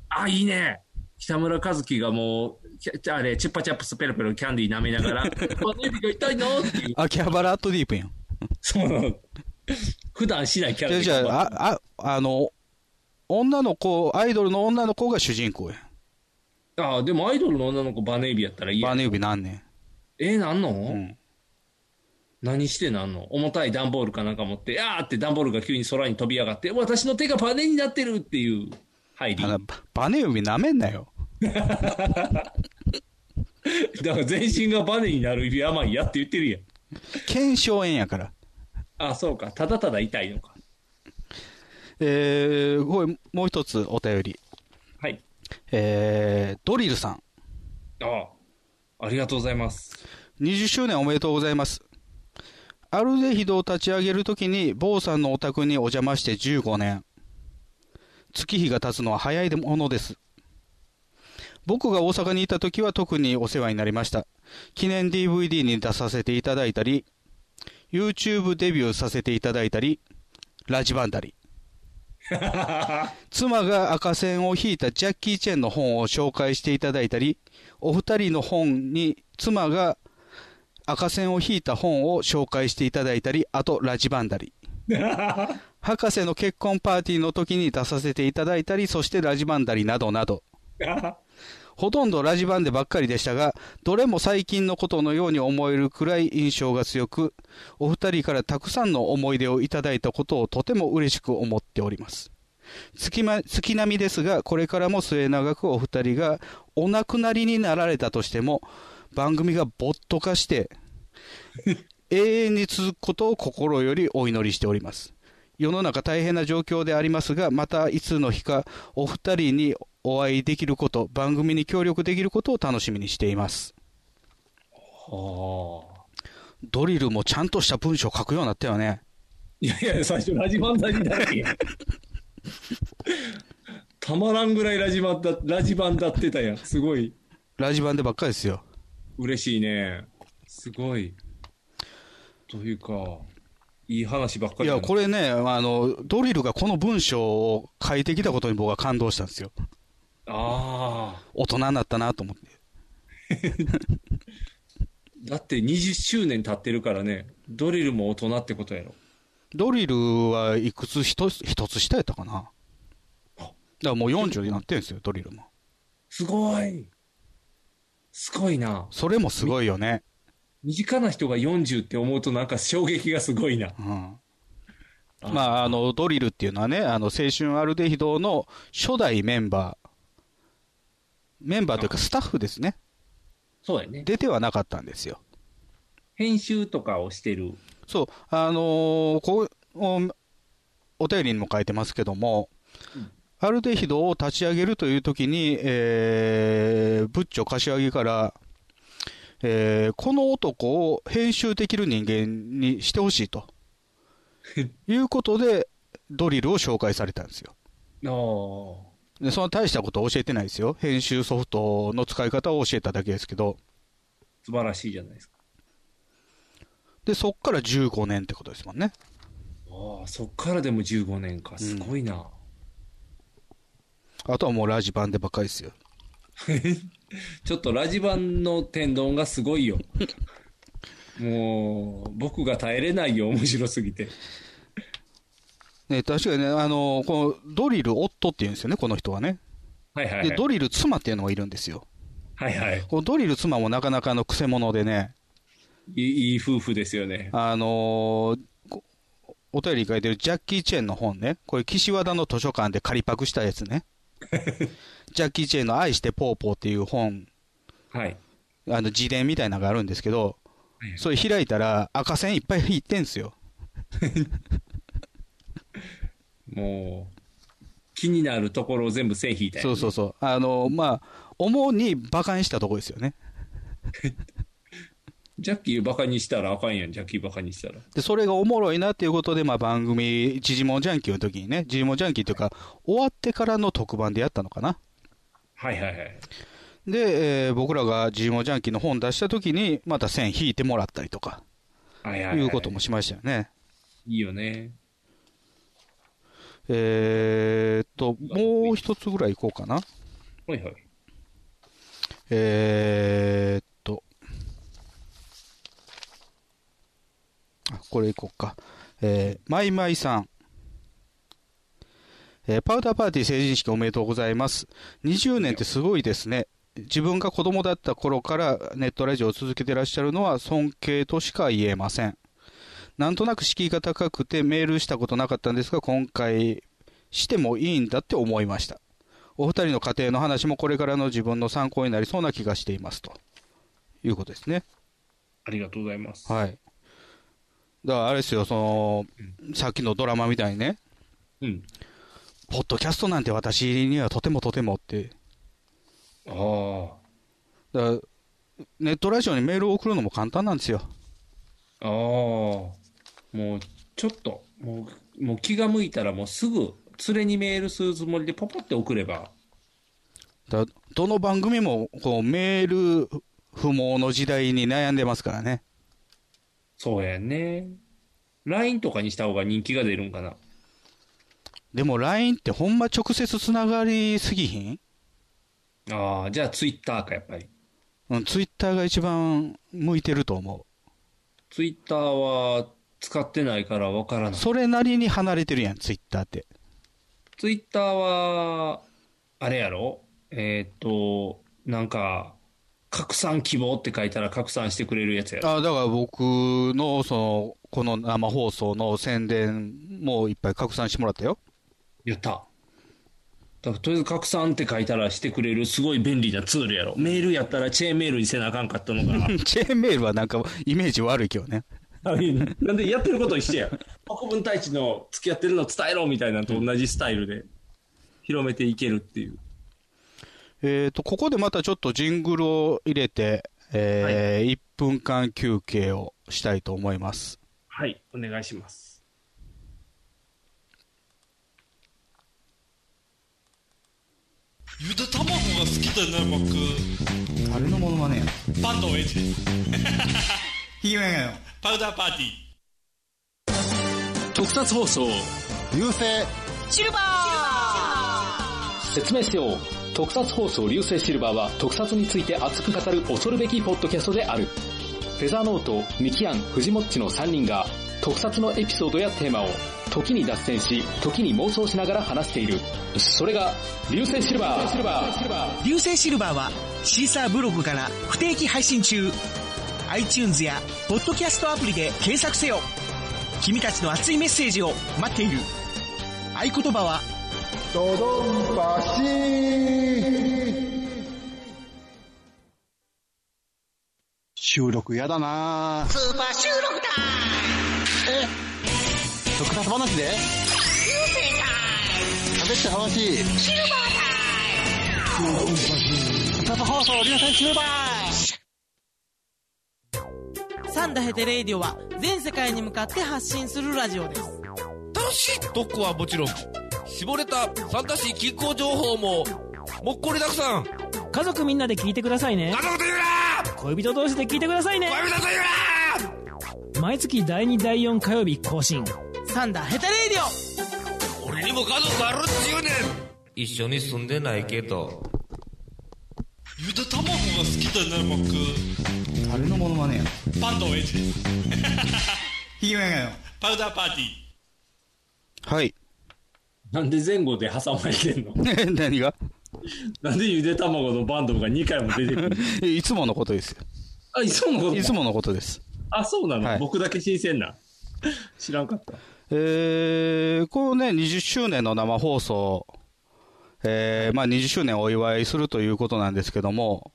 [SPEAKER 1] あ、いいね。北村和樹がもう、キャキャあれ、チュッパチャップスペロペロキャンディー舐めなが ら、バネ指が痛いのっていう。
[SPEAKER 2] 秋葉原アットディープやん。
[SPEAKER 1] そうなの。普段しないキャラ
[SPEAKER 2] で
[SPEAKER 1] で
[SPEAKER 2] じゃあ、あ、あ、あの、女の子、アイドルの女の子が主人公やん。
[SPEAKER 1] ああ、でもアイドルの女の子バネ指やったらいいや
[SPEAKER 2] バネ指なんね
[SPEAKER 1] えー、なんの、
[SPEAKER 2] ん。うん。
[SPEAKER 1] 何してなんの重たい段ボールかなんか持って、あーって段ボールが急に空に飛び上がって、私の手がバネになってるっていう入り。
[SPEAKER 2] あの
[SPEAKER 1] だ
[SPEAKER 2] ババネ指なめんなよ。
[SPEAKER 1] から全身がバネになる病やって言ってるやん。
[SPEAKER 2] 腱鞘炎やから。
[SPEAKER 1] あ、そうか。ただただ痛いのか。
[SPEAKER 2] えー、これ、もう一つお便り。
[SPEAKER 1] はい。
[SPEAKER 2] えー、ドリルさん。
[SPEAKER 1] ああ。ありがとうございます。
[SPEAKER 2] 20周年おめでとうございます。アルデヒドを立ち上げるときに、坊さんのお宅にお邪魔して15年。月日が経つのは早いものです。僕が大阪にいたときは特にお世話になりました。記念 DVD に出させていただいたり、YouTube デビューさせていただいたり、ラジバンダリ。妻が赤線を引いたジャッキー・チェンの本を紹介していただいたり、お二人の本に妻が赤線を引いた本を紹介していただいたり、あとラジバンダリ。博士の結婚パーティーの時に出させていただいたり、そしてラジバンダリなどなど。ほとんどラジバンでばっかりでしたが、どれも最近のことのように思えるくらい印象が強く、お二人からたくさんの思い出をいただいたことをとても嬉しく思っております。月,、ま、月並みですが、これからも末永くお二人がお亡くなりになられたとしても、番組がボット化して、永遠に続くことを心よりお祈りしております。世の中大変な状況でありますが、またいつの日かお二人にお会いできること、番組に協力できることを楽しみにしています。
[SPEAKER 1] はあ。
[SPEAKER 2] ドリルもちゃんとした文章を書くようになったよね。
[SPEAKER 1] いやいや、最初ラジバンダリだらけやん。たまらんぐらいラジバンだ、ラジバンだってたやん。すごい。
[SPEAKER 2] ラジバンでばっかりですよ。
[SPEAKER 1] 嬉しいね。すごい。というか、いい話ばっか
[SPEAKER 2] い
[SPEAKER 1] りだ
[SPEAKER 2] や、
[SPEAKER 1] な
[SPEAKER 2] これね、あの、ドリルがこの文章を書いてきたことに僕は感動したんですよ。
[SPEAKER 1] ああ。
[SPEAKER 2] 大人になったなと思って。
[SPEAKER 1] だって20周年経ってるからね、ドリルも大人ってことやろ。
[SPEAKER 2] ドリルはいくつ一つ、一つ下やったかな。だからもう40になってるんですよ、ドリルも。
[SPEAKER 1] すごい。すごいな。
[SPEAKER 2] それもすごいよね。
[SPEAKER 1] 身近な人が40って思うとなんか衝撃がすごいな。
[SPEAKER 2] うん。まあ、あの、ドリルっていうのはね、あの、青春アルデヒドの初代メンバー、メンバーというかスタッフですね。
[SPEAKER 1] そうやね。
[SPEAKER 2] 出てはなかったんですよ。
[SPEAKER 1] 編集とかをしてる。
[SPEAKER 2] そう、あのーこうお、お便りにも書いてますけども、アルデヒドを立ち上げるというときに、えー、ブッチョ柏木から、えーこの男を編集できる人間にしてほしいということで、ドリルを紹介されたんですよ。
[SPEAKER 1] お
[SPEAKER 2] でそんな大したことは教えてないですよ。編集ソフトの使い方を教えただけですけど、
[SPEAKER 1] 素晴らしいじゃないですか。
[SPEAKER 2] で、そっから15年ってことですもんね。
[SPEAKER 1] ああ、そっからでも15年か。すごいな。
[SPEAKER 2] あとはもうラジバンでばっかりですよ。
[SPEAKER 1] ちょっとラジバンの天丼がすご いよ。もう、僕が耐えれないよ、面白すぎて。
[SPEAKER 2] ね、確かにね、あのこのドリル夫っていうんですよね、この人はね。
[SPEAKER 1] はいはい、はい。
[SPEAKER 2] で、ドリル妻っていうのがいるんですよ。
[SPEAKER 1] はいはい。
[SPEAKER 2] このドリル妻もなかなかのくせ者でね、
[SPEAKER 1] いいいい夫婦ですよね。
[SPEAKER 2] あのこお便りに書いてるジャッキー・チェンの本ね、これ、岸和田の図書館で借りパクしたやつ ね、ジャッキー・チェンの愛してポーポーっていう本、
[SPEAKER 1] はい。
[SPEAKER 2] あの自伝みたいなのがあるんですけど
[SPEAKER 1] はい、
[SPEAKER 2] それ開いたら、赤線いっぱい引いてんすよ。
[SPEAKER 1] もう、気になるところを全部線引いて。
[SPEAKER 2] そうそうそう。あのまあ、主に馬鹿にしたとこですよね。
[SPEAKER 1] ジャッキーバカにしたらあかんやん、ジャッキーバカにしたら。
[SPEAKER 2] で、それがおもろいなっていうことで、まあ、番組、ジジモンジャンキーの時にね、ジジモンジャンキーというか、終わってからの特番でやったのかな。
[SPEAKER 1] はいはいはい。
[SPEAKER 2] で、えー僕らがジジモンジャンキーの本出した時に、また線引いてもらったりとか、
[SPEAKER 1] はいはい、
[SPEAKER 2] いうこと。もしましたよね。
[SPEAKER 1] いいよね。
[SPEAKER 2] えーっと、もう一つぐらい行こうかな。
[SPEAKER 1] はいはい。
[SPEAKER 2] えーっと、あこれいこうか。えーマイマイさん。えーパウダーパーティー成人式おめでとうございます。20年ってすごいですね。自分が子供だった頃からネットラジオを続けてらっしゃるのは尊敬としか言えません。なんとなく敷居が高くてメールしたことなかったんですが、今回してもいいんだって思いました。お二人の家庭の話もこれからの自分の参考になりそうな気がしていますということですね。
[SPEAKER 1] ありがとうございます。
[SPEAKER 2] はい。だからあれですよ、その、さっきのドラマみたいにね、
[SPEAKER 1] うん。
[SPEAKER 2] ポッドキャストなんて私にはとてもとてもって、
[SPEAKER 1] ああ。
[SPEAKER 2] だからネットラジオにメールを送るのも簡単なんですよ。
[SPEAKER 1] ああ、もうちょっと、もう、もう気が向いたらもうすぐ、連れにメールするつもりでポポって送れば、
[SPEAKER 2] だからどの番組もこうメール不毛の時代に悩んでますからね。
[SPEAKER 1] そうやね。LINE とかにした方が人気が出るんかな。
[SPEAKER 2] でも LINE ってほんま直接つながりすぎひん
[SPEAKER 1] ああ、じゃあ Twitter か、やっぱり。
[SPEAKER 2] うん、ツイッターが一番向いてると思う。
[SPEAKER 1] Twitter は使ってないからわからない。
[SPEAKER 2] それなりに離れてるやん、ツイッターって。
[SPEAKER 1] Twitter は、あれやろえーっと、なんか、拡散希望って書いたら拡散してくれるやつやろ。
[SPEAKER 2] あだから僕の、その、この生放送の宣伝もいっぱい拡散してもらったよ。
[SPEAKER 1] やった。だからとりあえず拡散って書いたらしてくれるすごい便利なツールやろ。メールやったらチェーンメールにせなあかんかったのかな。
[SPEAKER 2] チェーンメールはなんか、イメージ悪いけどね。
[SPEAKER 1] なんでやってること一緒やん。国分太一の付き合ってるの伝えろみたいなのと同じスタイルで広めていけるっていう。
[SPEAKER 2] えっ、と、ここでまたちょっとジングルを入れて、え1分間休憩をしたいと思います。
[SPEAKER 1] はい、お願いします。
[SPEAKER 8] ゆで卵が好きだね僕
[SPEAKER 7] 誰のものまねや
[SPEAKER 8] パンダエイジです
[SPEAKER 7] ひげメガネの
[SPEAKER 8] パウダーパーティー
[SPEAKER 1] 特撮放送、
[SPEAKER 5] 流星
[SPEAKER 9] 説明しよう特撮放送流星シルバーは特撮について熱く語る恐るべきポッドキャストであるフェザーノートミキアン藤もっちの3人が特撮のエピソードやテーマを時に脱線し時に妄想しながら話しているそれが流星シルバー
[SPEAKER 10] 流星シルバーはシーサーブログから不定期配信中 iTunes やポッドキャストアプリで検索せよ君たちの熱いメッセージを待っている合言葉は
[SPEAKER 5] ドドンパシー収録やだなぁ。
[SPEAKER 11] スーパー収録だ
[SPEAKER 5] え特撮話で
[SPEAKER 11] 流星タ
[SPEAKER 5] 喋ってほしい。
[SPEAKER 11] イムシルバータイム
[SPEAKER 5] 特撮放送流星シルバー
[SPEAKER 12] サンダヘテレイディオは全世界に向かって発信するラジオです。
[SPEAKER 4] 楽しい特攻はもちろん、絞れたサンタシー気候情報も、もっこりたくさん。
[SPEAKER 10] 家族みんなで聞いてくださいね。
[SPEAKER 4] 家族と言うな
[SPEAKER 10] 恋人同士で聞いてくださいね。
[SPEAKER 4] 恋人と言う
[SPEAKER 10] 毎月第2第4火曜日更新。
[SPEAKER 12] サンダヘテレイディ
[SPEAKER 4] な俺にも家族あるっちゅうねん一緒に住んでないけど。
[SPEAKER 9] ゆで卵が好きだね僕
[SPEAKER 13] 誰のモノマネや
[SPEAKER 9] パンダオエイジです
[SPEAKER 13] ひげめがよ
[SPEAKER 9] パウダーパーティー
[SPEAKER 2] はい。
[SPEAKER 1] なんで前後で挟まれてんの
[SPEAKER 2] 何が
[SPEAKER 1] なんでゆで卵のバンドが2回も出てくるの
[SPEAKER 2] いつものことですよ。
[SPEAKER 1] あ、いつものこと
[SPEAKER 2] いつものことです。
[SPEAKER 1] あ、そうなの、僕だけ新鮮な。知らんかった。
[SPEAKER 2] えー、このね、20周年の生放送、えーまあ、20周年お祝いするということなんですけども、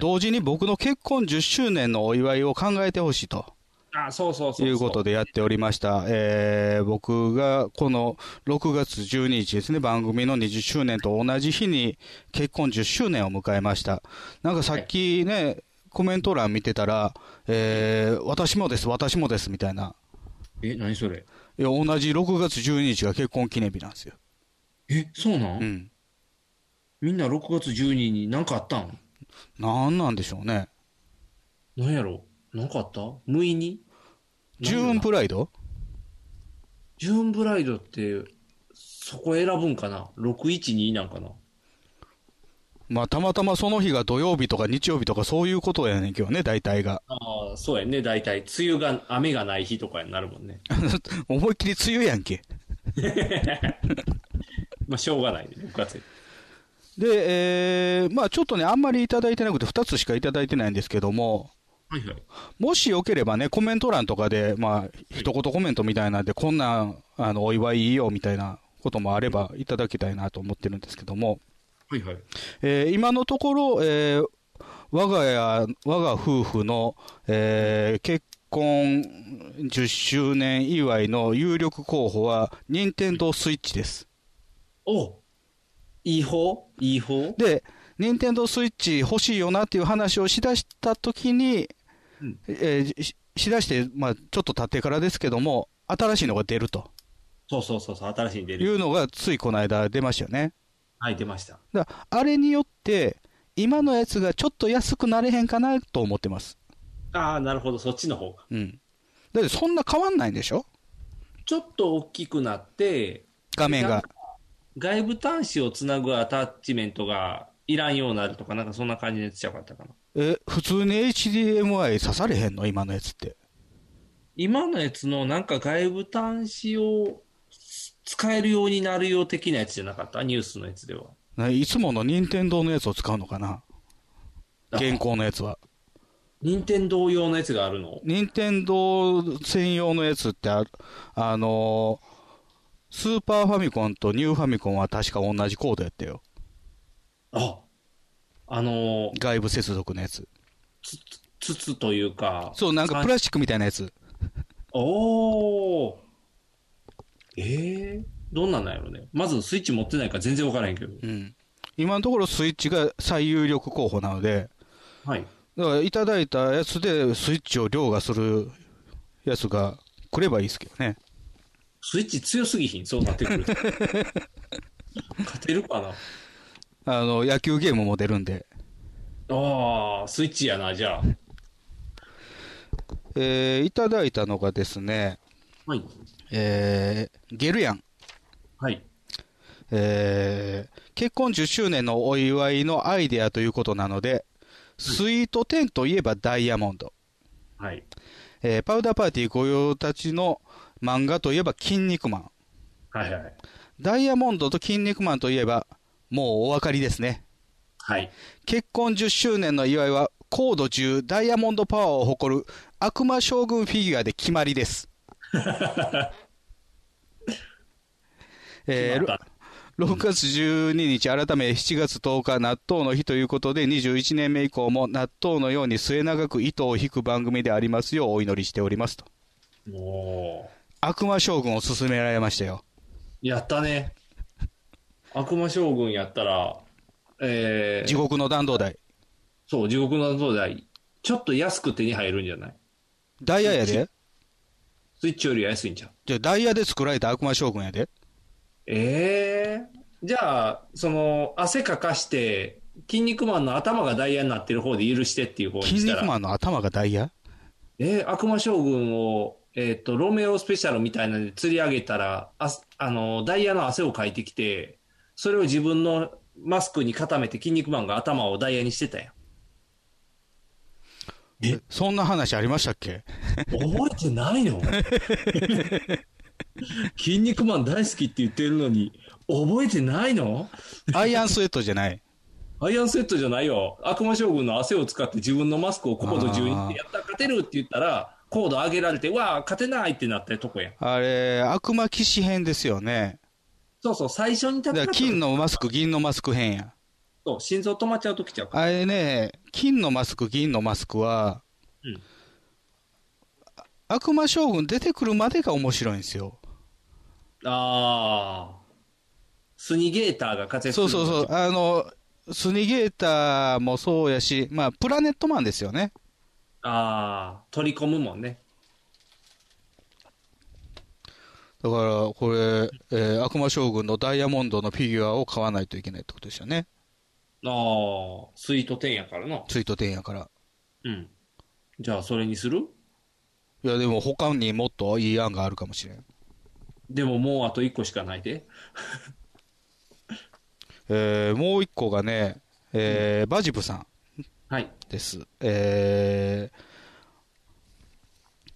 [SPEAKER 2] 同時に僕の結婚10周年のお祝いを考えてほしいと。
[SPEAKER 1] あ、そうそうそうそう。
[SPEAKER 2] いうことでやっておりました。えー僕がこの6月12日ですね、番組の20周年と同じ日に結婚10周年を迎えました。なんかさっきね、コメント欄見てたら、えー私もです、私もです、みたいな。
[SPEAKER 1] え、何それ
[SPEAKER 2] いや、同じ6月12日が結婚記念日なんですよ。
[SPEAKER 1] え、そうなん
[SPEAKER 2] うん。
[SPEAKER 1] みんな6月12日に何かあったん
[SPEAKER 2] なんなんでしょうね。
[SPEAKER 1] 何やろ何かあった無意に
[SPEAKER 2] ジューンプライド
[SPEAKER 1] ジューンブライドって、そこ選ぶんかな ?612 なんかな
[SPEAKER 2] まあ、たまたまその日が土曜日とか日曜日とかそういうことやねんけどね、大体が。
[SPEAKER 1] ああ、そうやね。大体、梅雨が、雨がない日とかになるもん ね。
[SPEAKER 2] 思いっきり梅雨やんけ。
[SPEAKER 1] まあ、しょうがないね。6月。
[SPEAKER 2] で、えーまあちょっとね、あんまりいただいてなくて、2つしかいただいてないんですけども、
[SPEAKER 1] はいはい。
[SPEAKER 2] もしよければね、コメント欄とかで、まあ、一言コメントみたいなんで、こんな、あの、お祝いいいよ、みたいなこともあれば、いただきたいなと思ってるんですけども、
[SPEAKER 1] はいはい。
[SPEAKER 2] えー今のところ、えー我が家、我が夫婦の、えー結婚10周年祝いの有力候補は、任天堂スイッチです。
[SPEAKER 1] おいい方いい方
[SPEAKER 2] で、任天堂スイッチ欲しいよなっていう話をしだしたときに、えーししだして、まあ、ちょっと経ってからですけども、新しいのが出ると
[SPEAKER 1] そうそうそうそう、新しいに出
[SPEAKER 2] い
[SPEAKER 1] る。
[SPEAKER 2] うのがついこの間出ましたよね。
[SPEAKER 1] はい、出ました。
[SPEAKER 2] だからあれによって、今のやつがちょっと安くなれへんかなと思ってます。
[SPEAKER 1] ああ、なるほど、そっちの方が。
[SPEAKER 2] うん。だってそんな変わんないんでしょ
[SPEAKER 1] ちょっと大きくなって、
[SPEAKER 2] 画面が。
[SPEAKER 1] 外部端子をつなぐアタッチメントがいらんようになるとか、なんかそんな感じのやつちゃうかったかな。
[SPEAKER 2] え、普通に HDMI 刺されへんの今のやつって。
[SPEAKER 1] 今のやつのなんか外部端子を使えるようになるよう的なやつじゃなかったニュースのやつでは。
[SPEAKER 2] ないつもの任天堂のやつを使うのかな現行のやつは。
[SPEAKER 1] 任天堂用のやつがあるの
[SPEAKER 2] 任天堂専用のやつってあ、あのースーパーファミコンとニューファミコンは確か同じコードやったよ。
[SPEAKER 1] あ、あの
[SPEAKER 2] 外部接続のやつ。
[SPEAKER 1] 筒というか。
[SPEAKER 2] そう、なんかプラスチックみたいなやつ。
[SPEAKER 1] おお。ええどんなんなんやろね。まずスイッチ持ってないから全然わからへんけど。
[SPEAKER 2] うん。今のところスイッチが最有力候補なので、
[SPEAKER 1] はい。
[SPEAKER 2] だからいただいたやつでスイッチを凌駕するやつが来ればいいですけどね。
[SPEAKER 1] スイッチ強すぎひん、そうなってく ると。勝てるかな
[SPEAKER 2] あの、野球ゲームも出るんで。
[SPEAKER 1] ああ、スイッチやな、じゃあ。
[SPEAKER 2] えーいただいたのがですね、
[SPEAKER 1] はい。
[SPEAKER 2] えーゲルヤン。
[SPEAKER 1] はい。
[SPEAKER 2] えー結婚10周年のお祝いのアイデアということなので、スイート10といえばダイヤモンド。
[SPEAKER 1] はい。
[SPEAKER 2] えーパウダーパーティー御用達の漫画といえば筋肉マン。
[SPEAKER 1] はいはい。
[SPEAKER 2] ダイヤモンドと筋肉マンといえば、もうお分かりですね。
[SPEAKER 1] はい。
[SPEAKER 2] 結婚10周年の祝いは、高度10ダイヤモンドパワーを誇る悪魔将軍フィギュアで決まり です。えー6月12日、改め7月10日、納豆の日ということで、21年目以降も納豆のように末永く糸を引く番組でありますようお祈りしておりますと。悪魔将軍を勧められましたよ。
[SPEAKER 1] やったね。悪魔将軍やったら、えー、
[SPEAKER 2] 地獄の弾道台。
[SPEAKER 1] そう、地獄の弾道台。ちょっと安く手に入るんじゃない
[SPEAKER 2] ダイヤやで
[SPEAKER 1] スイッチより安いんじゃん。
[SPEAKER 2] じゃあダイヤで作られた悪魔将軍やで
[SPEAKER 1] ええじゃあ、その、汗かかして、筋肉マンの頭がダイヤになってる方で許してっていう方に
[SPEAKER 2] 筋
[SPEAKER 1] した
[SPEAKER 2] 肉
[SPEAKER 1] ら、
[SPEAKER 2] マンの頭がダイヤ
[SPEAKER 1] えー悪魔将軍を、えっ、と、ロメオスペシャルみたいなので釣り上げたら、あすあの、ダイヤの汗をかいてきて、それを自分のマスクに固めて筋肉マンが頭をダイヤにしてたやん。
[SPEAKER 2] そんな話ありましたっ け
[SPEAKER 1] 覚えてないの筋肉マン大好きって言ってるのに、覚えてないの
[SPEAKER 2] アイアンスウェットじゃない。
[SPEAKER 1] アイアンセットじゃないよ。悪魔将軍の汗を使って自分のマスクをコード12でやったら勝てるって言ったら、コード上げられて、わあ、勝てないってなったとこやん。
[SPEAKER 2] あれ、悪魔騎士編ですよね。
[SPEAKER 1] そうそう、最初に戦
[SPEAKER 2] だから
[SPEAKER 1] った
[SPEAKER 2] 金のマスク、銀のマスク編や。
[SPEAKER 1] そう、心臓止まっちゃうときちゃうから。
[SPEAKER 2] あれね、金のマスク、銀のマスクは、
[SPEAKER 1] うん
[SPEAKER 2] 悪魔将軍出てくるまでが面白いんですよ。
[SPEAKER 1] あー。スニゲーターが活躍す
[SPEAKER 2] そ
[SPEAKER 1] る。
[SPEAKER 2] うそうそう。。あの、スニゲーターもそうやし、まあ、プラネットマンですよね。
[SPEAKER 1] あー、取り込むもんね。
[SPEAKER 2] だから、これ、えー悪魔将軍のダイヤモンドのフィギュアを買わないといけないってことですよね。
[SPEAKER 1] あー、スイート10やからな。
[SPEAKER 2] ツイート10やから。
[SPEAKER 1] うん。じゃあ、それにする
[SPEAKER 2] いや、でも他にもっといい案があるかもしれん。
[SPEAKER 1] でももうあと1個しかないで。
[SPEAKER 2] えーもう一個がね、えーバジブさん
[SPEAKER 1] はい。
[SPEAKER 2] です。えー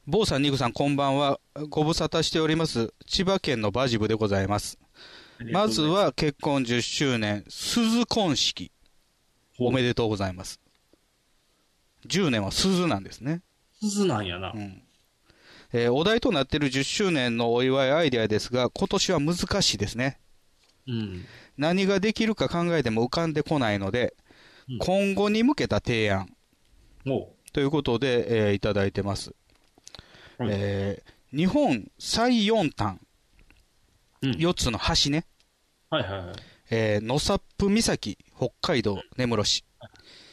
[SPEAKER 2] 坊さん、ニグさん、こんばんは。ご無沙汰しております。千葉県のバジブでございます。まずは結婚10周年、鈴婚式。おめでとうございます。10年は鈴なんですね。
[SPEAKER 1] 鈴なんやな。
[SPEAKER 2] うんえーお題となっている10周年のお祝いアイデアですが、今年は難しいですね。
[SPEAKER 1] うん。
[SPEAKER 2] 何ができるか考えても浮かんでこないので、今後に向けた提案
[SPEAKER 1] お
[SPEAKER 2] ということで、えーいただいてます、えー日本最四端、4つの橋ね、
[SPEAKER 1] はいはいはい。
[SPEAKER 2] えー、野サップ岬北海道根室市、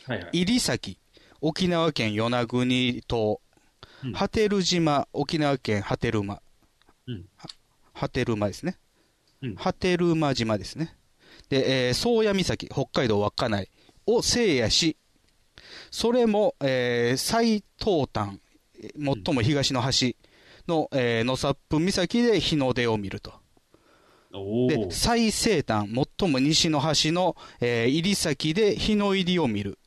[SPEAKER 1] はいはい。
[SPEAKER 2] 入崎沖縄県与那国島、波照島沖縄県波照間、
[SPEAKER 1] うん
[SPEAKER 2] は波照間ですね、
[SPEAKER 1] うん
[SPEAKER 2] 波照間島ですねで、えー、宗谷岬北海道稚内を制やしそれも、えー最東端えー最も東の端の、えー野サップ岬で日の出を見ると
[SPEAKER 1] お
[SPEAKER 2] で
[SPEAKER 1] ー
[SPEAKER 2] 最西端最も西の端の、えー入崎で日の入りを見る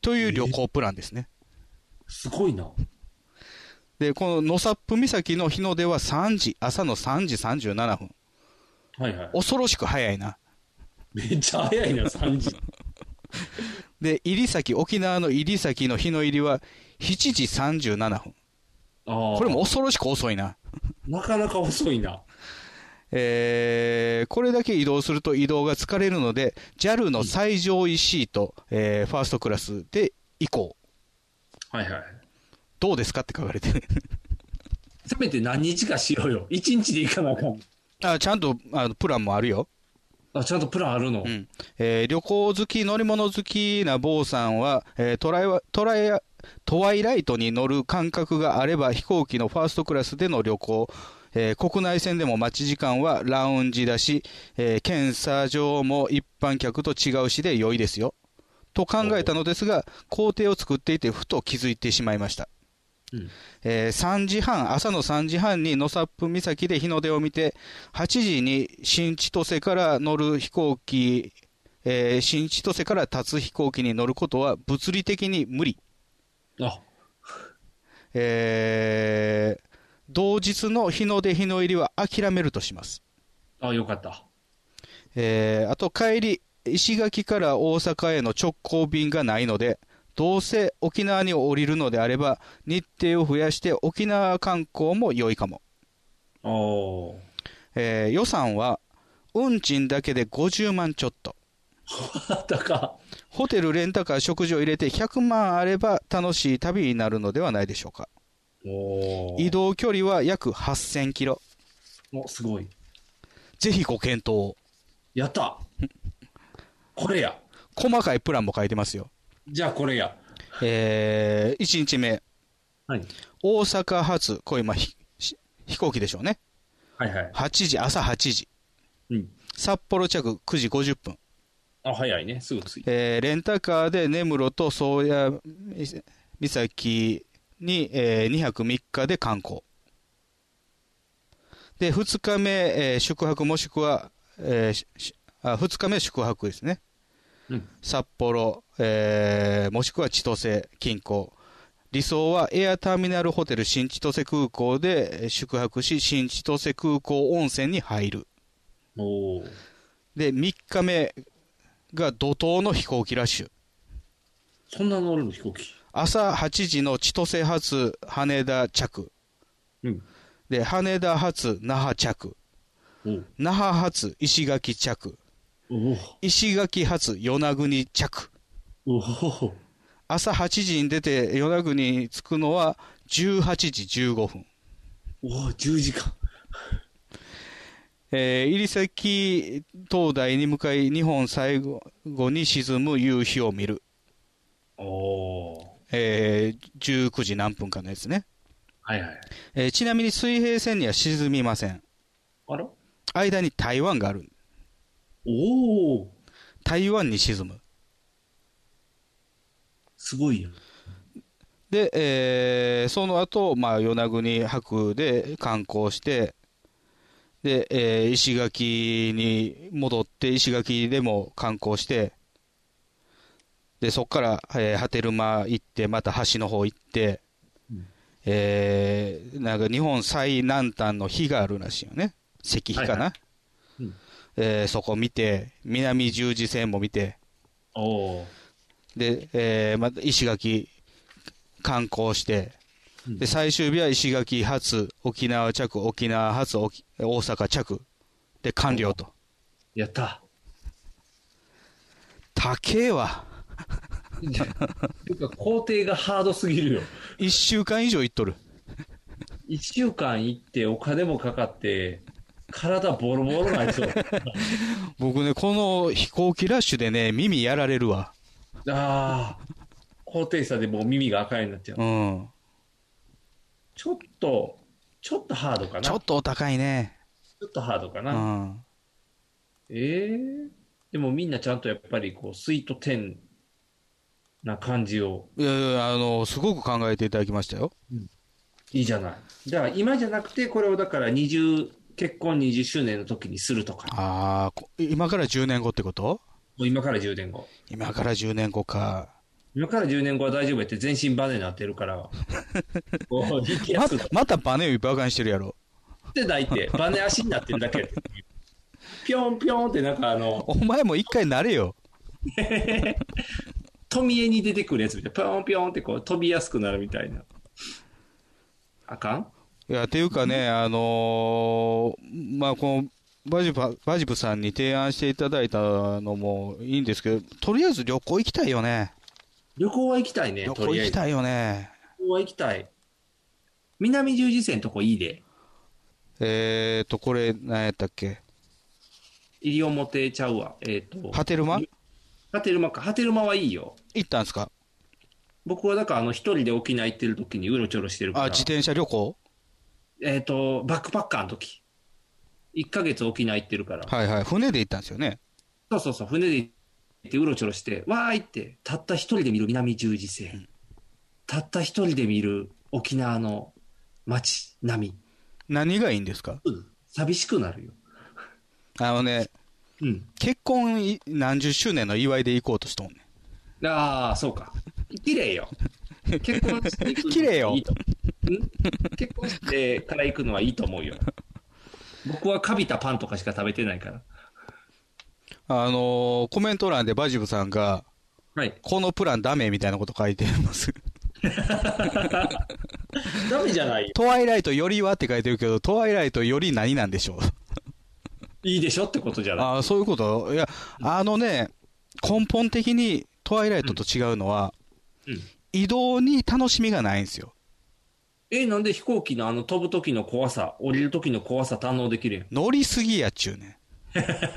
[SPEAKER 2] という旅行プランですね、
[SPEAKER 1] すごいな。
[SPEAKER 2] でこの野サップ岬の日の出は3時朝の3時37分
[SPEAKER 1] はいはい。
[SPEAKER 2] 恐ろしく早いな
[SPEAKER 1] めっちゃ早いな、3時。
[SPEAKER 2] で入崎沖縄の入崎の日の入りは7時37分
[SPEAKER 1] こ
[SPEAKER 2] これも恐ろしく遅いな
[SPEAKER 1] なかなか遅いな。
[SPEAKER 2] えーこれだけ移動すると移動が疲れるので JAL の最上位シート、えーファーストクラスで行こう
[SPEAKER 1] はいはい。
[SPEAKER 2] どうですかって書かれて る
[SPEAKER 1] せめて何日かしようよ。1日で行かなあかん。
[SPEAKER 2] あちゃんとあのプランもあるよ
[SPEAKER 1] あ、ちゃんとプランあるの。
[SPEAKER 2] うんえー旅行好き、乗り物好きな坊さんは、えートライワトライアトワイライトに乗る感覚があれば飛行機のファーストクラスでの旅行、えー国内線でも待ち時間はラウンジだし、えー検査場も一般客と違うしで良いですよ。と考えたのですが、工程を作っていてふと気づいてしまいました。
[SPEAKER 1] うん
[SPEAKER 2] えー3時半、朝の3時半に野サップ岬で日の出を見て、8時に新千歳から乗る飛行機、えー新千歳から立つ飛行機に乗ることは物理的に無理。
[SPEAKER 1] あ、
[SPEAKER 2] えー同日の日の出日の入りは諦めるとします。
[SPEAKER 1] あ、よかった。
[SPEAKER 2] えーあと帰り、石垣から大阪への直行便がないので、どうせ沖縄に降りるのであれば、日程を増やして沖縄観光も良いかも。
[SPEAKER 1] おー
[SPEAKER 2] えー予算は、運賃だけで50万ちょっと。ホテル、レンタカー、食事を入れて100万あれば楽しい旅になるのではないでしょうか。移動距離は約8000キロ。
[SPEAKER 1] お、すごい。
[SPEAKER 2] ぜひご検討を。
[SPEAKER 1] やったこれや。
[SPEAKER 2] 細かいプランも書いてますよ。
[SPEAKER 1] じゃあこれや。
[SPEAKER 2] えー、1日目。
[SPEAKER 1] はい。
[SPEAKER 2] 大阪発、これ今、ひひ飛行機でしょうね。
[SPEAKER 1] はいはい。
[SPEAKER 2] 8時、朝8時。
[SPEAKER 1] うん。
[SPEAKER 2] 札幌着9時50分。
[SPEAKER 1] あ、早いね。すぐ着いて。
[SPEAKER 2] えーレンタカーで根室と宗谷岬に、え2泊3日で観光。で、2日目、えー宿泊もしくは、えーししあ、2日目宿泊ですね。
[SPEAKER 1] うん
[SPEAKER 2] 札幌、えーもしくは千歳近郊。理想はエアターミナルホテル新千歳空港でえー宿泊し、新千歳空港温泉に入る。
[SPEAKER 1] おー
[SPEAKER 2] で、3日目が怒涛の飛行機ラッシュ。
[SPEAKER 1] そんな乗るの飛行機。
[SPEAKER 2] 朝8時の千歳発羽田着。
[SPEAKER 1] うん
[SPEAKER 2] で、羽田発那覇着。
[SPEAKER 1] お
[SPEAKER 2] 那覇発石垣着。
[SPEAKER 1] お
[SPEAKER 2] 石垣発与那国着。
[SPEAKER 1] おお
[SPEAKER 2] 朝8時に出て与那国に着くのは18時15分。
[SPEAKER 1] お10時間。
[SPEAKER 2] えー、入崎灯台に向かい日本最後に沈む夕日を見る。
[SPEAKER 1] おー
[SPEAKER 2] えー、19時何分かのやつね。
[SPEAKER 1] はいはい。
[SPEAKER 2] えーちなみに水平線には沈みません。
[SPEAKER 1] あら
[SPEAKER 2] 間に台湾がある。
[SPEAKER 1] おお
[SPEAKER 2] 台湾に沈む。
[SPEAKER 1] すごいやん。
[SPEAKER 2] で、えーその後、まあ、与那国白で観光して、で、えー石垣に戻って、石垣でも観光して、で、そこから、えー波照間行って、また橋の方行って、えーなんか日本最南端の碑があるらしいよね。石碑かな、
[SPEAKER 1] はいはうん
[SPEAKER 2] えーそこ見て、南十字線も見て、
[SPEAKER 1] おお
[SPEAKER 2] で、えーまた石垣観光して、
[SPEAKER 1] うん
[SPEAKER 2] で、最終日は石垣発、沖縄着、沖縄発、沖大阪着、で、完了と。
[SPEAKER 1] やった。
[SPEAKER 2] 高えわ。
[SPEAKER 1] ていうか工程がハードすぎるよ。
[SPEAKER 2] 1週間以上行っとる。
[SPEAKER 1] 1週間行ってお金もかかって、体ボロボロない そう。
[SPEAKER 2] 僕ね、この飛行機ラッシュでね、耳やられるわ。
[SPEAKER 1] ああ、高低差でもう耳が赤いようになっちゃう。
[SPEAKER 2] うん。
[SPEAKER 1] ちょっと、ちょっとハードかな。
[SPEAKER 2] ちょっとお高いね。
[SPEAKER 1] ちょっとハードか
[SPEAKER 2] う
[SPEAKER 1] な。
[SPEAKER 2] ん。
[SPEAKER 1] ええでもみんなちゃんとやっぱりこう、スイート10な感じを、
[SPEAKER 2] いやいや、あの、すごく考えていただきましたよ。
[SPEAKER 1] いいじゃない。だから今じゃなくて、これをだから20、結婚20周年の時にするとか、
[SPEAKER 2] ああ、こ今から10年後ってこと
[SPEAKER 1] もう今から10年後。
[SPEAKER 2] 今から10年後か。
[SPEAKER 1] 今から10年後は大丈夫やって全身バネになって るから、こう、引きや
[SPEAKER 2] ます
[SPEAKER 1] くなっ
[SPEAKER 2] またバネをバカにしてるやろ。
[SPEAKER 1] てないって、バネ足になってるだけやって。ぴょんぴょんってなんかあの、
[SPEAKER 2] お前も一回なれよ。
[SPEAKER 1] 富江に出てくるやつみたいな、ぴょんぴょんってこう飛びやすくなるみたいな。あかん
[SPEAKER 2] いや、ていうか ね、あのーまあ、この、バジブ、バジブさんに提案していただいたのもいいんですけど、とりあえず旅行行きたいよね。
[SPEAKER 1] 旅行は行きたいね、
[SPEAKER 2] 旅
[SPEAKER 1] と
[SPEAKER 2] 行
[SPEAKER 1] り
[SPEAKER 2] 行
[SPEAKER 1] あえ
[SPEAKER 2] き
[SPEAKER 1] ず。
[SPEAKER 2] たいよね。
[SPEAKER 1] 旅行は行きたい。南十字線とこいいで。
[SPEAKER 2] えーと、これ、何やったっけ
[SPEAKER 1] 西表ちゃうわ。えっ、と。
[SPEAKER 2] 波照間
[SPEAKER 1] ハテルマか。ハテルマはいいよ。
[SPEAKER 2] 行ったんですか
[SPEAKER 1] 僕はだからあの一人で沖縄行ってる時にうろちょろしてるか
[SPEAKER 2] あ、
[SPEAKER 1] ら。
[SPEAKER 2] 自転車旅行
[SPEAKER 1] えっ、と、バックパッカーの時。1ヶ月沖縄行ってるから。
[SPEAKER 2] はいはい。船で行ったんですよね。
[SPEAKER 1] そうそうそう、船で行ってうろちょろして、わーいって、たった一人で見る南十字星、たった一人で見る沖縄の街、波、
[SPEAKER 2] 何がいいんですか
[SPEAKER 1] 寂しくなるよ。
[SPEAKER 2] あのね、
[SPEAKER 1] うん。
[SPEAKER 2] 結婚い何十周年の祝いで行こうとしとんねん。
[SPEAKER 1] ああ、そうか。綺麗よ。結婚していくの
[SPEAKER 2] 綺麗よ
[SPEAKER 1] いいと思うん結婚してから行くのはいいと思うよ。僕はかびたパンとかしか食べてないから。
[SPEAKER 2] あのーコメント欄でバジブさんが、
[SPEAKER 1] はい。
[SPEAKER 2] このプランダメみたいなこと書いてます。
[SPEAKER 1] ダメじゃないよ。
[SPEAKER 2] トワイライトよりはって書いてるけど、トワイライトより何なんでしょう
[SPEAKER 1] いいでしょってことじゃない
[SPEAKER 2] あーそういうこといや、あのね、根本的にトワイライトと違うのは、
[SPEAKER 1] うん
[SPEAKER 2] 移動に楽しみがないんですよ。
[SPEAKER 1] え、なんで飛行機のあの飛ぶ時の怖さ、降りる時の怖さ堪能できるやん。
[SPEAKER 2] 乗りすぎやっちゅうね。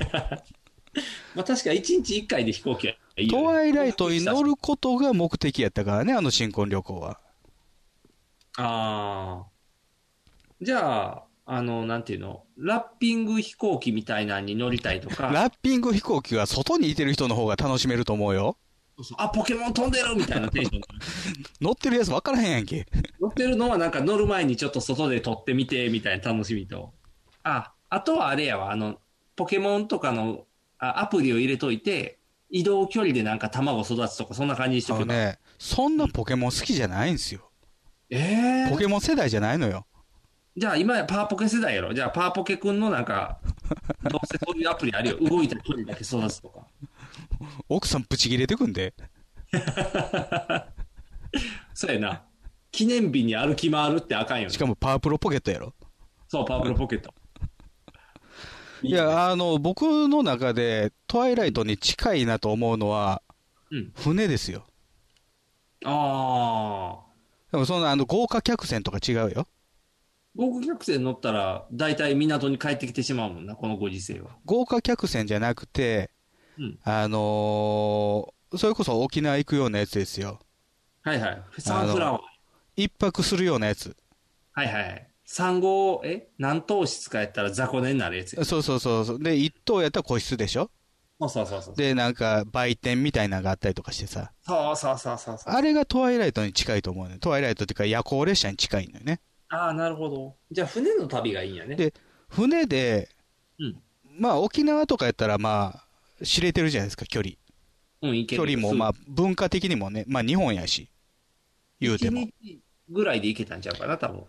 [SPEAKER 1] まあ確か1日1回で飛行機はいいよ
[SPEAKER 2] トワイライトに乗ることが目的やったからね、あの新婚旅行は。
[SPEAKER 1] ああ。じゃあ、あの、なんていうの、ラッピング飛行機みたいなのに乗りたいとか、
[SPEAKER 2] ラッピング飛行機は外にいてる人の方が楽しめると思うよ。
[SPEAKER 1] あ、ポケモン飛んでるみたいなテンション。
[SPEAKER 2] 乗ってるやつ分からへんやんけ。
[SPEAKER 1] 乗ってるのはなんか乗る前にちょっと外で撮ってみて、みたいな楽しみと。あ、あとはあれやわ、あの、ポケモンとかのあアプリを入れといて、移動距離でなんか卵育つとか、そんな感じにし
[SPEAKER 2] あ
[SPEAKER 1] と
[SPEAKER 2] の
[SPEAKER 1] くの。
[SPEAKER 2] ね、そんなポケモン好きじゃないんですよ。
[SPEAKER 1] え
[SPEAKER 2] ポケモン世代じゃないのよ。
[SPEAKER 1] じゃあ今やパワーポケ世代やろ。じゃあパワーポケくんのなんか、どうせそういうアプリあるよ。動いた距離だけ育つとか。
[SPEAKER 2] 奥さんブチ切れてくんで。
[SPEAKER 1] そうやな。記念日に歩き回るってあかんよね
[SPEAKER 2] し。かもパワープロポケットやろ。
[SPEAKER 1] そう、パワープロポケット。
[SPEAKER 2] いや、あの、僕の中で、トワイライトに近いなと思うのは、
[SPEAKER 1] うん
[SPEAKER 2] 船ですよ。
[SPEAKER 1] ああ。
[SPEAKER 2] でもそんな、あの、豪華客船とか違うよ。
[SPEAKER 1] 豪華客船乗ったら、大体港に帰ってきてしまうもんな、このご時世は。
[SPEAKER 2] 豪華客船じゃなくて、
[SPEAKER 1] うん
[SPEAKER 2] あのーそれこそ沖縄行くようなやつですよ。
[SPEAKER 1] はいはい。サンフラワー。
[SPEAKER 2] 一泊するようなやつ。
[SPEAKER 1] はいはい。産後、え何等室かやったら雑魚寝になるやつや。
[SPEAKER 2] そうそうそうそう。で、一等やったら個室でしょ
[SPEAKER 1] そうそうそうそう。
[SPEAKER 2] で、なんか、売店みたいなのがあったりとかしてさ。
[SPEAKER 1] そうそうそうそうそう。
[SPEAKER 2] あれがトワイライトに近いと思うね。トワイライトっていうか夜行列車に近いのよね。
[SPEAKER 1] ああ、なるほど。じゃあ船の旅がいいんやね。
[SPEAKER 2] で、船で、
[SPEAKER 1] うん
[SPEAKER 2] まあ沖縄とかやったらまあ、知れてるじゃないですか、距離。
[SPEAKER 1] うん、行け
[SPEAKER 2] 距
[SPEAKER 1] る。
[SPEAKER 2] 離もまあ、文化的にもね、まあ日本やし、言うても
[SPEAKER 1] 一。日ぐらいで行けたんちゃうかな、多分。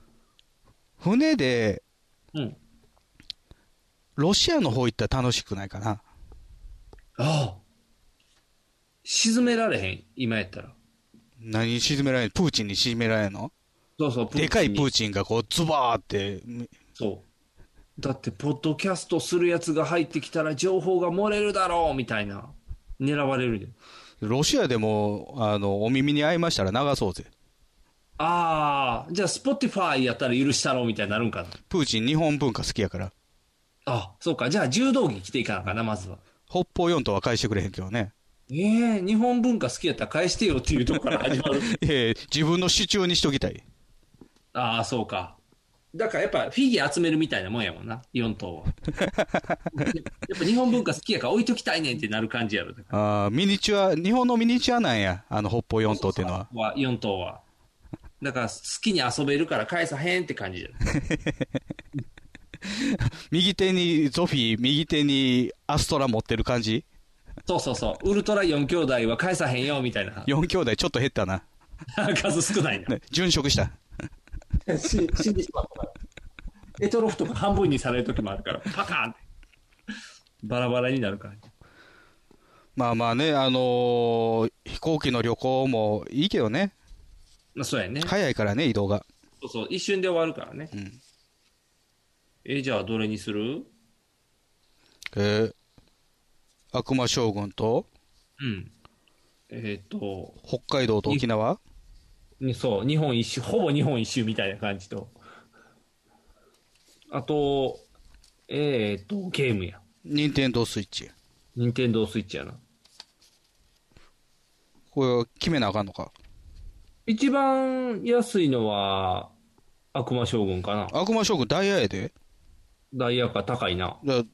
[SPEAKER 2] 船で、
[SPEAKER 1] うん
[SPEAKER 2] ロシアの方行ったら楽しくないかな。
[SPEAKER 1] ああ。沈められへん、今やったら。
[SPEAKER 2] 何沈められんプーチンに沈められんの
[SPEAKER 1] そうそう、
[SPEAKER 2] でかいプー
[SPEAKER 1] チ
[SPEAKER 2] チンがこう、ズバーって、
[SPEAKER 1] そう。だって、ポッドキャストするやつが入ってきたら情報が漏れるだろう、みたいな。狙われるで。
[SPEAKER 2] ロシアでも、あの、お耳に合いましたら流そうぜ。
[SPEAKER 1] ああ、じゃあ、スポティファイやったら許したろう、みたいになるんかな。
[SPEAKER 2] プーチン日本文化好きやから。
[SPEAKER 1] あ、そうか。じゃあ、柔道着着ていかなあかんな、まずは。
[SPEAKER 2] 北方四島は返してくれへんけどね。
[SPEAKER 1] ええ日本文化好きやったら返してよっていうとこから始まる。
[SPEAKER 2] いやいや自分の主張にしときたい。
[SPEAKER 1] ああ、そうか。だからやっぱフィギュア集めるみたいなもんやもんな、4頭 は。やっぱ日本文化好きやから置いときたいねんってなる感じやろ。だか
[SPEAKER 2] ああ、ミニチュア、日本のミニチュアなんや。あの、北方四島っていうのは。
[SPEAKER 1] らは4頭は。だから好きに遊べるから返さへんって感じやろ。
[SPEAKER 2] 右手にゾフィー、右手にアストラ持ってる感じ
[SPEAKER 1] そうそうそう。ウルトラ4兄弟は返さへんよみたいな。
[SPEAKER 2] ?4 兄弟ちょっと減ったな。
[SPEAKER 1] 数少ない
[SPEAKER 2] ね、殉職した。
[SPEAKER 1] な。し死んでしまったから。エトロフとか半分にされる時もあるから、パカーンって。バラバラになるから。
[SPEAKER 2] まあまあね、あのー飛行機の旅行もいいけどね。
[SPEAKER 1] まあそうやね。
[SPEAKER 2] 早いからね、移動が。
[SPEAKER 1] そうそう、一瞬で終わるからね。え、じゃあどれにする
[SPEAKER 2] えー、悪魔将軍と、
[SPEAKER 1] うん。えっ、と、
[SPEAKER 2] 北海道と沖縄
[SPEAKER 1] にそう、日本一周、ほぼ日本一周みたいな感じと。あと、えっ、と、ゲームや。
[SPEAKER 2] 任天堂スイッチ。
[SPEAKER 1] 任天堂スイッチやな。
[SPEAKER 2] これは決めなあかんのか。
[SPEAKER 1] 一番安いのは、悪魔将軍かな。
[SPEAKER 2] 悪魔将軍ダイヤやで。
[SPEAKER 1] ダイヤか高いな。
[SPEAKER 2] だから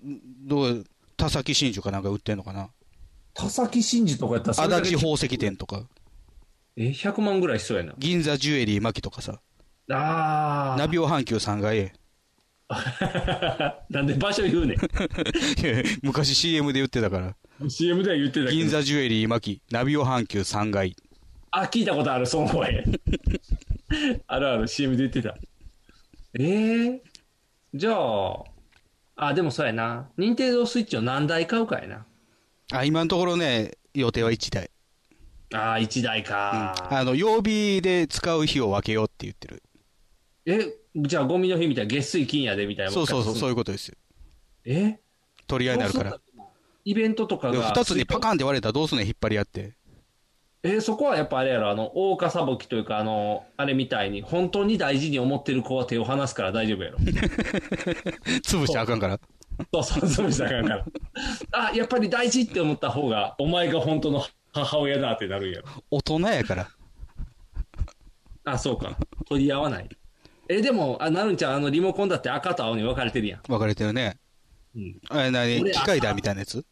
[SPEAKER 2] どう、田崎真珠かなんか売ってんのかな。
[SPEAKER 1] 田崎真珠とかやったらそれだ
[SPEAKER 2] 足
[SPEAKER 1] け
[SPEAKER 2] 立宝石店とか、
[SPEAKER 1] え、100万ぐらいしそうやな。
[SPEAKER 2] 銀座ジュエリー牧とかさ、
[SPEAKER 1] あ
[SPEAKER 2] ナビオ阪急3階へ。
[SPEAKER 1] あ、 なんで場所言う ね
[SPEAKER 2] いや昔 CM で言ってたから。
[SPEAKER 1] ん。CM では言ってたけど。
[SPEAKER 2] 銀座ジュエリー牧、ナビオ阪急3階。
[SPEAKER 1] あ、聞いたことある、その声。 あるある、CM で言ってた。えー、じゃあ、あ、でもそうやな。任天堂スイッチを何台買うかやな。
[SPEAKER 2] あ、今のところね、予定は1台。
[SPEAKER 1] あー、1台か、
[SPEAKER 2] あの、曜日で使う日を分けようって言ってる。
[SPEAKER 1] え、じゃあゴミの日みたいな、月水金やでみたいな。。
[SPEAKER 2] そうそうそう、そういううことですよ。
[SPEAKER 1] え
[SPEAKER 2] 取り合いになるから。
[SPEAKER 1] イベントとかが。
[SPEAKER 2] 二つにパカンって割れたらどうすんねん、引っ張り合 って。
[SPEAKER 1] えーそこはやっぱあれやろ、あの、大笠ぼきというか、あの、あれみたいに、本当に大事に思ってる子は手を離すから大丈夫やろ。
[SPEAKER 2] 潰しちゃあかんから。
[SPEAKER 1] そうそう、そうしたらあかんから。あ、やっぱり大事って思った方が、お前が本当の母親だってなるんやろ。
[SPEAKER 2] 大人やから。
[SPEAKER 1] あ、そうか。取り合わない。え、でも、あ、なるんちゃん、あの、リモコンだって赤と青に分かれてるやん。
[SPEAKER 2] 分かれてるね。
[SPEAKER 1] うん。
[SPEAKER 2] あれ、なに、
[SPEAKER 1] 俺
[SPEAKER 2] 機械だみたいなやつ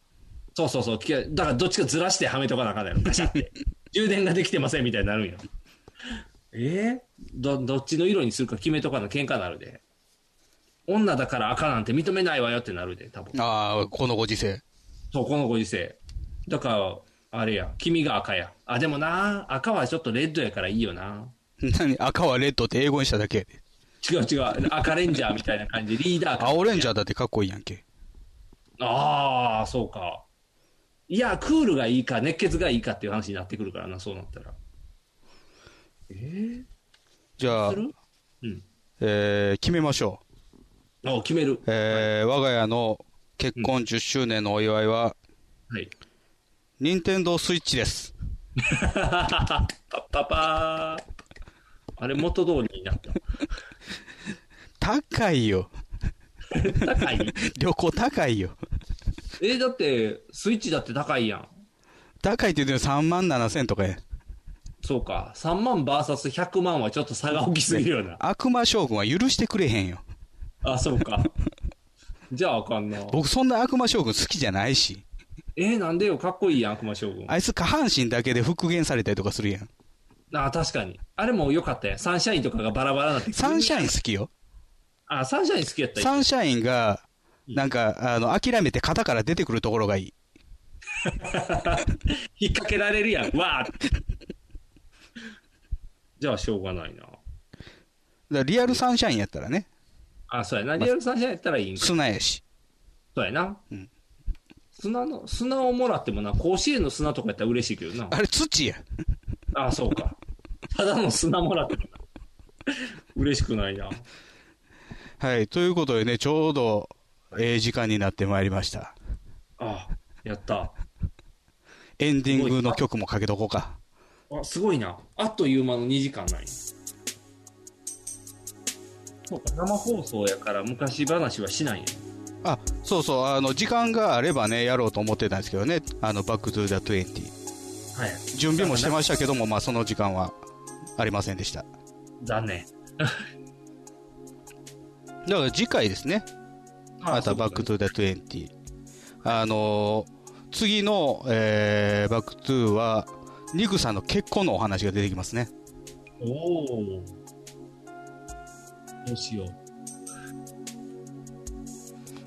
[SPEAKER 1] そうそうそう。きやだからどっちかずらしてはめとかなあかんやろ。ガシャ って。充電ができてませんみたいになるんやろ。えーど、どっちの色にするか決めとかな喧嘩なるで。女だから赤なんて認めないわよってなるで、多分。
[SPEAKER 2] ああ、このご時世。
[SPEAKER 1] そう、このご時世。だから、あれや、君が赤や。あ、でもな、赤はちょっとレッドやからいいよな。
[SPEAKER 2] 何赤はレッドって英語にしただけ。
[SPEAKER 1] 違う違う、赤レンジャーみたいな感じで、リーダーか。
[SPEAKER 2] 青レンジャーだってかっこいいやんけ。
[SPEAKER 1] ああ、そうか。いや、クールがいいか、熱血がいいかっていう話になってくるからな、そうなったら。えー、
[SPEAKER 2] じゃあ、
[SPEAKER 1] うん
[SPEAKER 2] えー決めましょ
[SPEAKER 1] う。あ決める。
[SPEAKER 2] えー我が家の結婚10周年のお祝いは、
[SPEAKER 1] はい。
[SPEAKER 2] 任天堂スイッチです。
[SPEAKER 1] パパパー。あれ、元通りになった。
[SPEAKER 2] 高いよ。
[SPEAKER 1] 高い
[SPEAKER 2] 旅行高いよ。
[SPEAKER 1] えーだって、スイッチだって高いやん。
[SPEAKER 2] 高いって言うても3万7千とかや。
[SPEAKER 1] そうか。3万 VS100 万はちょっと差が大きすぎるよな。
[SPEAKER 2] 悪魔将軍は許してくれへんよ。
[SPEAKER 1] あ、そうか。じゃああかんな。
[SPEAKER 2] 僕そんな悪魔将軍好きじゃないし。
[SPEAKER 1] えーなんでよ、かっこいいやん、悪魔将軍。
[SPEAKER 2] あいつ下半身だけで復元されたりとかするやん。
[SPEAKER 1] あ、確かに。あれも良かったやん。サンシャインとかがバラバラになって。
[SPEAKER 2] サンシャイン好きよ。
[SPEAKER 1] あ、サンシャイン好きやった
[SPEAKER 2] サ
[SPEAKER 1] よ。
[SPEAKER 2] ンシャインが、なんか、あの、諦めて肩から出てくるところがいい。
[SPEAKER 1] 引っ掛けられるやん。わあじゃあ、しょうがないな。
[SPEAKER 2] だからリアルサンシャインやったらね、
[SPEAKER 1] あ、そうやな。リアルサンシャインやったらいいんか。
[SPEAKER 2] 砂やし。
[SPEAKER 1] そうやな。
[SPEAKER 2] うん
[SPEAKER 1] 砂の、砂をもらってもな、甲子園の砂とかやったら嬉しいけ どな。
[SPEAKER 2] あれ土や。
[SPEAKER 1] あ、そうか。ただの砂もらってもな。嬉しくないな。
[SPEAKER 2] はい、ということでね、ちょうど、ええ時間になってまいりました。
[SPEAKER 1] あ、やった。
[SPEAKER 2] エンディングの曲もかけとこうか。
[SPEAKER 1] あ、すごいな。あっという間の2時間ない。そうか、生放送やから昔話はしないね。
[SPEAKER 2] あ、そうそう、あの、時間があればね、やろうと思ってたんですけどね、あの、バックトゥーザ20。
[SPEAKER 1] はい。
[SPEAKER 2] 準備もしてましたけども、まあ、その時間はありませんでした。
[SPEAKER 1] 残念。
[SPEAKER 2] だから次回ですね。またバックトゥーザ20。あのー次の、えーバックトゥーは、ニグさんの結婚のお話が出てきますね。
[SPEAKER 1] おお。どうしよう。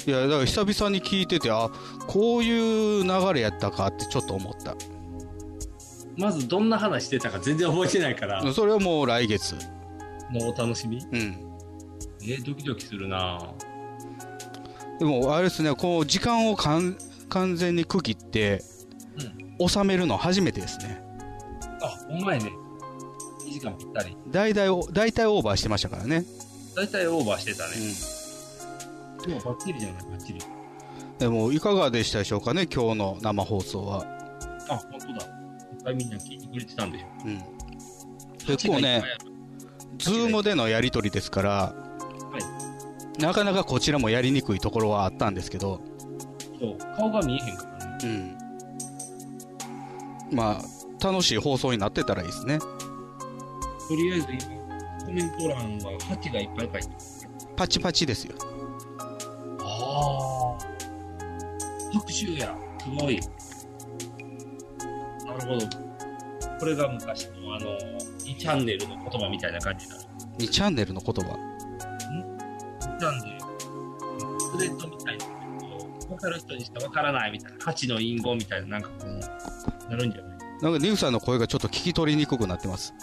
[SPEAKER 2] いや、だから久々に聞いてて、あ、こういう流れやったかってちょっと思った。
[SPEAKER 1] まずどんな話してたか全然覚えてないから、
[SPEAKER 2] それはもう来月。
[SPEAKER 1] のお楽しみ
[SPEAKER 2] うん。
[SPEAKER 1] えードキドキするな
[SPEAKER 2] でも、あれですね、こう、時間をかん完全に区切って、収めるの初めてですね。
[SPEAKER 1] あ、ほんまやね。2時間ぴったり。
[SPEAKER 2] 大体お、大体オーバーしてましたからね。
[SPEAKER 1] 大体オーバーしてたね。でもバッチリじゃない、バッチリ。
[SPEAKER 2] でも、いかがでしたでしょうかね、今日の生放送は。
[SPEAKER 1] あ、本当だ。いっぱいみんな聞いてくれてたんでしょ。
[SPEAKER 2] うん、結構ね、ズームでのやり取りですから、なかなかこちらもやりにくいところはあったんですけど、
[SPEAKER 1] そう、顔が見えへんからね。
[SPEAKER 2] うん、まあ、楽しい放送になってたらいいですね。
[SPEAKER 1] とりあえず今、コメント欄はハチがいっぱい書いてる。
[SPEAKER 2] パチパチですよ。
[SPEAKER 1] ああ。特集や。すごい。なるほど。これが昔のあの、2チャンネルの言葉みたいな感じだ。
[SPEAKER 2] 2チャンネルの言葉。
[SPEAKER 1] 2チャンネル。スレッドみたいな。分かる人にしか分からないみたいな。価値の隠語みたいな、なんかこう、なるんじゃない
[SPEAKER 2] なんか、ニグさんの声がちょっと聞き取りにくくなってます。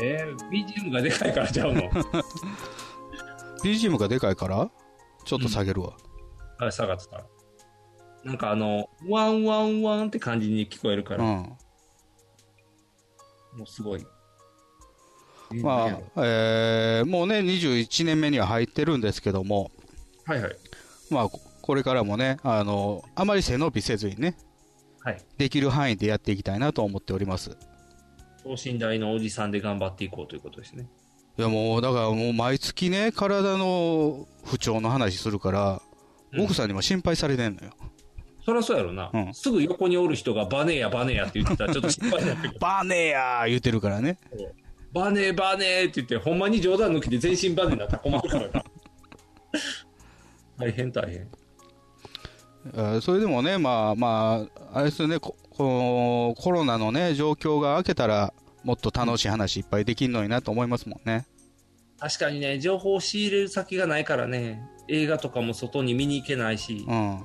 [SPEAKER 1] えー、BGM がでかいからちゃう の
[SPEAKER 2] BGM がでかいから、ちょっと下げるわ。
[SPEAKER 1] あ、下がってた。なんかあの、ワンワンワンって感じに聞こえるから、
[SPEAKER 2] うん
[SPEAKER 1] もうすごい。
[SPEAKER 2] まあ、えーもうね、21年目には入ってるんですけども、
[SPEAKER 1] はいはい。
[SPEAKER 2] まあ、ここれからもね、あの、あまり背伸びせずにね、
[SPEAKER 1] はい。
[SPEAKER 2] できる範囲でやっていきたいなと思っております。
[SPEAKER 1] 等身大のおじさんで頑張っていこうということですね。
[SPEAKER 2] いやもう、だからもう毎月ね、体の不調の話するから、奥さんにも心配されてんのよ。
[SPEAKER 1] そりゃそうやろな、すぐ横におる人がバネやバネやって言ってたらちょっと心配になってくる
[SPEAKER 2] バネやー言ってるからね。
[SPEAKER 1] バネバネって言ってほんまに冗談抜きで全身バネになったら困るからな 大変大変
[SPEAKER 2] えーそれでもね、まあまあ、あれですよね、ここのコロナのね、状況が明けたら、もっと楽しい話いっぱいできるのになと思いますもんね。
[SPEAKER 1] 確かにね情報を仕入れる先がないからね映画とかも外に見に行けないし、
[SPEAKER 2] うん。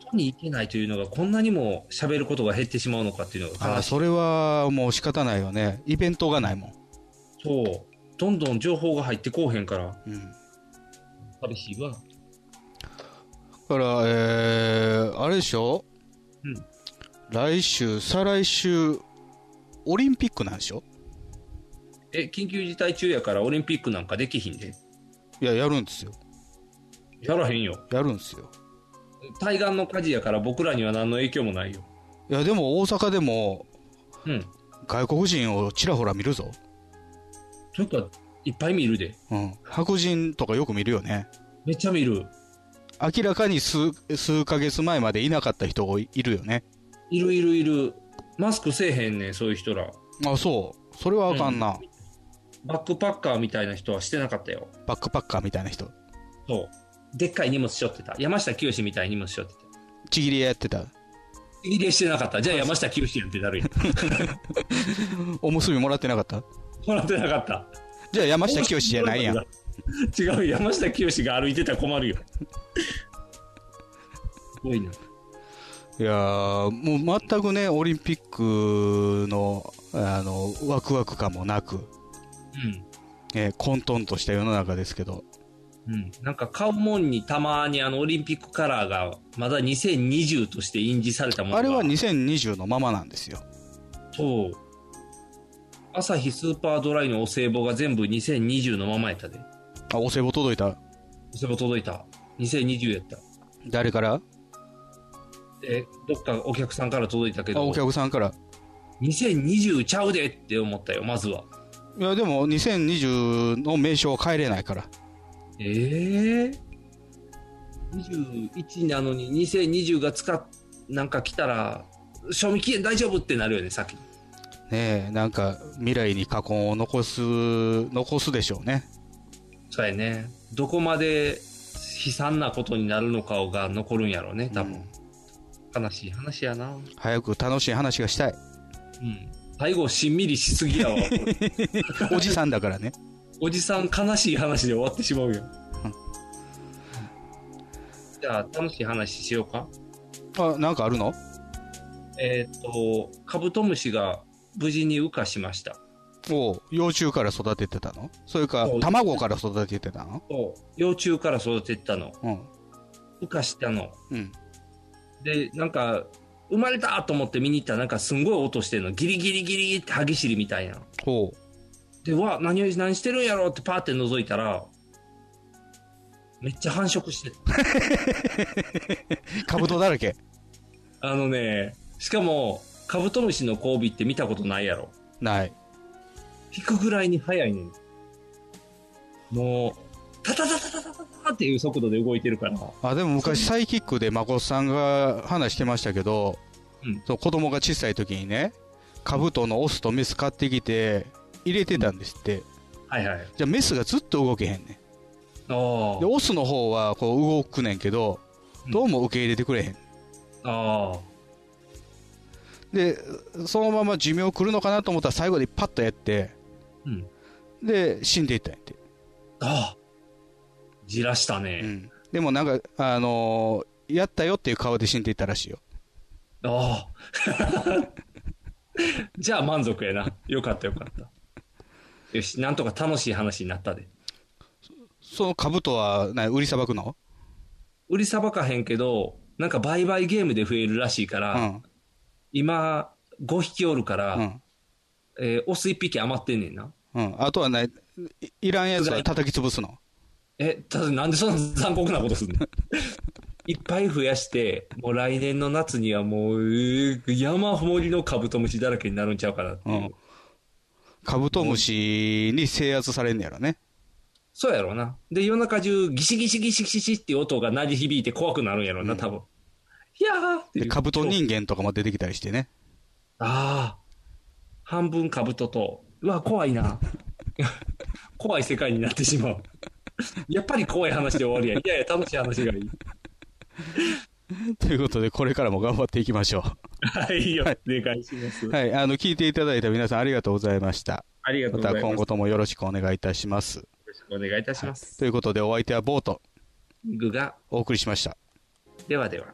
[SPEAKER 1] 外に行けないというのがこんなにも喋ることが減ってしまうのかっていうのが
[SPEAKER 2] あ
[SPEAKER 1] 悲
[SPEAKER 2] ー
[SPEAKER 1] しい
[SPEAKER 2] それはもう仕方ないよね。イベントがないもん。
[SPEAKER 1] そうどんどん情報が入ってこうへんから、
[SPEAKER 2] うん、
[SPEAKER 1] 寂しいわ
[SPEAKER 2] だから、えーあれでしょ、
[SPEAKER 1] うん
[SPEAKER 2] 来週、再来週、オリンピックなんでしょ
[SPEAKER 1] え緊急事態中やからオリンピックなんかできひんで
[SPEAKER 2] いや、やるんですよ。
[SPEAKER 1] やらへんよ
[SPEAKER 2] やるんですよ。
[SPEAKER 1] 対岸の火事やから僕らには何の影響もないよ
[SPEAKER 2] いや、でも大阪でも、
[SPEAKER 1] うん
[SPEAKER 2] 外国人をちらほら見るぞ。
[SPEAKER 1] というかいっぱい見るで
[SPEAKER 2] うん。白人とかよく見るよね。
[SPEAKER 1] めっちゃ見る
[SPEAKER 2] 明らかに数、数ヶ月前までいなかった人がいるよね。
[SPEAKER 1] いるいるいるマスクせえへんねんそういう人ら
[SPEAKER 2] あ、そう。それはあかんな。
[SPEAKER 1] バックパッカーみたいな人はしてなかったよ
[SPEAKER 2] バックパッカーみたいな人。
[SPEAKER 1] そうでっかい荷物しょってた山下清みたいに荷物しょってた
[SPEAKER 2] ちぎりやってた。
[SPEAKER 1] 入れしてなかったじゃあ山下清やんってなる やん
[SPEAKER 2] おむすびもらってなかった
[SPEAKER 1] もらってなかった
[SPEAKER 2] じゃあ山下清じゃないやん。
[SPEAKER 1] 違う山下清が歩いてたら困るよすごい
[SPEAKER 2] ないやーもう全くね、オリンピックの、あの、ワクワク感もなく、えー混沌とした世の中ですけど、
[SPEAKER 1] うん、うん、なんか顔もんにたまにあのオリンピックカラーがまだ2020として印字されたものが
[SPEAKER 2] あれは2020のままなんですよ。
[SPEAKER 1] そう朝日スーパードライのお歳暮が全部2020のままやったで
[SPEAKER 2] あ、お歳暮届いた。
[SPEAKER 1] お歳暮届いた2020やった
[SPEAKER 2] 誰から
[SPEAKER 1] えどっかお客さんから届いたけ
[SPEAKER 2] あ、
[SPEAKER 1] ど
[SPEAKER 2] お客さんから。
[SPEAKER 1] 2020ちゃうでって思ったよまずはい
[SPEAKER 2] や、でも2020の名称は変えれないから。
[SPEAKER 1] ええ21なのに2020が使っなんか来たら賞味期限大丈夫ってなるよねさっき
[SPEAKER 2] ねえ、なんか未来に禍根を残す、残すでしょうね。
[SPEAKER 1] そうやねどこまで悲惨なことになるのかが残るんやろうね多分、悲しい話やな
[SPEAKER 2] 早く楽しい話が したい。
[SPEAKER 1] 最後しんみりしすぎやわ
[SPEAKER 2] おじさんだからね。
[SPEAKER 1] おじさん悲しい話で終わってしまうよじゃあ楽しい話しようか
[SPEAKER 2] あ、なんかあるの
[SPEAKER 1] えーっ、とカブトムシが無事に羽化しました
[SPEAKER 2] おう幼虫から育ててたのそれか
[SPEAKER 1] そう、
[SPEAKER 2] 卵から育ててたの
[SPEAKER 1] 幼虫から育てたの
[SPEAKER 2] うん。
[SPEAKER 1] 羽化したの
[SPEAKER 2] うん。
[SPEAKER 1] でなんか生まれたと思って見に行ったらなんかすんごい音してるのギリギリギリギリって歯ぎしりみたいな
[SPEAKER 2] ほ
[SPEAKER 1] でわ何を何してるんやろってパーって覗いたらめっちゃ繁殖してる
[SPEAKER 2] う。カブトだら け。
[SPEAKER 1] あのねしかもカブトムシの交尾って見たことないやろ
[SPEAKER 2] ない。
[SPEAKER 1] 引くぐらいに速いねんもうタタタタタタタタっていう速度で動いてるから
[SPEAKER 2] あ、でも昔サイキックで誠さんが話してましたけど、そう子供が小さい時にね、カブトのオスとメス買ってきて、入れてたんですって。
[SPEAKER 1] はいはい
[SPEAKER 2] じゃあメスがずっと動けへんね
[SPEAKER 1] あー
[SPEAKER 2] ん。で、オスの方はこう動くねんけど、どうも受け入れてくれへん。
[SPEAKER 1] ああ
[SPEAKER 2] で、そのまま寿命来るのかなと思ったら最後でパッとやって、
[SPEAKER 1] うん
[SPEAKER 2] で、死んでいったんやって。
[SPEAKER 1] ああじらしたね、
[SPEAKER 2] でもなんか、あのーやったよっていう顔で死んでいったらしいよ。
[SPEAKER 1] ああ。 じゃあ満足やな。よかったよかった。よし、なんとか楽しい話になったで。
[SPEAKER 2] その兜は、な、売りさばくの
[SPEAKER 1] 売りさばかへんけど、なんか売買ゲームで増えるらしいから、今、5匹おるから、えーオス1匹余ってんねんな。
[SPEAKER 2] うん。あとはね、いいらんやつは叩き潰すの。
[SPEAKER 1] え、ただなんでそんな残酷なことすんのいっぱい増やして、もう来年の夏にはもう、えー山盛りのカブトムシだらけになるんちゃうかなっていう。
[SPEAKER 2] カブトムシに制圧されんねやろね。
[SPEAKER 1] そうやろうな。で、夜中中、ギシギシギシギシギシっていう音が鳴り響いて怖くなるんやろうな、多分。いやーってい
[SPEAKER 2] で、
[SPEAKER 1] う
[SPEAKER 2] カブト人間とかも出てきたりしてね。
[SPEAKER 1] ああ。半分カブトと、うわ、怖いな。怖い世界になってしまう。やっぱり怖い話で終わりや。いやいや、楽しい話がいい。
[SPEAKER 2] ということで、これからも頑張っていきましょ
[SPEAKER 1] はい、よお願いします。
[SPEAKER 2] う。はい、あの、聞いていただいた皆さんありがとうございました。
[SPEAKER 1] ありがとうございます
[SPEAKER 2] また今後ともよろしくお願いいたします。
[SPEAKER 1] お願いいたします。
[SPEAKER 2] ということで、お相手はボート、
[SPEAKER 1] 具が、
[SPEAKER 2] お送りしました。
[SPEAKER 1] ではでは。